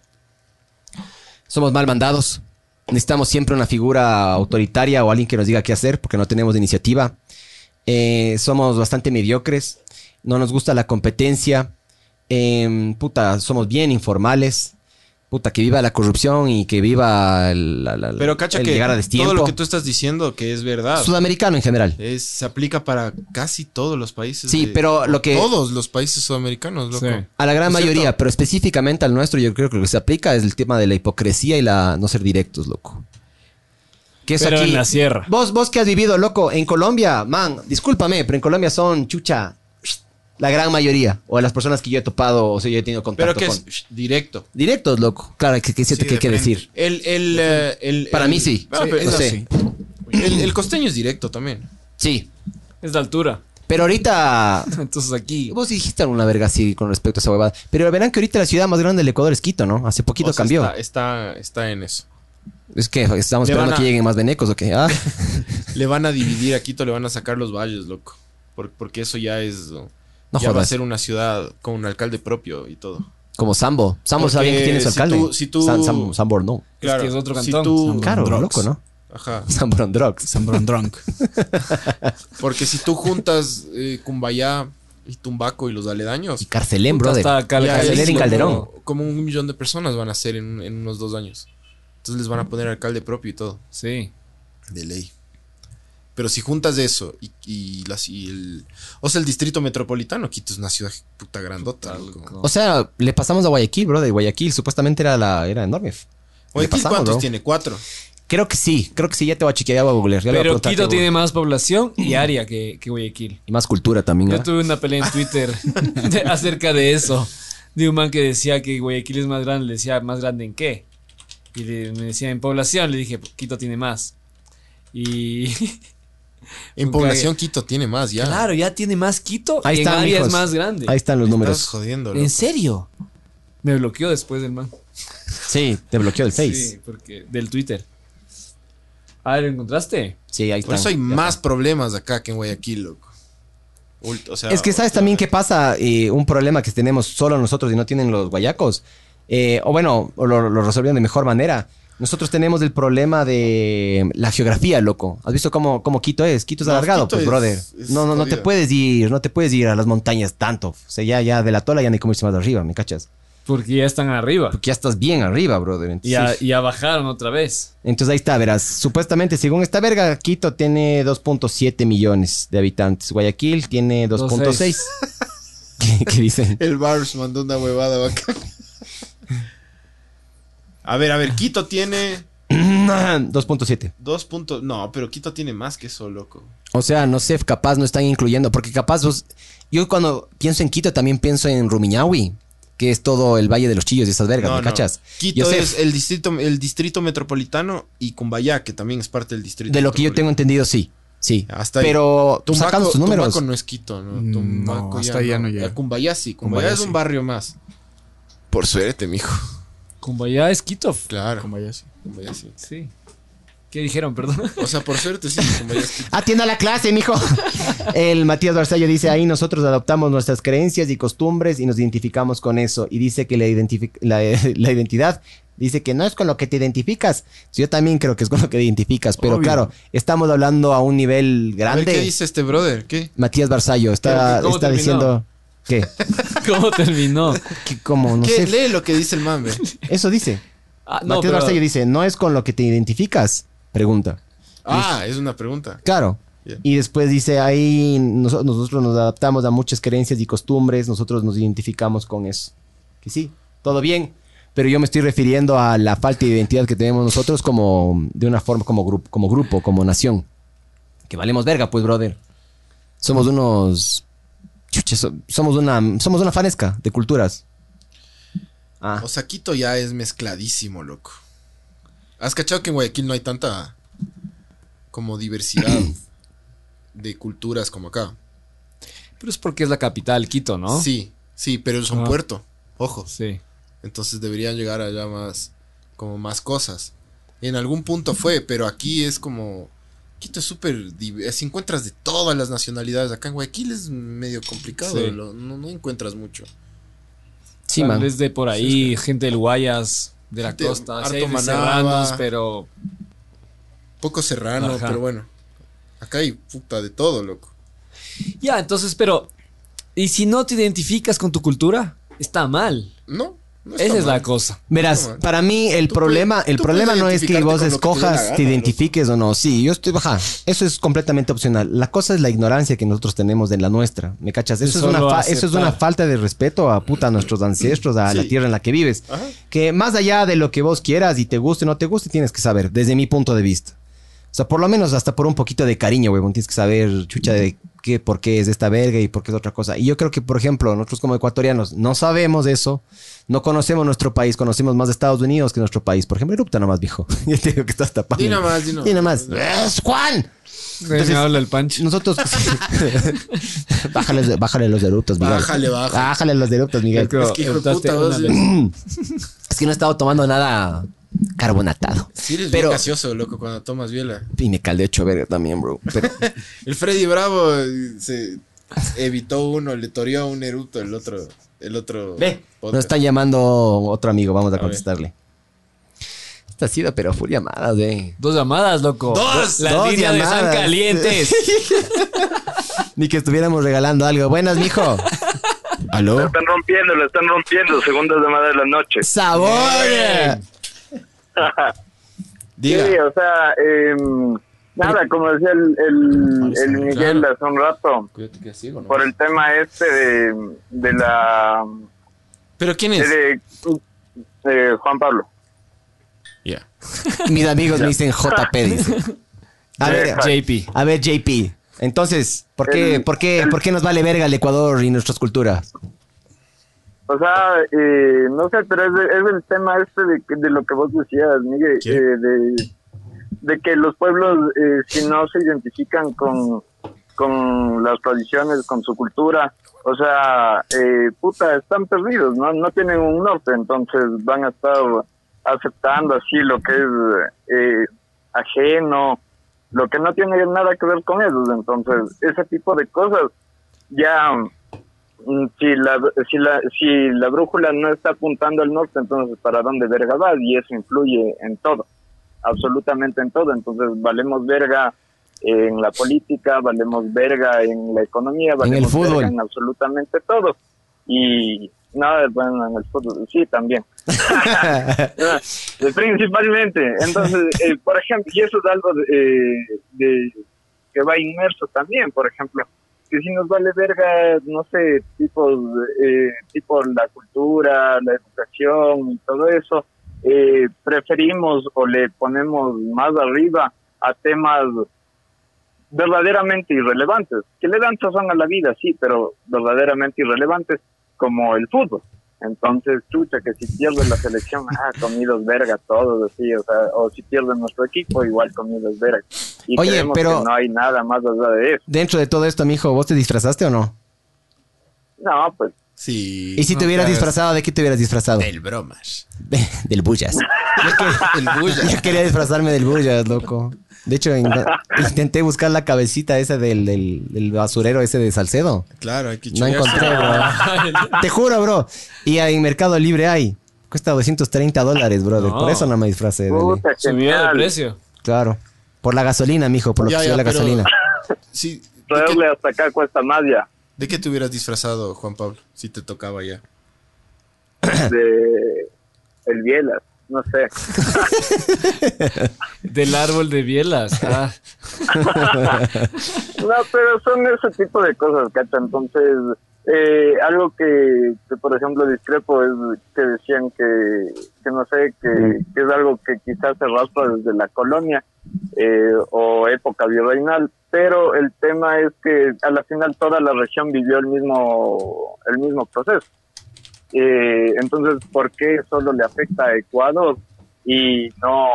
S4: somos mal mandados. Necesitamos siempre una figura autoritaria o alguien que nos diga qué hacer porque no tenemos iniciativa. Eh, somos bastante mediocres. No nos gusta la competencia. Em, puta, somos bien informales. Puta, que viva la corrupción y que viva el, la- la-
S2: Pero cacha
S4: el
S2: que
S4: llegar a
S2: todo
S4: destiempo. Pues
S2: lo que tú estás diciendo que es verdad
S4: Sudamericano en general.
S2: es- se aplica para casi todos los países.
S4: Sí,
S2: de-
S4: pero lo que-
S2: Todos los países sudamericanos, loco.
S3: Sí.
S4: A la gran
S2: ¿Es Pues cierto?
S4: mayoría, pero específicamente al nuestro, yo creo que lo que se aplica es el tema de la hipocresía y la no ser directos, loco. Que eso
S3: Pero
S4: aquí-
S3: en la sierra.
S4: Vos, vos que has vivido, loco, en Colombia, man, discúlpame, pero en Colombia son chucha la gran mayoría. O las personas que yo he topado, o sea, yo he tenido contacto
S2: Pero que
S4: con.
S2: es shh, directo.
S4: Directos, loco. Claro, que, que es cierto
S5: Sí,
S4: que hay que
S5: depende.
S4: decir.
S2: El, el, eh, el-
S4: Para
S2: el-
S4: mí sí.
S2: Ah, pero
S4: no
S2: eso
S4: sé.
S2: sí. El, el costeño es directo también.
S4: Sí.
S3: Es la altura.
S4: Pero ahorita. <laughs>
S3: Entonces aquí.
S4: Vos dijiste alguna verga así con respecto a esa huevada. Pero verán que ahorita la ciudad más grande del Ecuador es Quito, ¿no? Hace poquito
S2: O sea,
S4: cambió.
S2: Está, está, está en eso.
S4: Es que estamos
S2: Le
S4: esperando
S2: van a-
S4: que lleguen más venecos o qué.
S2: <laughs>
S4: Ah.
S2: Le van a dividir a Quito, le van a sacar los valles, loco. Por- porque eso ya es. No
S4: No
S2: ya va a
S4: jodas.
S2: ser una ciudad con un alcalde propio y todo.
S4: Como Sambo. Sambo
S2: Porque
S4: sabía que tiene su
S2: si
S4: alcalde.
S2: tú- si tú-
S4: Sam- Sam- Sambo no.
S3: que es otro
S2: si
S3: cantón.
S2: tú-
S4: Claro,
S5: Drugs.
S4: loco, ¿no?
S2: Ajá.
S4: <laughs> Sambo on drugs.
S5: San Bron Drunk.
S2: Porque si tú juntas eh, Cumbayá y Tumbaco y los aledaños.
S4: Y Carcelén, brother.
S3: Hasta acá la
S2: ya
S4: Carcelén
S2: es
S4: en
S2: como-
S4: Calderón.
S2: Como un millón de personas van a ser en, en unos dos años. Entonces les van a poner alcalde propio y todo.
S3: Sí.
S2: De ley. Pero si juntas eso y, y las, y el... O sea, el distrito metropolitano, Quito es una ciudad puta grandota. loco.
S4: O sea, le pasamos a Guayaquil, brother. Guayaquil supuestamente era la era enorme. Le
S2: Guayaquil,
S4: pasamos,
S2: ¿cuántos
S4: bro.
S2: tiene? Cuatro.
S4: Creo que sí. Creo que sí. Ya te voy a chequear. Ya voy a googlear. ya le voy a
S3: Pero
S4: preguntar
S3: Quito
S4: qué-
S3: tiene más población y área que, que Guayaquil.
S4: Y más cultura también, ¿ah?
S3: Yo tuve una pelea en Twitter <laughs> de- acerca de eso. De un man que decía que Guayaquil es más grande. Le decía, ¿más grande en qué? Y le- me decía, en población. Le dije, Quito tiene más. Y. <laughs>
S2: En
S3: Ok.
S2: población, Quito tiene más ya.
S3: Claro, ya tiene más Quito.
S4: Ahí
S3: y en
S4: están,
S3: área
S4: mijos.
S3: es más grande.
S4: Ahí están los
S2: Me
S4: números.
S2: Estás jodiendo, loco.
S3: ¿En serio? Me bloqueó después del man.
S4: Sí, te bloqueó el Face.
S3: Sí, porque del Twitter. Ah, ¿lo encontraste?
S4: Sí, ahí está.
S2: Por eso hay más problemas acá que en Guayaquil, loco. Ult- o sea,
S4: Es que sabes también qué pasa, Eh, un problema que tenemos solo nosotros y no tienen los guayacos, Eh, o bueno, o lo, lo resolvieron de mejor manera. Nosotros tenemos el problema de la geografía, loco. ¿Has visto cómo, cómo Quito es? Quito es
S2: No,
S4: alargado,
S2: Quito
S4: pues,
S2: es-
S4: brother.
S2: es
S4: no, no, no te
S2: jodido.
S4: puedes ir, no te puedes ir a las montañas tanto. O sea, ya, ya de la tola ya ni cómo irse más arriba, ¿me cachas?
S3: Porque ya están arriba.
S4: Porque ya estás bien arriba, brother.
S3: Y
S4: Entonces,
S3: ya, y ya bajaron otra vez.
S4: entonces ahí está, verás. Supuestamente, según esta verga, Quito tiene 2.7 millones de habitantes. Guayaquil tiene 2.6. <laughs>
S3: 2.6.
S4: ¿Qué, qué dicen?
S2: El Bars mandó una huevada acá. A ver, a ver, Quito tiene
S4: 2.7.
S2: dos puntos. No, pero Quito tiene más que eso, loco.
S4: O sea, no sé, capaz no están incluyendo, porque capaz vos- yo cuando pienso en Quito también pienso en Rumiñahui, que es todo el Valle de los Chillos y esas vergas,
S2: No,
S4: ¿me
S2: no.
S4: cachas?
S2: Quito
S4: Yosef,
S2: es el distrito, el distrito metropolitano y Cumbayá, que también es parte del distrito.
S4: de lo que yo tengo
S2: metropolitano.
S4: entendido, sí, sí.
S2: Hasta ahí.
S4: Pero
S2: Tumbaco,
S4: sacando tus números.
S2: Tumbaco no es Quito, ¿no?
S5: Mm, No,
S2: Tumbaco
S5: hasta ahí ya no llega.
S2: Eh, Cumbayá sí, Cumbayá,
S5: Cumbayá
S2: es un
S5: sí.
S2: barrio más. Por suerte, mijo.
S3: Cumbayá es Quito.
S2: Claro,
S5: <laughs> Como ya sí.
S2: Cumbayá sí.
S3: Sí. ¿Qué dijeron, perdón? <laughs>
S2: O sea, por suerte sí, Cumbayá es Quito.
S4: Atienda la clase, mijo. El Matías Barzallo dice, ahí nosotros adoptamos nuestras creencias y costumbres y nos identificamos con eso. Y dice que la, identifi- la, <laughs> la identidad, dice que no es con lo que te identificas. Yo también creo que es con lo que te identificas, pero
S5: Obvio.
S4: claro, estamos hablando a un nivel <laughs>
S2: A
S4: grande.
S2: ver, ¿qué dice este brother? ¿Qué?
S4: Matías Barzallo
S3: Pero,
S4: está,
S3: ¿y cómo
S4: está
S3: terminó?
S4: diciendo que,
S3: ¿Cómo terminó?
S4: que como no
S2: ¿Qué?
S4: sé,
S2: Lee lo que dice el
S4: <laughs>
S2: man, ve.
S4: eso dice.
S3: Ah, no,
S4: Matías
S3: pero
S4: Barzallo dice, "No es con lo que te identificas." Pregunta.
S2: Ah, es una pregunta.
S4: Claro.
S2: Yeah.
S4: Y después dice, "Ahí noso- nosotros nos adaptamos a muchas creencias y costumbres, nosotros nos identificamos con eso." Que sí, todo bien, pero yo me estoy refiriendo a la falta de identidad que tenemos nosotros como de una forma como grupo, como grupo, como nación. Que valemos verga, pues, brother. Somos unos chuches, so- somos una somos una fanesca de culturas. Ah.
S2: O sea, Quito ya es mezcladísimo, loco. ¿Has cachado que en Guayaquil no hay tanta
S4: <clears throat>
S2: como diversidad de culturas como acá?
S3: Pero es porque es la capital, Quito, ¿no?
S2: Sí, sí, pero es un
S3: Ah.
S2: puerto. Ojo.
S3: Sí.
S2: Entonces deberían llegar allá más, como más cosas. En algún punto fue, pero aquí es como Quito es súper. div- así encuentras de todas las nacionalidades. Acá en Guayaquil es medio complicado.
S3: Sí.
S2: lo- no, no encuentras mucho.
S4: Sí,
S3: Tal
S4: man.
S3: vez de por ahí, gente del Guayas, de la
S2: Gente,
S3: costa, sí hay de
S2: harto Manaba.
S3: serranos, pero
S2: Poco serrano,
S3: Ajá.
S2: pero bueno. Acá hay puta de todo, loco.
S3: Ya, entonces, pero. ¿Y si no te identificas con tu cultura? Está mal.
S2: No. no está
S3: Esa es
S2: mal.
S3: la cosa.
S4: Verás,
S2: No,
S4: para mí el
S2: tú
S4: problema,
S2: puedes-
S4: el
S2: tú
S4: problema
S2: puedes
S4: no es que
S2: identificarte
S4: vos
S2: con lo que te dé la
S4: escojas,
S2: gana,
S4: te
S2: loco.
S4: identifiques o no. Sí, yo estoy baja. Eso es completamente opcional. La cosa es la ignorancia que nosotros tenemos de la nuestra. ¿Me cachas? Eso,
S3: De
S4: es una,
S3: solo
S4: fa- eso es una
S3: aceptar.
S4: falta de respeto a puta a nuestros ancestros, a la
S2: Sí.
S4: tierra en la que vives.
S2: Ajá.
S4: Que más allá de lo que vos quieras y te guste o no te guste, tienes que saber, desde mi punto de vista. O sea, por lo menos hasta por un poquito de cariño, huevón. Tienes que saber, chucha, de qué, por qué es esta verga y por qué es otra cosa. Y yo creo que, por ejemplo, nosotros como ecuatorianos no sabemos eso. No conocemos nuestro país. Conocemos más de Estados Unidos que nuestro país. Por ejemplo, erupta nomás, <laughs> viejo. ya te digo que estás tapando.
S2: Di nomás, di
S4: Di
S2: nomás.
S4: nomás. ¡Es Juan! Entonces-
S3: me habla el pancho.
S4: Nosotros... <laughs> bájale, bájale los eruptos, Miguel.
S2: Bájale, bájale.
S4: Bájale los eruptos, Miguel.
S2: Es que hijo de puta, vos
S4: Es que no he estado tomando nada carbonatado.
S2: sí eres
S4: Pero-
S2: bien gaseoso, loco, cuando tomas biela.
S4: Y me caldeo hecho verga también, bro. Pero...
S2: El Freddy Bravo eh, se evitó uno, le toreó un eruto el otro. El otro.
S4: Ve,
S2: podcast.
S4: nos está llamando otro amigo, vamos a
S2: ver.
S4: contestarle. Esta ha sido, pero full llamadas, güey.
S3: Dos llamadas, loco.
S2: Dos,
S3: Las
S4: dos
S3: líneas de San
S4: llamadas.
S3: Calientes.
S4: <laughs> Ni que estuviéramos regalando algo. Buenas, mijo. ¿Aló?
S6: están rompiendo, la están rompiendo. Segundas llamadas de la noche.
S4: ¡Sabor!
S2: Diga.
S6: Sí, o sea, em, nada, como decía el, el, el Miguel hace un rato,
S2: Cuídate que así,
S6: por el tema este de, de la...
S2: Pero ¿quién
S6: de-
S2: es?
S6: de- de Juan Pablo.
S2: Ya.
S4: Mis amigos me dicen JP, dice. A ver,
S6: Deja.
S3: JP.
S4: a ver, JP. Entonces, ¿por qué,
S6: El-
S4: por qué,
S6: el-
S4: por qué nos vale verga el Ecuador y nuestras culturas?
S6: O sea, eh, no sé, pero es, es el tema este de, que- de lo que vos decías, Miguel,
S2: ¿Qué?
S6: eh, de, de que los pueblos, eh, si no se identifican con, con las tradiciones, con su cultura, o sea, eh, puta, están perdidos, ¿no? no tienen un norte, entonces van a estar aceptando así lo que es eh, ajeno, lo que no tiene nada que ver con ellos, entonces ese tipo de cosas ya mm, si la, si la si la brújula no está apuntando al norte, entonces para dónde verga vas y eso influye en todo, absolutamente en todo. Entonces valemos verga en la política, valemos verga en la economía, valemos
S4: fútbol.
S6: verga en absolutamente todo. Y no, bueno, en el fútbol sí también. <laughs> Ah, Principalmente. Entonces, eh, por ejemplo, y eso es algo de, eh, de- que va inmerso también, por ejemplo, que si nos vale verga, no sé, tipos, eh, tipo la cultura, la educación y todo eso, eh, preferimos o le ponemos más arriba a temas verdaderamente irrelevantes, que le dan razón a la vida, sí, pero verdaderamente irrelevantes como el fútbol. Entonces, chucha, que si pierde la selección,
S4: <laughs>
S6: ah, comidos verga todos, así, o sea, o si pierde nuestro equipo, igual comidos verga. Y
S4: Oye,
S6: creemos
S4: pero-
S6: que no hay nada más allá de eso.
S4: Dentro de todo esto, mijo, ¿vos te disfrazaste o no?
S6: No, pues,
S2: Sí.
S4: Y si te hubieras disfrazado, ¿de qué te hubieras disfrazado?
S2: El bromas.
S4: <laughs> Del Bullas.
S2: El bulla.
S4: Yo quería disfrazarme del Bullas, loco. De hecho, en- intenté buscar la cabecita esa del, del- del basurero ese de Salcedo.
S2: Claro, hay que
S4: No
S2: chullarse.
S4: encontré, bro. Te juro, bro. Y en Mercado Libre hay. Cuesta 230 dólares, brother.
S3: No.
S4: Por eso no me disfracé. dele.
S6: puta,
S3: Subió de
S6: genial.
S3: precio.
S4: Claro. Por la gasolina, mijo. Por lo
S2: Ya,
S4: que subió la
S2: ya, pero-
S4: gasolina.
S2: Sí. ¿De qué,
S6: Traerle hasta acá cuesta más <clears throat> ya.
S2: de qué te hubieras disfrazado, Juan Pablo? Si te tocaba ya.
S6: De el Bielas, no sé.
S3: Del árbol de bielas. Ah,
S6: No, pero son ese tipo de cosas, Cacha. Entonces, eh, algo que, que, por ejemplo, discrepo es que decían que, que no sé, que, que es algo que quizás se raspa desde la colonia eh, o época virreinal, pero el tema es que a la final toda la región vivió el mismo, el mismo proceso. Eh, entonces, ¿por qué solo le afecta a Ecuador y no,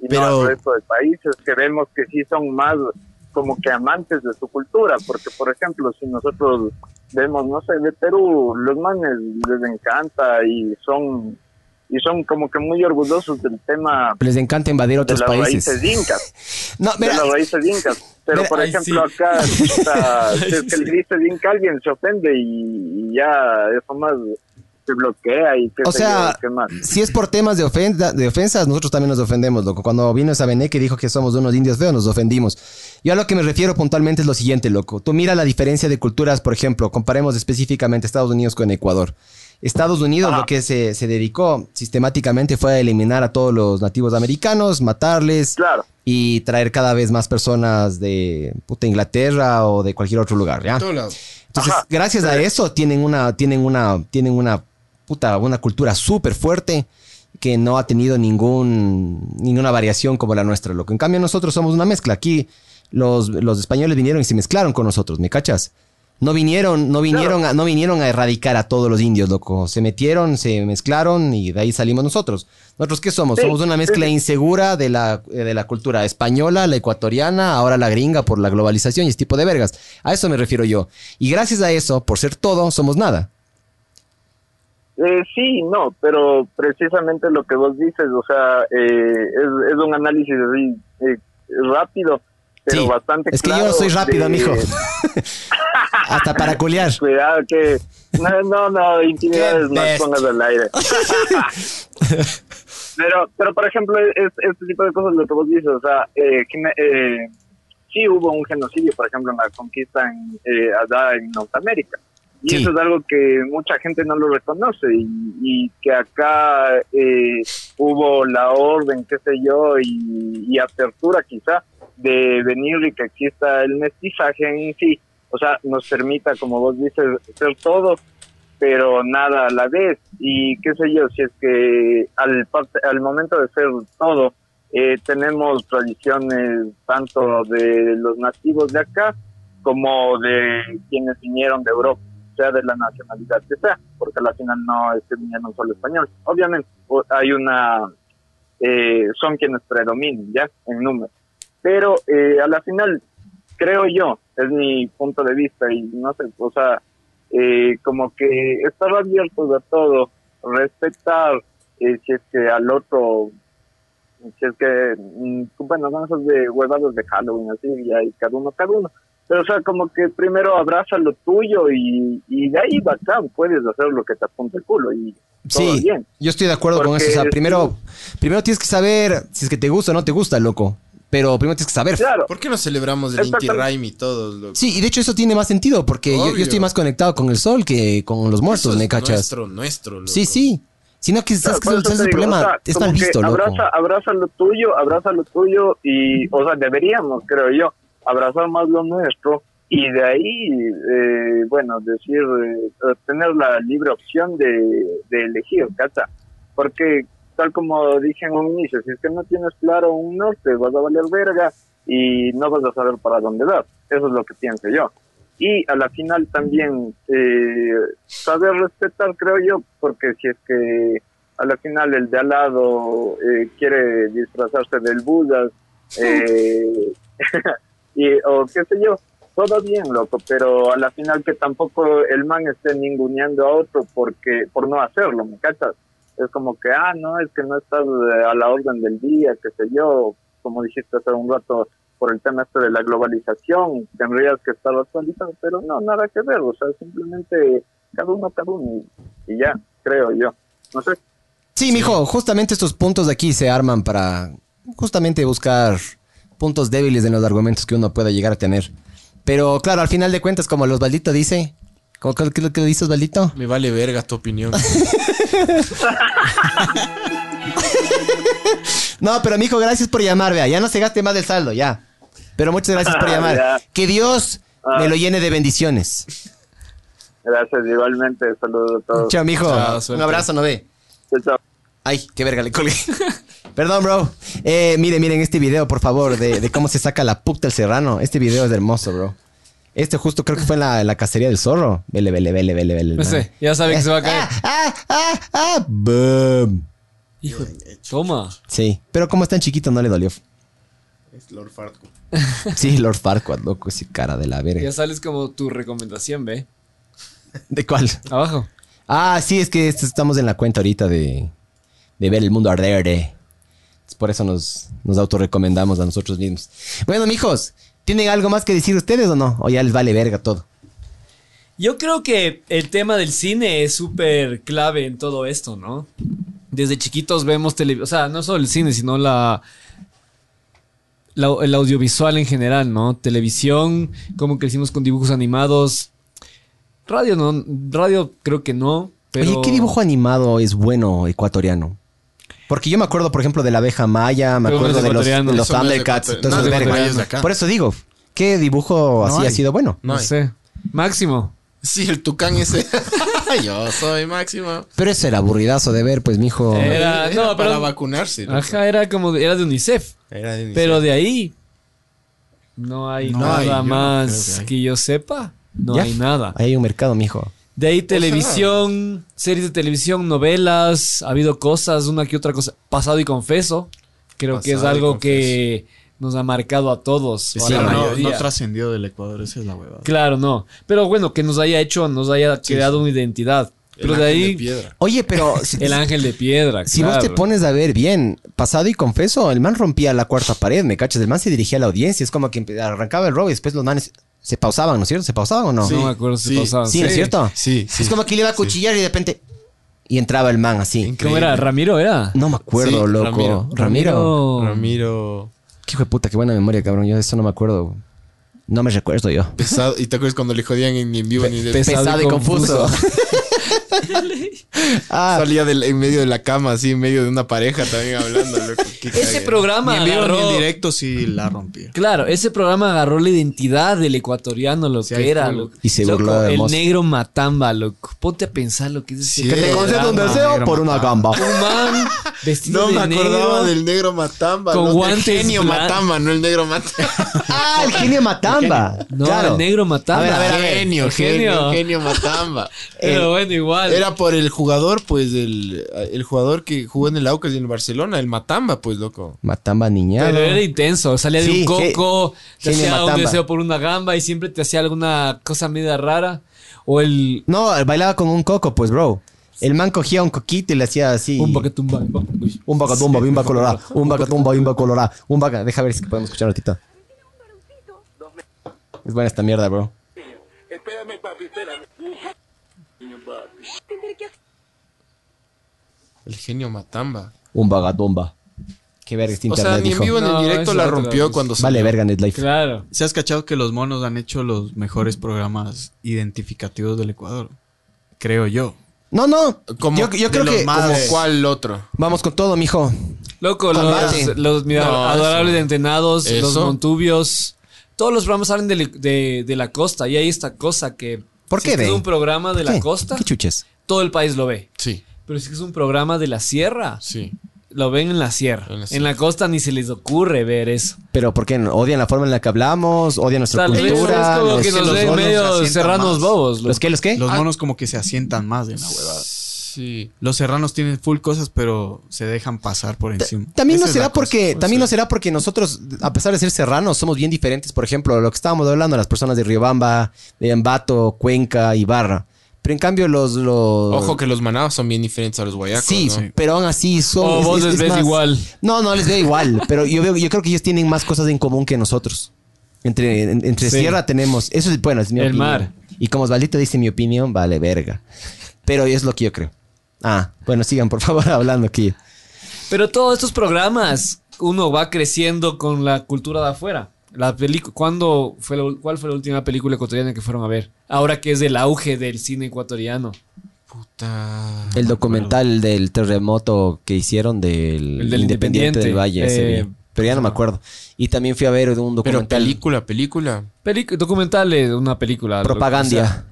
S6: y no
S2: Pero-
S6: al resto de países que vemos que sí son más como que amantes de su cultura? Porque, por ejemplo, si nosotros vemos, no sé, de Perú, los manes les encanta y son y son como que muy orgullosos del tema
S4: Les encanta invadir
S6: de
S4: otros
S6: las
S4: países.
S6: raíces incas.
S4: No, mira,
S6: de las raíces incas. Pero,
S4: Mira,
S6: por
S3: ay,
S6: ejemplo,
S3: sí.
S6: acá,
S4: <laughs>
S6: chuta, si
S3: Ay,
S6: es que
S3: sí.
S6: le dices inca, alguien se ofende y, y ya eso más se bloquea y qué
S4: O
S6: sé
S4: sea,
S6: yo, qué más.
S4: si es por temas de, ofenda, de ofensas, nosotros también nos ofendemos, loco. Cuando vino esa Bené que dijo que somos unos indios feos, nos ofendimos. Yo a lo que me refiero puntualmente es lo siguiente, loco. Tú mira la diferencia de culturas, por ejemplo, comparemos específicamente Estados Unidos con Ecuador. Estados Unidos
S6: Ajá.
S4: lo que se, se dedicó sistemáticamente fue a eliminar a todos los nativos americanos, matarles
S6: Claro,
S4: y traer cada vez más personas de puta Inglaterra o de cualquier otro lugar, ¿ya?
S2: Todo lado.
S4: Entonces,
S6: Ajá.
S4: gracias a eso tienen una, tienen una, tienen una puta, una cultura súper fuerte que no ha tenido ningún, ninguna variación como la nuestra, loco. En cambio, nosotros somos una mezcla. Aquí los, los españoles vinieron y se mezclaron con nosotros, ¿me cachas? No vinieron, no vinieron, a, no vinieron a erradicar a todos los indios, loco. Se metieron, se mezclaron y de ahí salimos nosotros. ¿Nosotros qué somos?
S6: Sí,
S4: somos una
S6: sí,
S4: mezcla
S6: sí.
S4: insegura de la, eh, de la cultura española, la ecuatoriana, ahora la gringa por la globalización y este tipo de vergas. A eso me refiero yo. Y gracias a eso, por ser todo, somos nada.
S6: Eh, sí, y no, pero precisamente lo que vos dices, o sea, eh, es, es un análisis así, eh, rápido, pero
S4: Sí.
S6: bastante
S4: Es que yo
S6: claro
S4: soy rápido,
S6: de- <laughs>
S4: mijo. Hasta para culiar.
S6: Cuidado que... No, no, no, intimidades
S3: Qué
S6: no
S3: bestia.
S6: pongas al aire. <laughs> pero, pero por ejemplo, es- este tipo de cosas, lo que vos dices, o sea, eh, que me- eh, sí hubo un genocidio, por ejemplo, en la conquista en, eh, allá en Norteamérica. Y
S4: Sí.
S6: eso es algo que mucha gente no lo reconoce y, y que acá eh, hubo la orden, qué sé yo, y, y apertura quizá de venir y que exista el mestizaje en sí. O sea, nos permita, como vos dices, ser todo, pero nada a la vez. Y qué sé yo, si es que al, parte- al momento de ser todo, eh, tenemos tradiciones tanto de los nativos de acá como de quienes vinieron de Europa, sea de la nacionalidad que sea, porque al final no es que vinieron solo español. Obviamente, o- hay una. eh, son quienes predominan, ya, en número. Pero eh, a la final, creo yo, es mi punto de vista, y no sé, o sea, eh, como que estar abiertos a todo, respetar eh, si es que al otro, si es que, mm, bueno, no esos de huevados de Halloween, así, y ahí cada uno, cada uno. Pero, o sea, como que primero abraza lo tuyo y, y de ahí bacán, puedes hacer lo que te apunte el culo y todo
S4: Sí,
S6: bien.
S4: yo estoy de acuerdo con
S6: Porque
S4: eso. O sea,
S6: es-
S4: primero, primero tienes que saber si es que te gusta o no te gusta, loco. Pero primero tienes que saber.
S6: Claro,
S2: ¿Por qué no celebramos el Inti
S6: Exactamente.
S2: Raimi todos, loco?
S4: Sí, y de hecho eso tiene más sentido porque yo, yo
S2: Obvio.
S4: estoy más conectado con el sol que con los
S2: Eso
S4: muertos,
S2: es
S4: ¿me cachas?
S2: Nuestro, nuestro, loco.
S4: Sí, sí. Sino que estás,
S6: Claro, por
S4: estás
S6: eso
S4: el
S6: te digo,
S4: problema,
S6: o sea,
S4: es
S6: como
S4: mal
S6: que
S4: visto, loco.
S6: Abraza, abraza lo tuyo, abraza lo tuyo y, o sea, deberíamos, creo yo, abrazar más lo nuestro y de ahí, eh, bueno, decir, eh, tener la libre opción de, de elegir, ¿cacha? Porque, tal como dije en un inicio, si es que no tienes claro un norte, vas a valer verga y no vas a saber para dónde vas. Eso es lo que pienso yo y a la final también eh, saber respetar, creo yo, porque si es que a la final el de al lado eh, quiere disfrazarse del Buda, eh, <laughs> y, o qué sé yo, todo bien, loco, pero a la final que tampoco el man esté ninguneando a otro porque por no hacerlo, ¿me cachas? Es como que, ah, no, es que no estás eh, a la orden del día, qué sé yo, como dijiste hace un rato, por el tema este de la globalización, tendrías que estar actualizado, pero no, nada que ver, o sea, simplemente cada uno, cada uno, y, y ya, creo yo. No sé,
S4: Sí, mijo, justamente estos puntos de aquí se arman para justamente buscar puntos débiles en los argumentos que uno pueda llegar a tener. Pero claro, al final de cuentas, como los Osvaldito dice, ¿cómo- ¿qué es lo que dice Osvaldito?
S2: Me vale verga tu opinión.
S4: <laughs> No, pero mijo, gracias por llamar, vea, ya no se gaste más del saldo, ya. Pero muchas gracias por
S6: Ya.
S4: llamar. Que Dios
S6: Ah.
S4: me lo llene de bendiciones.
S6: gracias igualmente, saludos a todos.
S4: Chao, mijo.
S3: Chao,
S4: Un
S3: suerte.
S4: abrazo, no ve.
S6: Chao, chao.
S4: Ay, qué verga, le colgué. <laughs> Perdón, bro. Eh, miren, miren este video, por favor, de, de cómo se saca la puta el serrano. Este video es hermoso, bro. Este justo creo que fue en la, en la cacería del zorro. Vele, vele, vele, vele, vele.
S3: No sé, ya saben que se va a caer.
S4: Ah, ah, ah, ah. Boom.
S3: Hijo, toma.
S4: Sí, pero como es tan chiquito no le dolió.
S2: es Lord Farquaad.
S4: Sí, Lord Farquaad, loco, ese cara de la
S3: Ya
S4: verga.
S3: sales como tu recomendación, ve.
S4: ¿De cuál?
S3: Abajo.
S4: Ah, sí, es que esto- estamos en la cuenta ahorita de... de ver el mundo arder. eh. Es Por eso nos, nos autorrecomendamos a nosotros mismos. Bueno, mijos, ¿tienen algo más que decir ustedes o no? O ya les vale verga todo.
S3: Yo creo que el tema del cine es súper clave en todo esto, ¿no? Desde chiquitos vemos televisión, o sea, no solo el cine, sino la, la- el audiovisual en general, ¿no? Televisión, cómo crecimos con dibujos animados. Radio no, radio creo que no, pero
S4: Oye, ¿qué dibujo animado es bueno ecuatoriano? Porque yo me acuerdo, por ejemplo, de la abeja maya, me
S3: Pero no
S4: acuerdo
S3: es
S4: de los,
S3: ecuatoriano.
S4: de los
S2: Eso no es
S4: Thundercats,
S2: ecuator-
S4: entonces,
S2: no es
S4: verga.
S5: ecuatoriano de acá.
S4: Por eso digo, ¿qué dibujo así
S5: hay.
S4: ha sido bueno?
S3: no,
S2: No, hay.
S3: sé. Máximo.
S2: Sí, el
S4: <laughs>
S2: tucán ese. Yo soy Máximo.
S4: Pero eso era aburridazo de ver, pues, mijo.
S3: Eh, Era- no,
S2: para
S3: pero-
S2: vacunarse. loco.
S3: Ajá, era como de- era de UNICEF,
S2: Era de
S3: pero de ahí no hay
S5: No
S3: nada
S5: hay, yo no
S3: más
S5: creo que
S3: que,
S5: hay.
S3: yo sepa. No
S4: Ya.
S3: hay nada.
S4: Ahí hay un mercado, mijo.
S3: De ahí televisión, series de televisión, novelas, ha habido cosas, una que otra cosa. Pasado y confeso, creo que es
S2: Pasado y
S3: algo que nos ha marcado a todos. o a
S5: Pero
S3: la
S5: no,
S3: mayoría.
S5: no trascendió del Ecuador, esa es la huevada.
S3: claro, no. Pero bueno, que nos haya hecho, nos haya creado una identidad. Pero de ahí,
S2: piedra.
S4: Oye, <laughs> pero si,
S3: el ángel de piedra.
S4: si vos
S3: claro.
S4: te pones a ver bien, pasado y confeso, el man rompía la cuarta pared, ¿me cachas? El man se dirigía a la audiencia, es como que empe- arrancaba el robo y después los manes se pausaban, ¿no es cierto? ¿Se pausaban o no?
S3: No me acuerdo si
S2: Sí.
S3: pasaba.
S4: Sí, ¿no es cierto?
S2: Sí, sí.
S4: Es como que le iba a cuchillar y de repente... Y entraba el man así.
S3: ¿Cómo era? ¿Ramiro era?
S4: No me acuerdo,
S2: Sí,
S4: loco. Ramiro.
S2: Ramiro.
S3: Ramiro.
S2: Ramiro.
S4: Qué hijo de puta, qué buena memoria, cabrón. Yo de eso no me acuerdo. No me recuerdo yo.
S2: Pesado. ¿Y te acuerdas cuando le jodían en- ni en vivo ni en
S3: pesado y
S4: ah,
S2: Salía del- en medio de la cama, así, en medio de una pareja también hablando, loco. Qué
S3: Ese
S2: cague.
S3: programa
S5: Ni en vivo ni
S3: agarró-
S5: en directo sí la rompía.
S3: Claro, ese programa agarró la identidad del ecuatoriano, lo
S5: Sí,
S3: que
S5: ahí
S3: era,
S5: estuvo.
S3: loco.
S4: Y se
S3: Loco,
S4: burló de
S3: El
S4: Moss.
S3: negro matamba, loco. Ponte a pensar lo que es ese
S2: Sí,
S4: que te
S2: Eh,
S4: concedo un
S3: programa.
S4: deseo
S5: negro
S4: por una
S5: matado.
S4: gamba.
S3: Un man vestido
S2: No me
S3: de negro.
S2: acordaba del negro Matamba.
S3: Con
S2: no, del
S3: guantes
S2: genio
S3: blancos.
S2: Matamba, no el negro Matamba.
S4: <laughs> Ah, el genio Matamba.
S3: No,
S4: claro.
S3: el negro matamba.
S4: A ver, a ver, a ver.
S2: genio,
S3: Genio.
S2: genio, genio Matamba.
S3: Pero bueno, igual.
S2: Era por el jugador, pues, el, el jugador que jugó en el Aucas y en el Barcelona, el Matamba, pues, loco.
S4: Matamba niñado.
S3: pero era intenso, salía de
S4: Sí,
S3: un coco, te
S4: genio
S3: hacía un
S4: matamba.
S3: deseo por una gamba y siempre te hacía alguna cosa media rara. O el.
S4: No, bailaba con un coco, pues, bro. El man cogía un coquito y le hacía así.
S3: Un baquetumba. Uy.
S4: Un bacatumba, bimba colorada. Un bacatumba, bimba colorada. Un vaca. Deja ver si podemos escuchar ahorita. Es buena esta mierda, bro.
S2: El genio Matamba.
S4: Un vagabomba. Qué verga este
S2: O
S4: internet,
S2: sea, ni en
S4: dijo.
S2: vivo ni en
S3: No,
S2: directo
S3: eso
S2: la
S3: otra
S2: rompió
S3: vez.
S2: cuando
S4: Vale
S2: salió.
S4: verga NetLife.
S3: Claro.
S5: ¿Se has cachado que los monos han hecho los mejores programas identificativos del Ecuador? Creo yo.
S4: No, no.
S2: Como,
S4: yo yo
S2: de
S4: creo
S2: los
S4: que...
S2: más- como cuál otro.
S4: Vamos con todo, mijo.
S3: Loco,
S4: Combate.
S3: los, los mira,
S2: No,
S3: adorables
S2: eso.
S3: de entrenados, los
S2: Eso.
S3: montubios. Todos los programas salen de, de- de la costa y hay esta cosa que.
S4: ¿Por
S3: si
S4: qué
S3: es que es
S4: de?
S3: un programa de
S4: ¿Qué?
S3: la costa,
S4: ¿Qué chuches?
S3: todo el país lo ve.
S2: Sí,
S3: Pero si es que es un programa de la sierra,
S2: sí.
S3: lo ven en la sierra.
S2: En la
S3: En la,
S2: sierra.
S3: costa ni se les ocurre ver eso.
S4: ¿Pero por qué? no? ¿Odian la forma en la que hablamos? ¿Odian nuestra
S3: Tal vez
S4: cultura?
S3: es como
S4: ¿Los-
S3: que nos
S5: los
S3: ven
S5: bonos se
S3: medio
S5: asientan
S3: serranos
S5: más.
S3: bobos.
S4: ¿Los qué? ¿Los qué?
S5: Los monos como que se asientan más de la huevada.
S2: Sí.
S5: Los serranos tienen full cosas, pero se dejan pasar por encima.
S4: También no
S5: Esa es
S4: será
S5: la cosa.
S4: porque, también no será porque nosotros, a pesar de ser serranos, somos bien diferentes. Por ejemplo, lo que estábamos hablando, las personas de Riobamba, de Ambato, Cuenca, Ibarra. Pero en cambio, los. los
S2: Ojo que los manados son bien diferentes a los guayacos,
S4: Sí,
S2: ¿no?
S4: pero aún así son.
S3: O
S4: es-
S3: Oh, vos
S4: es-
S3: les
S4: es
S3: ves
S4: más-
S3: igual.
S4: No, no les veo igual. <laughs> pero yo, veo, yo creo que ellos tienen más cosas en común que nosotros. Entre, en- entre
S3: Sí.
S4: sierra tenemos. Eso es bueno, es mi
S3: El
S4: opinión.
S3: mar.
S4: Y como Osvaldito dice mi opinión, vale verga. Pero es lo que yo creo. Ah, bueno, sigan por favor <laughs> hablando aquí.
S3: Pero todos estos programas, uno va creciendo con la cultura de afuera. La película, ¿cuándo fue la, ¿Cuál fue la última película ecuatoriana que fueron a ver? Ahora que es el auge del cine ecuatoriano.
S2: Puta.
S4: El documental del terremoto que hicieron del,
S3: El del
S4: Independiente, del
S3: Independiente,
S4: Valle. ese
S3: eh,
S4: vi. pero ya no me acuerdo. Y también fui a ver un
S2: Pero
S4: documental.
S2: película, película.
S3: Pelic- documental es una película.
S4: propaganda.
S3: loco, o sea,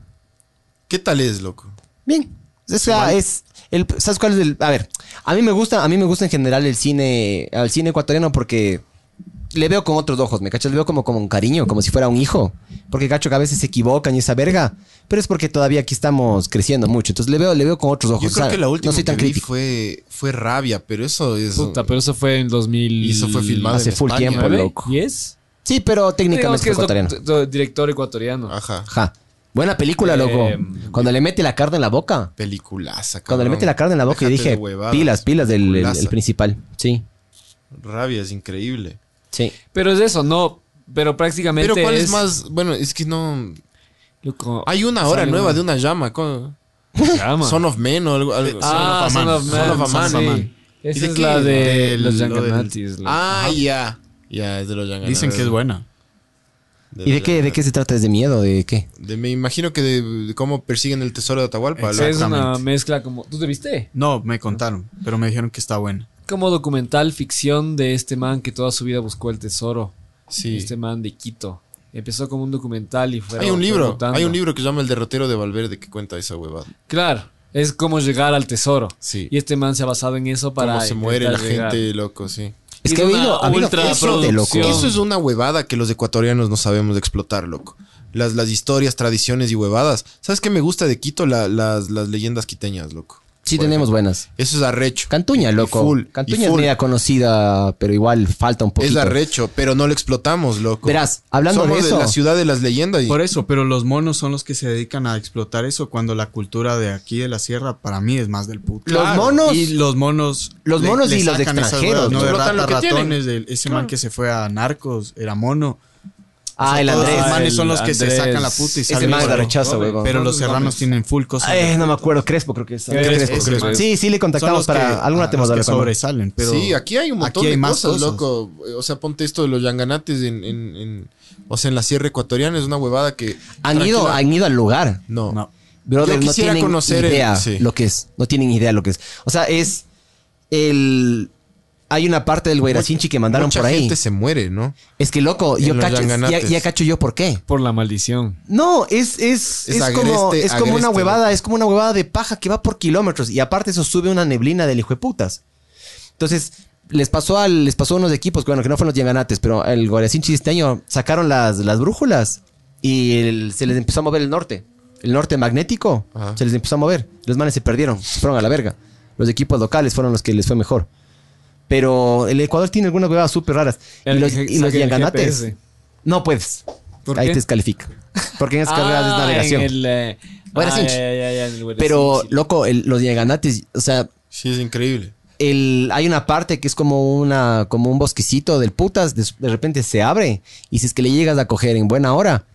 S2: ¿Qué tal es, loco?
S4: Bien. O sea, es. El, ¿Sabes cuál es el.? A ver, a mí me gusta, a mí me gusta en general el cine. Al cine ecuatoriano porque. Le veo con otros ojos, ¿me cachas? Le veo como, como un cariño, como si fuera un hijo. Porque cacho que a veces se equivocan y esa verga. Pero es porque todavía aquí estamos creciendo mucho. Entonces le veo, le veo con otros ojos.
S2: Yo
S4: o
S2: creo
S4: sea,
S2: que la última
S4: no soy tan
S2: que vi
S4: crítico.
S2: fue, fue Rabia, pero eso es...
S3: puta, pero eso fue en 2000.
S2: Y eso fue filmado
S4: Hace
S2: en
S4: full
S2: España.
S4: tiempo, loco.
S3: ¿Y es?
S4: Sí, pero
S3: Digamos
S4: técnicamente
S3: que
S4: es
S3: es doc-
S4: ecuatoriano.
S2: Ah.
S3: do- director ecuatoriano.
S2: Ajá.
S4: Ajá. Buena película,
S3: Eh,
S4: loco. Cuando le mete la carne en la boca.
S2: Peliculaza,
S4: Cuando le
S2: cabrón.
S4: mete la carne en la boca
S2: Déjate
S4: y dije,
S2: de huevadas.
S4: pilas, pilas del el-
S2: Peliculaza.
S4: el principal. Sí,
S2: Rabia, es increíble.
S4: sí.
S3: Pero es eso, no. Pero prácticamente.
S2: Pero ¿cuál es...
S3: es
S2: más? Bueno, es que no...
S3: Loco,
S2: Hay una hora
S3: Sale
S2: nueva
S3: una-
S2: de una llama. ¿cómo?
S3: llama.
S2: Son of Men o algo. algo-
S3: Ah,
S5: Son
S3: Son
S5: of
S3: of
S5: Man.
S3: Man.
S2: Son of Man,
S3: sí.
S5: Man.
S2: ¿Y
S3: Esa
S2: de
S3: es
S2: qué?
S3: la de
S5: Del-
S3: los
S5: lo del-
S3: Yanganatis. loco.
S2: ah, ya. Ya, es de los Yanganas.
S5: Dicen que es buena.
S4: ¿Y de qué, de qué se trata? ¿Es de miedo? ¿De qué?
S2: De- me imagino que de, de cómo persiguen el tesoro de Atahualpa.
S3: Sí, es
S2: loco.
S3: una
S5: Exactamente.
S3: mezcla como. ¿Tú te viste?
S5: No, me contaron, pero me dijeron que está buena.
S3: Como documental ficción de este man que toda su vida buscó el tesoro.
S2: Sí.
S3: Este man de Quito. Empezó como un documental y fue.
S2: hay un
S3: fue
S2: libro.
S3: mutando.
S2: Hay un libro que se llama El derrotero de Valverde que cuenta esa huevada.
S3: Claro. Es como llegar al tesoro.
S2: Sí.
S3: Y este man se ha basado en eso para.
S2: cómo se muere la
S3: intentar llegar.
S2: gente, loco, sí.
S4: Es
S3: Y
S4: que
S3: de
S4: ha
S3: una
S4: habido, ha habido
S3: ultraproducción.
S4: gente, loco.
S2: Eso es una huevada que los ecuatorianos no sabemos explotar, loco. Las, las historias, tradiciones y huevadas. ¿Sabes qué me gusta de Quito? La- las, las leyendas quiteñas, loco.
S4: Sí tenemos buenas.
S2: Eso es arrecho.
S4: Cantuña,
S2: Y- y
S4: loco.
S2: full, y
S4: Cantuña es
S2: full.
S4: media conocida, pero igual falta un
S2: Es
S4: poquito.
S2: arrecho, pero no lo explotamos, loco.
S4: Verás, hablando
S2: Somos
S4: de eso...
S2: la ciudad de las leyendas. y-
S5: Por eso, pero los monos son los que se dedican a explotar eso cuando la cultura de aquí de la sierra para mí es más del puto.
S4: Los
S5: Claro.
S4: monos-
S5: Y los monos.
S4: Los monos y los
S5: sacan esas
S4: extranjeros,
S5: huevas, ¿no? De
S2: explotan
S5: rata-
S2: lo que tienen.
S5: ratones, del- ese man que se fue a narcos, era mono.
S4: Ah, el
S5: Todos
S4: Andrés.
S5: esos manes son
S3: el
S5: los que se
S3: Andrés.
S5: sacan la puta y
S4: Ese
S5: salen
S4: man es de
S5: solo.
S4: rechazo, huevón.
S5: Pero los
S4: Gómez,
S5: serranos tienen full cosas.
S4: Ay, no me acuerdo. Crespo creo que es.
S3: Crespo, Crespo.
S4: Sí, sí le
S5: Son los
S4: contactamos
S5: que-
S4: para... alguna
S5: a
S4: te hemos
S5: los
S4: dado
S5: que
S4: la cuenta.
S5: sobresalen, pero
S2: sí, aquí hay un montón
S5: aquí hay
S2: de
S5: más
S2: cosas,
S5: cosas.
S2: loco. O sea, ponte esto de los yanganates en, en- en- o sea, en la sierra ecuatoriana es una huevada que
S4: Han ido,
S2: Tranquila.
S4: han ido al lugar.
S2: no.
S5: No.
S4: Brother, no
S2: Yo quisiera
S4: tienen
S2: conocer el-
S4: idea
S2: sí.
S4: lo que es. No tienen idea lo que es. O sea, es el... Hay una parte del Guairacinchi que mandaron
S2: Mucha
S4: por ahí.
S2: gente se muere, ¿no?
S4: Es que loco,
S2: en
S4: yo
S2: los
S4: cacho, ya,
S2: Yanganates.
S4: ya cacho yo por qué.
S3: Por la maldición.
S4: No, es, es,
S2: Es
S4: es como,
S2: agreste,
S4: es como
S2: agreste,
S4: una huevada,
S2: loco.
S4: es como una huevada de paja que va por kilómetros. Y aparte eso sube una neblina del hijo de putas. Entonces, les pasó al, les pasó a unos equipos, que, bueno, que no fueron los Yanganates, pero el Guarecinchi este año sacaron las, las brújulas y el- se les empezó a mover el norte. El norte magnético
S2: Ajá.
S4: se les empezó a mover. Los manes se perdieron, se fueron a la verga. Los equipos locales fueron los que les fue mejor. Pero el Ecuador tiene algunas huevadas súper raras. Y los, y los Yanganates. No puedes.
S3: ¿Por
S4: Ahí
S3: qué?
S4: te descalifica. Porque
S3: <laughs>
S4: en esas carreras
S3: Ah,
S4: es navegación.
S3: eh,
S4: Buenas Inch. Pero, loco, el- los Yaganates, o sea,
S2: Sí, es increíble.
S4: el, hay una parte que es como una como un bosquecito del putas, de, de repente se abre y si es que le llegas a coger en buena hora,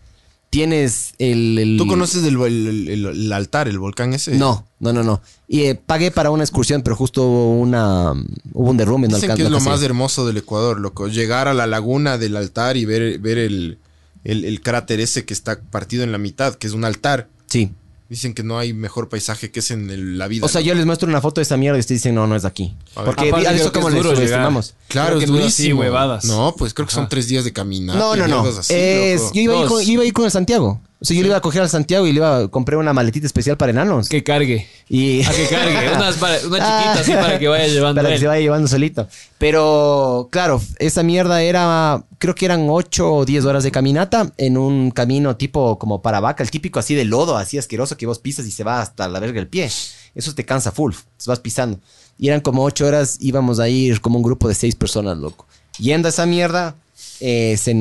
S4: tienes el... el-
S2: ¿Tú conoces el, el- el- el altar, el volcán ese?
S4: No, no, no, no. Y eh, pagué para una excursión, pero justo hubo una... Hubo un derrumbe, no
S2: Dicen que
S4: alcanzó.
S2: es
S4: no
S2: lo más
S4: alcancé.
S2: hermoso del Ecuador, loco. Llegar a la laguna del altar y ver, ver el, el- el cráter ese que está partido en la mitad, que es un altar.
S4: Sí.
S2: Dicen que no hay mejor paisaje que ese en el- la vida.
S4: O sea, yo les muestro una foto de esta mierda y ustedes dicen, no, no es aquí.
S2: A ver.
S4: Porque
S3: Aparte
S4: a eso
S3: creo que
S4: como
S3: es
S4: les
S3: duro llegar.
S4: subestimamos.
S2: claro,
S3: creo
S2: es
S3: que no era así,
S2: durísimo.
S3: huevadas.
S2: No, pues creo que son tres días de caminar.
S4: No,
S2: y
S4: no, no.
S2: mierdas así,
S4: Es-
S2: loco.
S4: yo iba a ir
S3: Dos.
S4: con, yo iba a ir con el Santiago. O sea, yo le iba a coger al Santiago y le iba a comprar una maletita especial para enanos.
S3: Que cargue.
S4: Y...
S3: A que cargue.
S4: <laughs>
S3: Unas para- Una, chiquita
S4: Ah.
S3: así para que
S4: <laughs>
S3: vaya llevando.
S4: Para que
S3: él.
S4: se vaya llevando solito. Pero, claro, esa mierda era. Creo que eran 8 o 10 horas de caminata en un camino tipo como para vaca, el típico así de lodo, así asqueroso que vos pisas y se va hasta la verga el pie. Eso te cansa full. te vas pisando. Y eran como 8 horas, íbamos a ir como un grupo de 6 personas, loco. Yendo a esa mierda, eh, se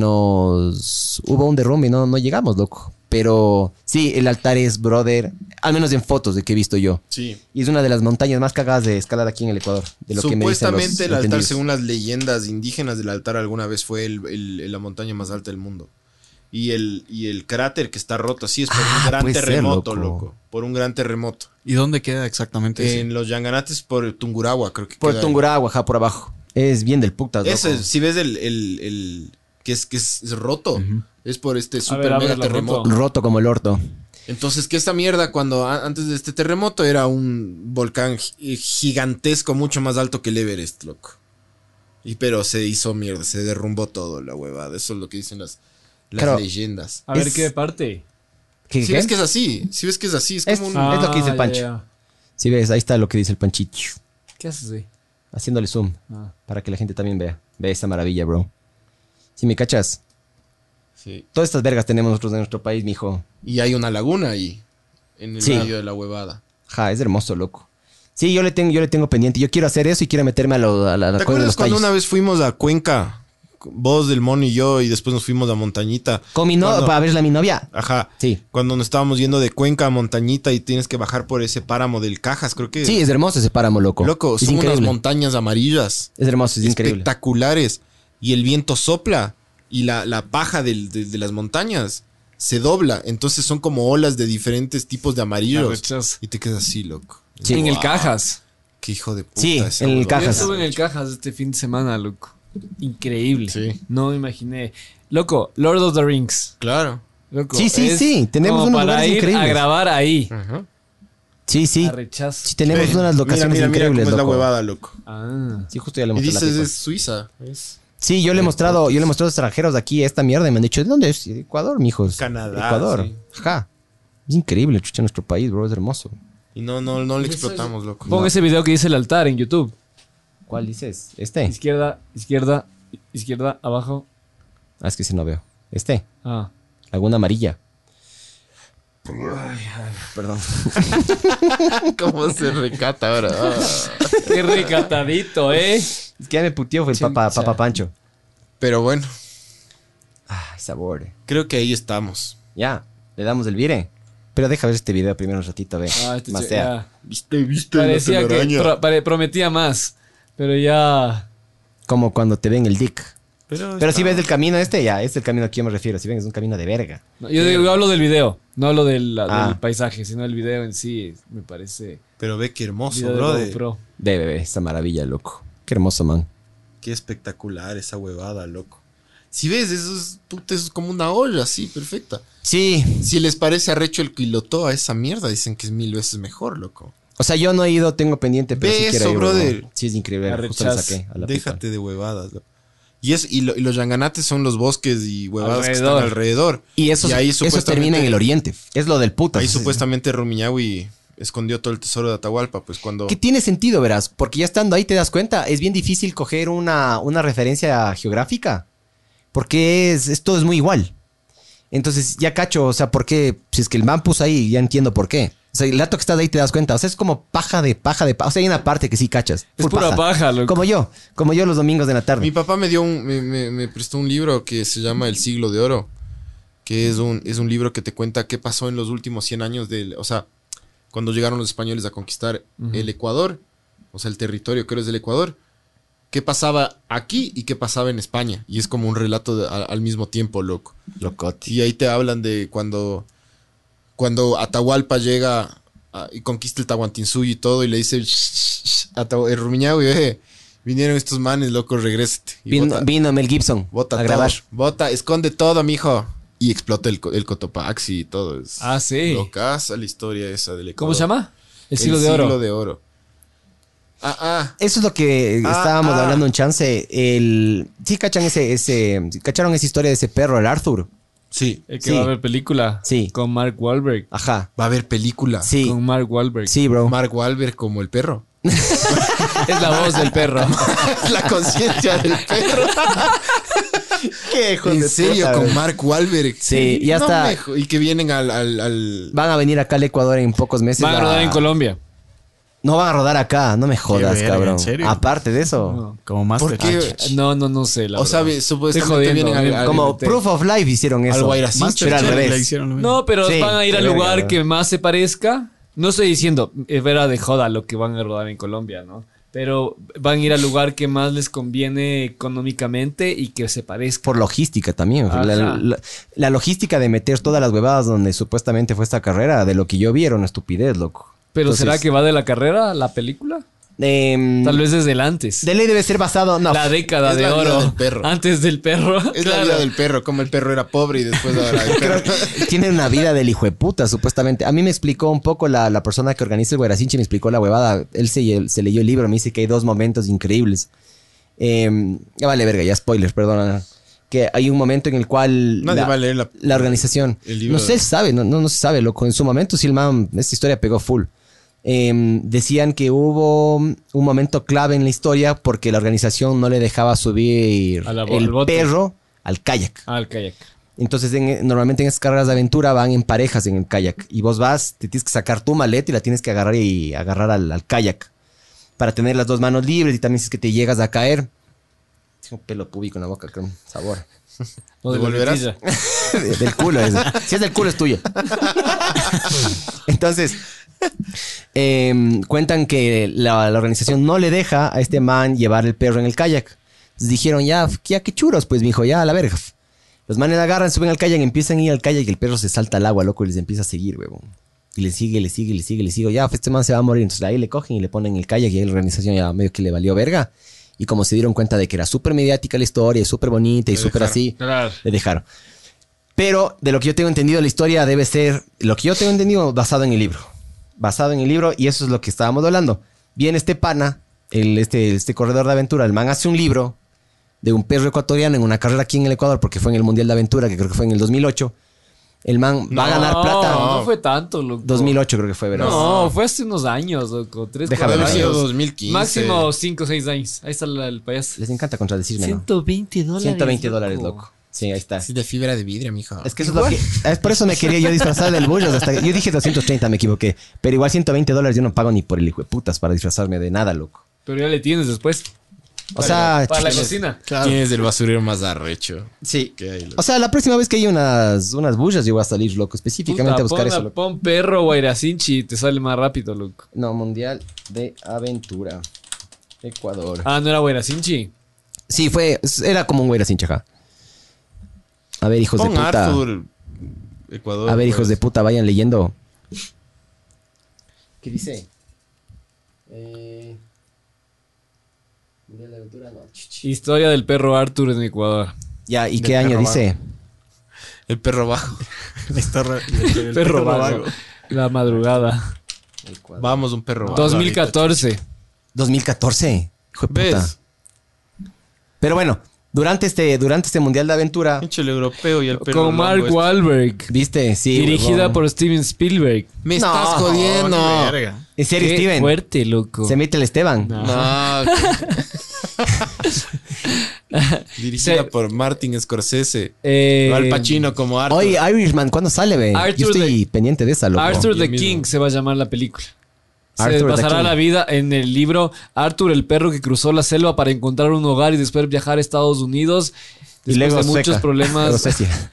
S4: nos. Hubo un derrumbe y no, no llegamos, loco. Pero sí, el altar es, brother, al menos en fotos de que he visto yo.
S2: Sí.
S4: Y es una de las montañas más cagadas de escalar aquí en el Ecuador. De lo que me dicen los
S2: Supuestamente el altar,
S4: entendidos.
S2: según las leyendas indígenas del altar, alguna vez fue el- el- la montaña más alta del mundo. Y el, y el cráter que está roto, sí, es por
S4: Ah,
S2: un gran
S4: puede ser,
S2: terremoto,
S4: loco.
S2: loco. Por un gran terremoto.
S5: ¿Y dónde queda exactamente? ese?
S2: En los Yanganates por Tungurahua, creo que.
S4: Por
S2: queda.
S4: Tungurahua, ajá, por abajo. Es bien del putas, loco.
S2: Ese, si ves el, el- el- que es que es, es roto, es por este super
S3: ver,
S2: mega
S3: ábrelo,
S2: terremoto.
S3: roto.
S4: Roto como el orto.
S2: Entonces, que esta mierda, cuando a- antes de este terremoto, era un volcán gi- eh, gigantesco, mucho más alto que el Everest, loco. Y pero se hizo mierda, se derrumbó todo la huevada. Eso es lo que dicen las, las
S4: Claro.
S2: leyendas.
S3: A ver
S4: Es-
S3: qué parte.
S4: ¿Qué,
S2: Si
S4: qué?
S2: ves que es así, si ves que es así, es
S4: Es-
S2: como un.
S4: Ah, lo que dice el
S3: ya,
S4: Pancho.
S3: ya.
S4: Sí, ves, ahí está lo que dice el Panchito.
S3: ¿Qué haces ahí?
S4: Haciéndole zoom.
S3: Ah.
S4: Para que la gente también vea. Vea esa maravilla, bro. Si me cachas,
S2: Sí.
S4: todas estas vergas tenemos nosotros en nuestro país, mijo.
S2: Y hay una laguna ahí, en el
S4: Sí.
S2: medio de la huevada.
S4: Ja, es hermoso, loco. Sí, yo le tengo, yo le tengo pendiente. Yo quiero hacer eso y quiero meterme a, lo- a la, a la cueva de
S2: ¿Te acuerdas
S4: los
S2: cuando
S4: tallos.
S2: una vez fuimos a Cuenca vos, el mono y yo, y después nos fuimos a Montañita.
S4: Con mi no-
S2: Cuando-
S4: para verle a mi novia.
S2: Ajá.
S4: Sí.
S2: Cuando nos estábamos yendo de Cuenca a Montañita y tienes que bajar por ese páramo del Cajas, creo que.
S4: Sí, es hermoso ese páramo, loco.
S2: Loco,
S4: es
S2: son unas
S4: increíble.
S2: montañas amarillas
S4: Es hermoso, es increíble.
S2: espectaculares. Y el viento sopla y la, la paja del- de, de las montañas se dobla. Entonces son como olas de diferentes tipos de amarillos.
S3: Arrechas.
S2: Y te quedas así, loco.
S4: Sí.
S3: En el
S2: Wow,
S3: Cajas.
S2: Qué hijo de puta.
S4: Sí,
S2: esa
S4: en el
S2: huevada.
S3: Yo
S4: Cajas.
S3: estuve en el Cajas este fin de semana, loco. Increíble.
S2: Sí.
S3: No me imaginé. Loco, Lord of the Rings.
S2: Claro.
S3: Loco,
S4: Sí, sí,
S3: es
S4: sí, tenemos
S3: como
S4: unos
S3: para
S4: lugares
S3: ir a
S4: increíbles.
S3: grabar ahí.
S4: Sí, sí.
S3: A rechazo.
S4: Sí, tenemos unas locaciones
S2: mira, mira, mira
S4: increíbles,
S2: cómo es la
S4: loco.
S2: huevada, loco.
S3: Ah.
S4: Sí, justo ya le
S2: Y
S4: mostré la
S2: dices,
S4: pipa.
S2: es Suiza. Es
S4: Sí, yo le he mostrado, yo le he mostrado a extranjeros de aquí esta mierda y me han dicho, ¿de dónde es? Ecuador, mijos.
S2: Canadá,
S4: Ecuador.
S2: sí.
S4: Ajá. Es increíble, chucha, nuestro país, bro, es hermoso.
S2: Y no, no, no le
S5: Pues,
S2: explotamos, loco.
S3: Pon ese video que dice el altar en YouTube.
S4: ¿Cuál dices? Este.
S3: Izquierda, izquierda, izquierda, abajo.
S4: Ah, es que ese no veo. Este,
S3: Ah.
S4: Laguna Amarilla.
S2: ¿Cómo se recata ahora?
S3: Qué recatadito, ¿eh?
S4: Es que ya me puteó, fue el papa, papa Pancho.
S2: Pero bueno,
S4: Ay, sabor.
S2: creo que ahí estamos.
S4: Ya, le damos el vire. Pero deja ver este video primero un ratito, ve.
S3: Ah, este
S4: Macea.
S3: ya.
S2: Viste, viste.
S3: Parecía que pro- pare- prometía más. Pero ya.
S4: Como cuando te ven el dick.
S2: Pero,
S4: Pero si ves el camino este, ya, este es el camino a que yo me refiero. Si ven, es un camino de verga.
S3: No, yo, digo, yo hablo del video, no hablo del, del
S4: Ah.
S3: paisaje, sino el video en sí. Me parece.
S2: Pero ve qué hermoso,
S3: video de
S2: brother.
S3: GoPro.
S4: Ve, ve, ve, esta maravilla, loco. Qué hermoso, man.
S2: Qué espectacular esa huevada, loco. Si ves, eso es, puta, eso es como una olla así, perfecta.
S4: Sí,
S2: Si les parece arrecho el quilotó a esa mierda, dicen que es mil veces mejor, loco.
S4: o sea, yo no he ido, tengo pendiente, pero
S2: Ve
S4: sí quiero
S2: eso,
S4: ir,
S2: brother.
S4: weón. Sí, es increíble. Justo le
S3: Arrechaz.
S4: saqué a la pipa.
S2: Déjate de huevadas, loco. Y, es, y, lo- y los yanganates son los bosques y huevadas que
S3: Alrededor.
S2: están alrededor.
S4: Y eso,
S2: Y ahí
S4: eso termina en
S2: supuestamente-
S4: el oriente. Es lo del puto.
S2: Ahí supuestamente Rumiñahui escondió todo el tesoro de Atahualpa, pues cuando...
S4: Que tiene sentido, verás, porque ya estando ahí te das cuenta, es bien difícil coger una, una referencia geográfica, porque es, es- todo es muy igual. Entonces ya cacho, o sea, ¿por qué? Si es que el man puso ahí, ya entiendo por qué. O sea, el dato que estás ahí te das cuenta, o sea, es como paja de paja de paja. O sea, hay una parte que sí cachas.
S3: Es
S4: full
S3: pura paja, loco.
S4: Como yo, como yo los domingos de la tarde.
S2: Mi papá me dio un, me, me- me prestó un libro que se llama El siglo de oro, que es un, es un libro que te cuenta qué pasó en los últimos 100 años del, o sea, cuando llegaron los españoles a conquistar el Ecuador, o sea, el territorio que ahora es del Ecuador, qué pasaba aquí y qué pasaba en España. Y es como un relato de- a- al mismo tiempo, loco.
S4: Locote.
S2: Y ahí te hablan de cuando, cuando Atahualpa llega a- y conquista el Tahuantinsuyo y todo, y le dice, "Shh, shh, shh, Atahua- eh, Rumiñahui, eh, vinieron estos manes, loco, regrésate. Y
S4: Vino,
S2: bota-
S4: vino Mel Gibson
S2: Bota
S4: a
S2: todo.
S4: grabar.
S2: Bota, esconde todo, mijo. Y explota el, co- el Cotopaxi y todo. Es
S3: Ah, sí.
S2: Locaza la historia esa del
S3: ¿Cómo
S2: Ecuador.
S3: se llama? El siglo de oro.
S2: siglo de oro. Ah, ah.
S4: Eso es lo que
S2: Ah,
S4: estábamos
S2: ah.
S4: hablando en Chance. El, sí, cachan ese, ese, cacharon esa historia de ese perro, el Arthur.
S2: Sí.
S3: El que
S4: Sí.
S3: va a ver película.
S4: Sí.
S3: Con Mark Wahlberg.
S4: Ajá.
S2: Va a haber película.
S4: Sí,
S3: Con Mark Wahlberg.
S4: sí, bro.
S2: Mark Wahlberg como el perro. <laughs>
S3: Es la voz del
S4: <laughs>
S3: perro.
S2: la conciencia del perro.
S4: ¿Qué hijo
S2: en
S4: de
S2: serio,
S4: puta,
S2: con
S4: bro?
S2: Mark Wahlberg.
S4: Sí, y ya
S2: No
S4: está.
S2: me jo- y que vienen al... al- al-
S4: Van a venir acá al Ecuador en pocos meses.
S3: Van a rodar en Colombia.
S4: No van a rodar acá, no me jodas,
S5: verga,
S4: cabrón.
S5: ¿en serio?
S4: Aparte de eso,
S3: No.
S5: Como más
S4: pues,
S2: ¿Por
S4: ah,
S2: qué?
S3: No, no, no sé. La
S2: o sea,
S3: verdad.
S2: ve- supuestamente
S3: Estoy jodiendo,
S2: vienen al... al-
S4: como
S3: te-
S4: proof of life hicieron eso.
S5: Ah,
S2: Guairacincho.
S4: Pero al revés.
S3: No, pero
S4: Sí,
S3: van a ir
S4: qué
S3: al
S4: verga,
S3: lugar
S4: bro.
S3: que más se parezca. No estoy diciendo, es vera de joda lo que van a rodar en Colombia, ¿no? Pero van a ir al lugar que más les conviene económicamente y que se parezca.
S4: Por logística también.
S3: Ajá.
S4: La, la- la logística de meter todas las huevadas donde supuestamente fue esta carrera, de lo que yo vi era una estupidez, loco.
S3: Pero
S4: Entonces,
S3: ¿será que va de la carrera la película?
S4: em,
S3: Tal vez desde el antes.
S4: De ley debe ser basado. No.
S3: la década
S2: Es
S3: de
S2: la vida
S3: oro.
S2: del
S3: <laughs>
S2: perro.
S3: Antes del perro.
S2: Es
S3: Claro.
S2: la vida del perro, como el perro era pobre y después
S4: <laughs>
S2: ahora el perro...
S4: Tienen una vida del hijo de puta, supuestamente. A mí me explicó un poco la, la persona que organiza el Guaracinche, me explicó la huevada. Él se, se leyó el libro, me dice que hay dos momentos increíbles. Eh, ya vale, verga, ya spoilers, perdona. Que hay un momento en el cual
S2: Nadie
S4: la,
S2: va a leer la-
S4: la organización.
S2: el
S4: no
S2: libro
S4: sé,
S2: de-
S4: sabe, no, no, no se sabe, loco. En su momento, Silman, esta historia pegó full. Eh, decían que hubo un momento clave en la historia porque la organización no le dejaba subir
S3: A la bo-
S4: el
S3: al bote.
S4: perro al kayak.
S3: Ah, el kayak.
S4: Entonces, en- eh, normalmente en esas carreras de aventura van en parejas en el kayak. Y vos vas, te tienes que sacar tu maleta y la tienes que agarrar y agarrar al, al kayak. Para tener las dos manos libres y también si es que te llegas a caer. Tengo pelo púbico en la boca, con sabor.
S3: O de la
S2: ¿Devolverás?
S3: tetilla.
S2: <laughs>
S4: De- <laughs> del culo. ese. Si es del culo, es tuyo. Entonces, em, cuentan que la, la organización no le deja a este man llevar el perro en el kayak. Entonces dijeron, ya, f- ya qué churos, pues, mijo, ya a la verga. Los manes agarran, suben al kayak, empiezan a ir al kayak y el perro se salta al agua, loco, y les empieza a seguir, huevón. Y le sigue, le sigue, le sigue, le sigue. Ya, pues, este man se va a morir. Entonces ahí le cogen y le ponen el kayak y ahí la organización ya medio que le valió verga. Y como se dieron cuenta de que era súper mediática la historia, y súper bonita y súper así,
S3: Claro.
S4: le dejaron. Pero de lo que yo tengo entendido, la historia debe ser, lo que yo tengo entendido, basado en el libro. Basado en el libro, y eso es lo que estábamos hablando. Viene este pana, el, este, este corredor de aventura, el man hace un libro de un perro ecuatoriano en una carrera aquí en el Ecuador, porque fue en el Mundial de Aventura, que creo que fue en el 2008. El man va a ganar plata.
S3: No, no fue tanto, loco.
S4: 2008 creo que fue, ¿verdad?
S3: No, fue hace unos años, loco. Tres,
S4: Deja
S3: cuatro
S4: ver,
S3: años.
S2: sido 2015.
S3: Máximo 5 o 6 años. Ahí está la- el payaso.
S4: Les encanta contradecirme, ¿no?
S3: 120 dólares.
S4: 120 dólares, loco. Sí, ahí está.
S2: de fibra de vidrio, mijo.
S4: Es que eso es lo que. Es por eso me quería yo disfrazar del Bullos. Hasta que- yo dije 230, me equivoqué. Pero igual 120 dólares yo no pago ni por el hijo de putas para disfrazarme de nada, loco.
S3: Pero ya le tienes después.
S4: O sea,
S3: Para la
S4: ch-
S3: cocina.
S2: ¿Quién es el basurero más arrecho?
S4: sí.
S2: ¿Qué hay,
S4: O
S2: loco?
S4: sea, la próxima vez que hay unas, unas bullas, yo voy a salir, loco, específicamente a
S3: Puta,
S4: buscar
S3: pon,
S4: eso,
S3: a-
S4: loco.
S3: pon perro guairacinchi y te sale más rápido, loco.
S4: No, Mundial de Aventura. Ecuador.
S3: Ah, no era guairacinchi.
S4: Sí, fue. Era como un güey sin chaja. A ver, hijos de
S2: Pon
S4: puta.
S2: Arthur, Ecuador.
S4: A ver, hijos
S2: pues.
S4: de puta, vayan leyendo. ¿Qué dice? Eh, Mundial de Aventura, no.
S3: Historia del perro Arthur en Ecuador.
S4: Ya, ¿y
S2: De
S4: qué año
S2: perro
S4: dice?
S2: El perro bajo.
S5: Está re-
S3: El perro vago. La madrugada.
S2: Vamos, un perro bajo.
S3: 2014.
S4: 2014. Hijo de puta.
S2: ¿Ves?
S4: Pero bueno, durante este, durante este Mundial de Aventura,
S2: Pinche el europeo y el perro
S3: Con
S2: longo
S3: Mark
S2: este.
S3: Wahlberg.
S4: ¿viste? Sí.
S3: Dirigida
S4: huevón.
S3: por Steven Spielberg.
S2: Me
S4: No,
S2: estás jodiendo.
S5: Oh, qué verga.
S4: En serio,
S3: Qué
S4: Steven.
S3: fuerte, loco.
S4: Se mete el Esteban.
S2: No. Dirigida
S3: Se-
S2: por Martin Scorsese.
S3: Eh,
S2: Al Pacino como Arthur.
S4: Oye, Irishman, ¿cuándo sale, ve? Yo
S3: Arthur
S4: estoy pendiente de esa, loco.
S3: Arthur
S2: Yo
S3: the
S2: mismo.
S3: King se va a llamar la película.
S4: Arthur
S3: se
S4: the
S3: pasará
S4: King.
S3: la vida en el libro Arthur el perro que cruzó la selva para encontrar un hogar y después viajar a Estados Unidos. Después
S4: y luego
S3: de muchos
S4: Sueca. Luego
S3: problemas. <laughs>
S4: Suecia.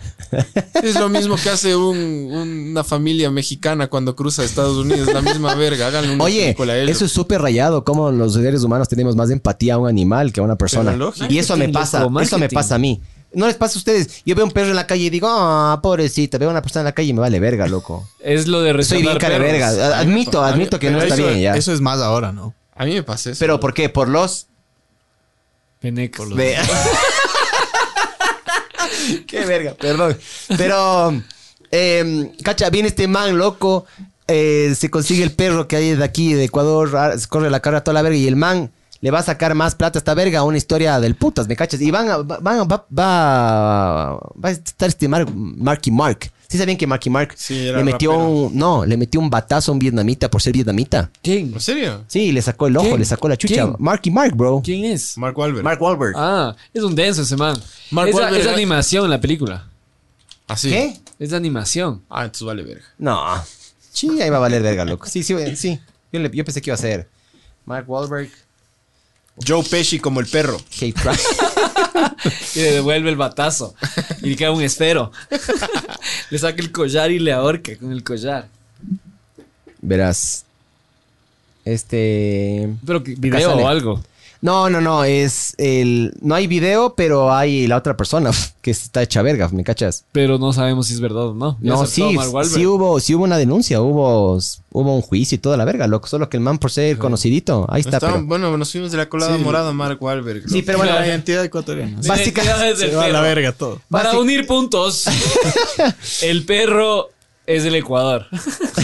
S2: Es lo mismo que hace un- una familia mexicana cuando cruza Estados Unidos. La misma verga. Háganle una
S4: Oye,
S2: película a él.
S4: eso es súper rayado. Cómo los seres humanos tenemos más empatía a un animal que a una persona.
S2: Pero lógico.
S4: Y eso me
S3: Marketing,
S4: pasa.
S3: loco,
S4: Eso me
S3: marketing.
S4: pasa a mí. No les pasa a ustedes. Yo veo un perro en la calle y digo, ah, pobrecita. Veo a una persona en la calle y me vale verga, loco.
S3: Es lo de
S4: Soy bien
S3: rescatar
S4: cara de
S3: perros.
S4: verga. A- Admito, admito que no
S5: Pero
S4: está
S5: eso-
S4: bien ya.
S5: Eso es más ahora, ¿no?
S2: A mí me pasa eso.
S4: Pero ¿por qué? Por los...
S3: Fenex.
S4: de- <laughs> qué verga, perdón. Pero, eh, cacha, viene este man loco. eh, se consigue el perro que hay de aquí, de Ecuador. ah, se corre la cara a toda la verga. Y el man le va a sacar más plata a esta verga. a Una historia del putas, ¿me cachas? Y van a- va- van a- va, va, va a estar este Mar- Marky Mark. ¿Sí sabían que Marky Mark
S2: Sí, era
S4: le metió
S2: rapero.
S4: un... No, le metió un batazo a un vietnamita por ser vietnamita.
S3: ¿Quién?
S2: ¿En serio?
S4: Sí, le sacó el ojo,
S3: ¿Quién?
S4: le sacó la chucha.
S3: ¿Quién?
S4: Marky Mark, bro.
S3: ¿Quién es?
S2: Mark Wahlberg.
S4: Mark Wahlberg.
S3: Ah, es un denso ese man.
S2: Mark
S3: es,
S2: Wahlberg
S3: es
S2: era-
S3: animación la película.
S2: Así.
S4: ¿Qué?
S3: Es de animación.
S2: Ah, entonces vale verga.
S4: No. Sí, ahí va a valer verga, loco. Sí, sí, sí. Yo, le- yo pensé que iba a ser Mark Wahlberg,
S2: Joe Pesci como el perro.
S4: Kate Pratt.
S3: Y le devuelve el batazo. Y le queda un esfero. <laughs> le saca el collar y le ahorca con el collar.
S4: <laughs> Verás. Este.
S3: Pero que- video
S4: Casale.
S3: o algo.
S4: No, no, no. Es el. No hay video, pero hay la otra persona que está hecha verga, ¿me cachas?
S3: Pero no sabemos si es verdad o no. Ya
S4: No,
S3: aceptó
S4: sí,
S3: Mark Wahlberg.
S4: sí hubo, sí hubo una denuncia, hubo, hubo un juicio y toda la verga, loco. Solo que el man por ser conocidito, ahí está.
S2: Estaban-
S4: Pero,
S2: Bueno, nos fuimos de la colada
S5: Sí.
S2: morada Mark Wahlberg.
S4: sí,
S2: loco.
S4: pero bueno,
S5: La identidad ecuatoriana.
S4: Sí. Básica-
S3: Identidades del
S5: Se va a la
S3: perro.
S5: verga todo.
S3: Para unir <laughs> puntos, el perro es del Ecuador. <laughs>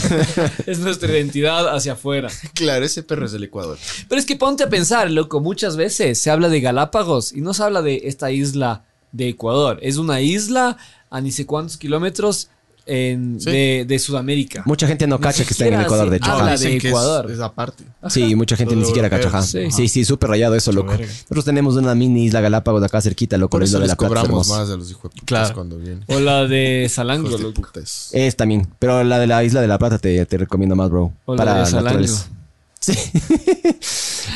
S3: es nuestra identidad hacia afuera.
S2: Claro, ese perro es del Ecuador.
S3: Pero es que ponte a pensar, loco, muchas veces se habla de Galápagos y no se habla de esta isla de Ecuador. Es una isla a ni sé cuántos kilómetros en-
S2: Sí.
S3: de, de Sudamérica.
S4: mucha gente no
S3: Ni
S4: cacha que está en el
S3: siquiera
S4: Ecuador, Ah, de
S3: se
S4: hecho.
S3: habla
S4: ajá.
S3: de
S5: Dicen que es-
S3: Aparte.
S5: Es, aparte.
S4: Sí, mucha gente ni
S5: Todo
S4: siquiera
S5: europeo.
S4: cachaja.
S3: Sí.
S4: Sí, sí, súper rayado eso, loco.
S5: verga.
S4: Nosotros tenemos una mini isla Galápagos de acá cerquita, loco,
S2: Por
S4: la
S2: eso
S4: isla de
S2: les
S4: la Plata.
S2: cobramos
S4: hermosa.
S2: más a los hijos de putas
S5: Claro.
S2: cuando vienen.
S3: O la de Salango,
S2: Hijos de
S3: loco.
S2: putas.
S4: Es también, pero la de la isla de la Plata te, te recomiendo más, bro.
S3: O la
S4: <laughs> para
S3: de Salango.
S4: naturaleza. Sí.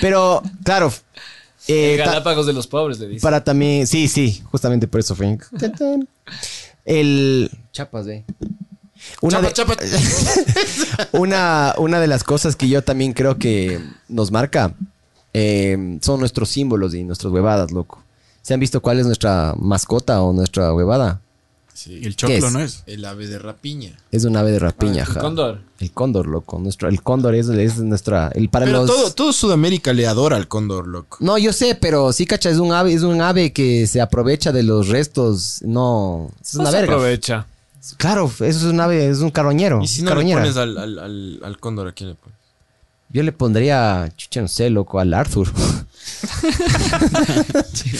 S4: pero, claro, Eh,
S3: El
S4: ta-
S3: Galápagos de los pobres, le dice.
S4: para también. Sí, sí, justamente por eso, Frank. Tan, tan. El. Chapas, ve. Una de,
S2: Chapa, chapa.
S4: <laughs> una, una de las cosas que yo también creo que nos marca eh, son nuestros símbolos y nuestras huevadas, loco. ¿Se han visto cuál es nuestra mascota o nuestra huevada?
S5: Y
S2: Sí,
S5: el choclo
S4: es?
S5: no es.
S2: el ave de rapiña.
S4: Es un ave de rapiña,
S3: Ah, el
S4: ja.
S3: cóndor.
S4: El cóndor, loco. Nuestro, el cóndor es, es nuestra. El para
S2: Pero
S4: los.
S2: todo, todo Sudamérica le adora al cóndor, loco.
S4: No, yo sé, pero sí, cacha, es un ave, es un ave que se aprovecha de los restos. No. Es
S3: No
S4: una
S3: se
S4: verga.
S3: aprovecha.
S4: Claro, eso es un ave, es un carroñero.
S2: Y si no le
S4: carroñera.
S2: pones al, al, al, al cóndor, ¿a quién le pones?
S4: Yo le pondría, chucha, no sé, loco, al Arthur. <laughs>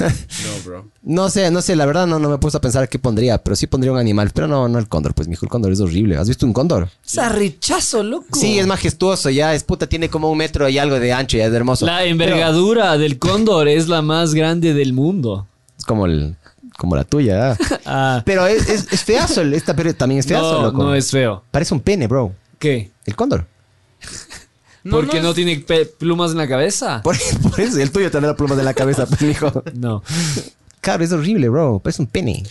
S2: No, bro.
S4: No sé, no sé, la verdad no, no me puse a pensar qué pondría, pero sí pondría un animal, pero no, no el cóndor, pues mijo, el cóndor es horrible. ¿Has visto un cóndor?
S3: Sarrichazo, loco.
S4: Sí, es majestuoso, ya es puta, tiene como un metro y algo de ancho, ya es hermoso.
S3: La envergadura del cóndor es la más grande del mundo.
S4: Es como el, como la tuya, ¿eh?
S3: Ah,
S4: Pero es, es, es feazo, el- esta pero también es feazo,
S3: no,
S4: loco.
S3: no es feo.
S4: Parece un pene, bro.
S3: ¿Qué?
S4: El cóndor.
S3: ¿Porque no, tiene pe- plumas en la cabeza?
S4: Por, por eso, el tuyo también la pluma de la cabeza, pues, mijo.
S3: No.
S4: Claro, es horrible, bro. Parece un pene.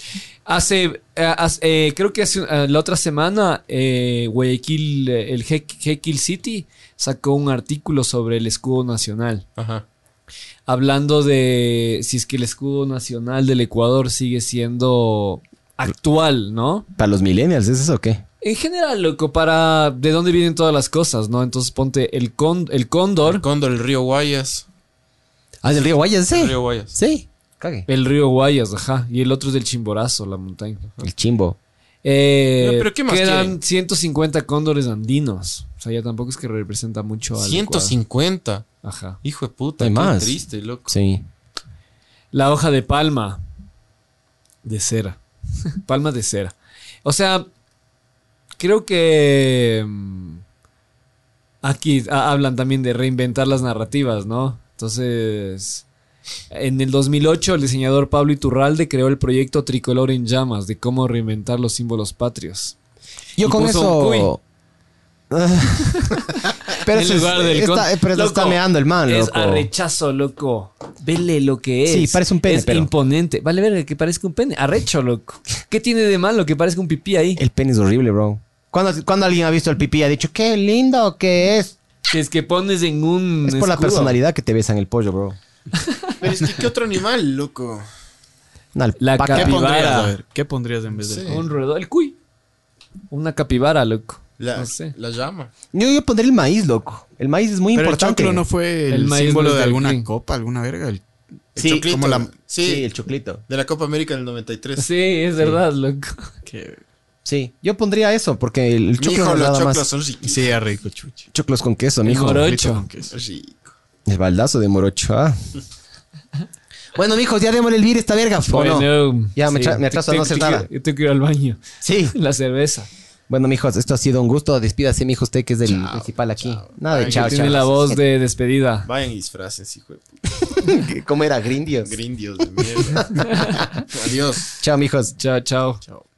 S3: Hace, eh, hace- eh, creo que hace, eh, la otra semana, eh, Guayaquil, eh, el Jek- Jekyll City sacó un artículo sobre el escudo nacional,
S2: Ajá.
S3: hablando de si es que el escudo nacional del Ecuador sigue siendo actual, ¿no?
S4: Para los millennials, ¿es eso o qué?
S3: En general, loco, para de dónde vienen todas las cosas, ¿no? Entonces ponte el, con- el cóndor,
S2: El cóndor, el río Guayas.
S4: Ah, del río Guayas, sí.
S2: El río Guayas.
S4: Sí. Cague.
S3: el río Guayas, ajá, y el otro es del Chimborazo, la montaña.
S4: El chimbo.
S3: Eh,
S2: No, pero ¿qué más
S3: quedan
S2: quieren?
S3: 150 cóndores andinos. O sea, ya tampoco es que representa mucho al Ecuador.
S2: 150.
S3: Ajá.
S2: Hijo de puta,
S4: Hay
S2: qué
S4: más.
S2: triste, loco.
S4: Sí.
S3: La hoja de palma. De cera. <laughs> palma de cera. O sea, creo que... mm, Aquí ha- hablan también de reinventar las narrativas, ¿no? Entonces... En el 2008, el diseñador Pablo Iturralde creó el proyecto Tricolor en Llamas de cómo reinventar los símbolos patrios.
S4: Yo
S3: Y
S4: con
S3: puso un cuy.
S4: eso. <laughs> pero
S3: En
S4: eso es-
S3: lugar del
S4: está,
S3: con-
S4: pero eso
S3: Loco,
S4: está meando el man,
S3: Es
S4: loco.
S3: a rechazo, loco. Vele lo que es.
S4: Sí, parece un pene,
S3: Es
S4: pero-
S3: imponente. Vale verga que parezca un pene. Arrecho, loco. ¿Qué tiene de malo que parezca un pipí ahí?
S4: El pene es horrible, bro. ¿Cuándo, cuándo alguien ha visto el pipí y ha dicho qué lindo que es?
S3: Si es que pones en un.
S4: Es por la
S3: escudo.
S4: personalidad que te besan el pollo, bro.
S2: Pero es que, ¿qué otro animal, loco?
S4: Una
S3: La
S4: alpaca.
S3: capibara.
S5: Pondrías, a ver, ¿Qué pondrías en vez de
S2: Sí.
S3: Un roedor. El cuy. Una capibara, loco.
S2: La,
S3: No sé.
S2: la llama.
S4: Yo voy a poner el maíz, loco. El maíz es muy
S5: Pero el
S4: importante.
S5: choclo no fue el,
S3: El maíz no
S5: símbolo
S3: es
S5: de
S3: del
S5: alguna
S3: fin.
S5: copa, alguna verga. El-
S2: El
S4: Sí,
S2: choclito.
S5: como la-
S2: sí,
S4: Sí, el choclito.
S2: de la Copa América del 93.
S3: Sí, es verdad, loco.
S5: que-
S4: Sí, yo pondría eso porque el, el
S2: Mi
S4: choclo
S2: hijo,
S4: no
S2: los
S4: nada
S2: choclos
S4: más.
S2: son riquísimos.
S5: Sí, era rico, chuchi.
S4: Choclos con queso, mijo.
S3: moro-
S5: Frito
S3: Ocho.
S5: con queso.
S2: Rico.
S4: El baldazo de morocho. ah. <laughs> bueno, mijos, ya démosle el vir esta verga. ¿o no?
S3: Bueno,
S4: Ya, me tra- me atraso a no
S3: tengo-
S4: hacer nada.
S3: Yo tengo que ir al baño. <laughs>
S4: Sí.
S3: La cerveza.
S4: Bueno, mijos, esto ha sido un gusto. Despídase, mijo, usted que es el principal aquí. Nada de
S2: Ay,
S4: chao,
S3: Que tiene
S4: chao. Eh.
S3: la voz de despedida.
S2: Vayan y disfraces, hijo de puta.
S4: <laughs> ¿Cómo era? Grindios. <laughs>
S2: Grindios de mierda. Adiós.
S4: Chao, mijos.
S3: Chao, chao.
S2: Chao.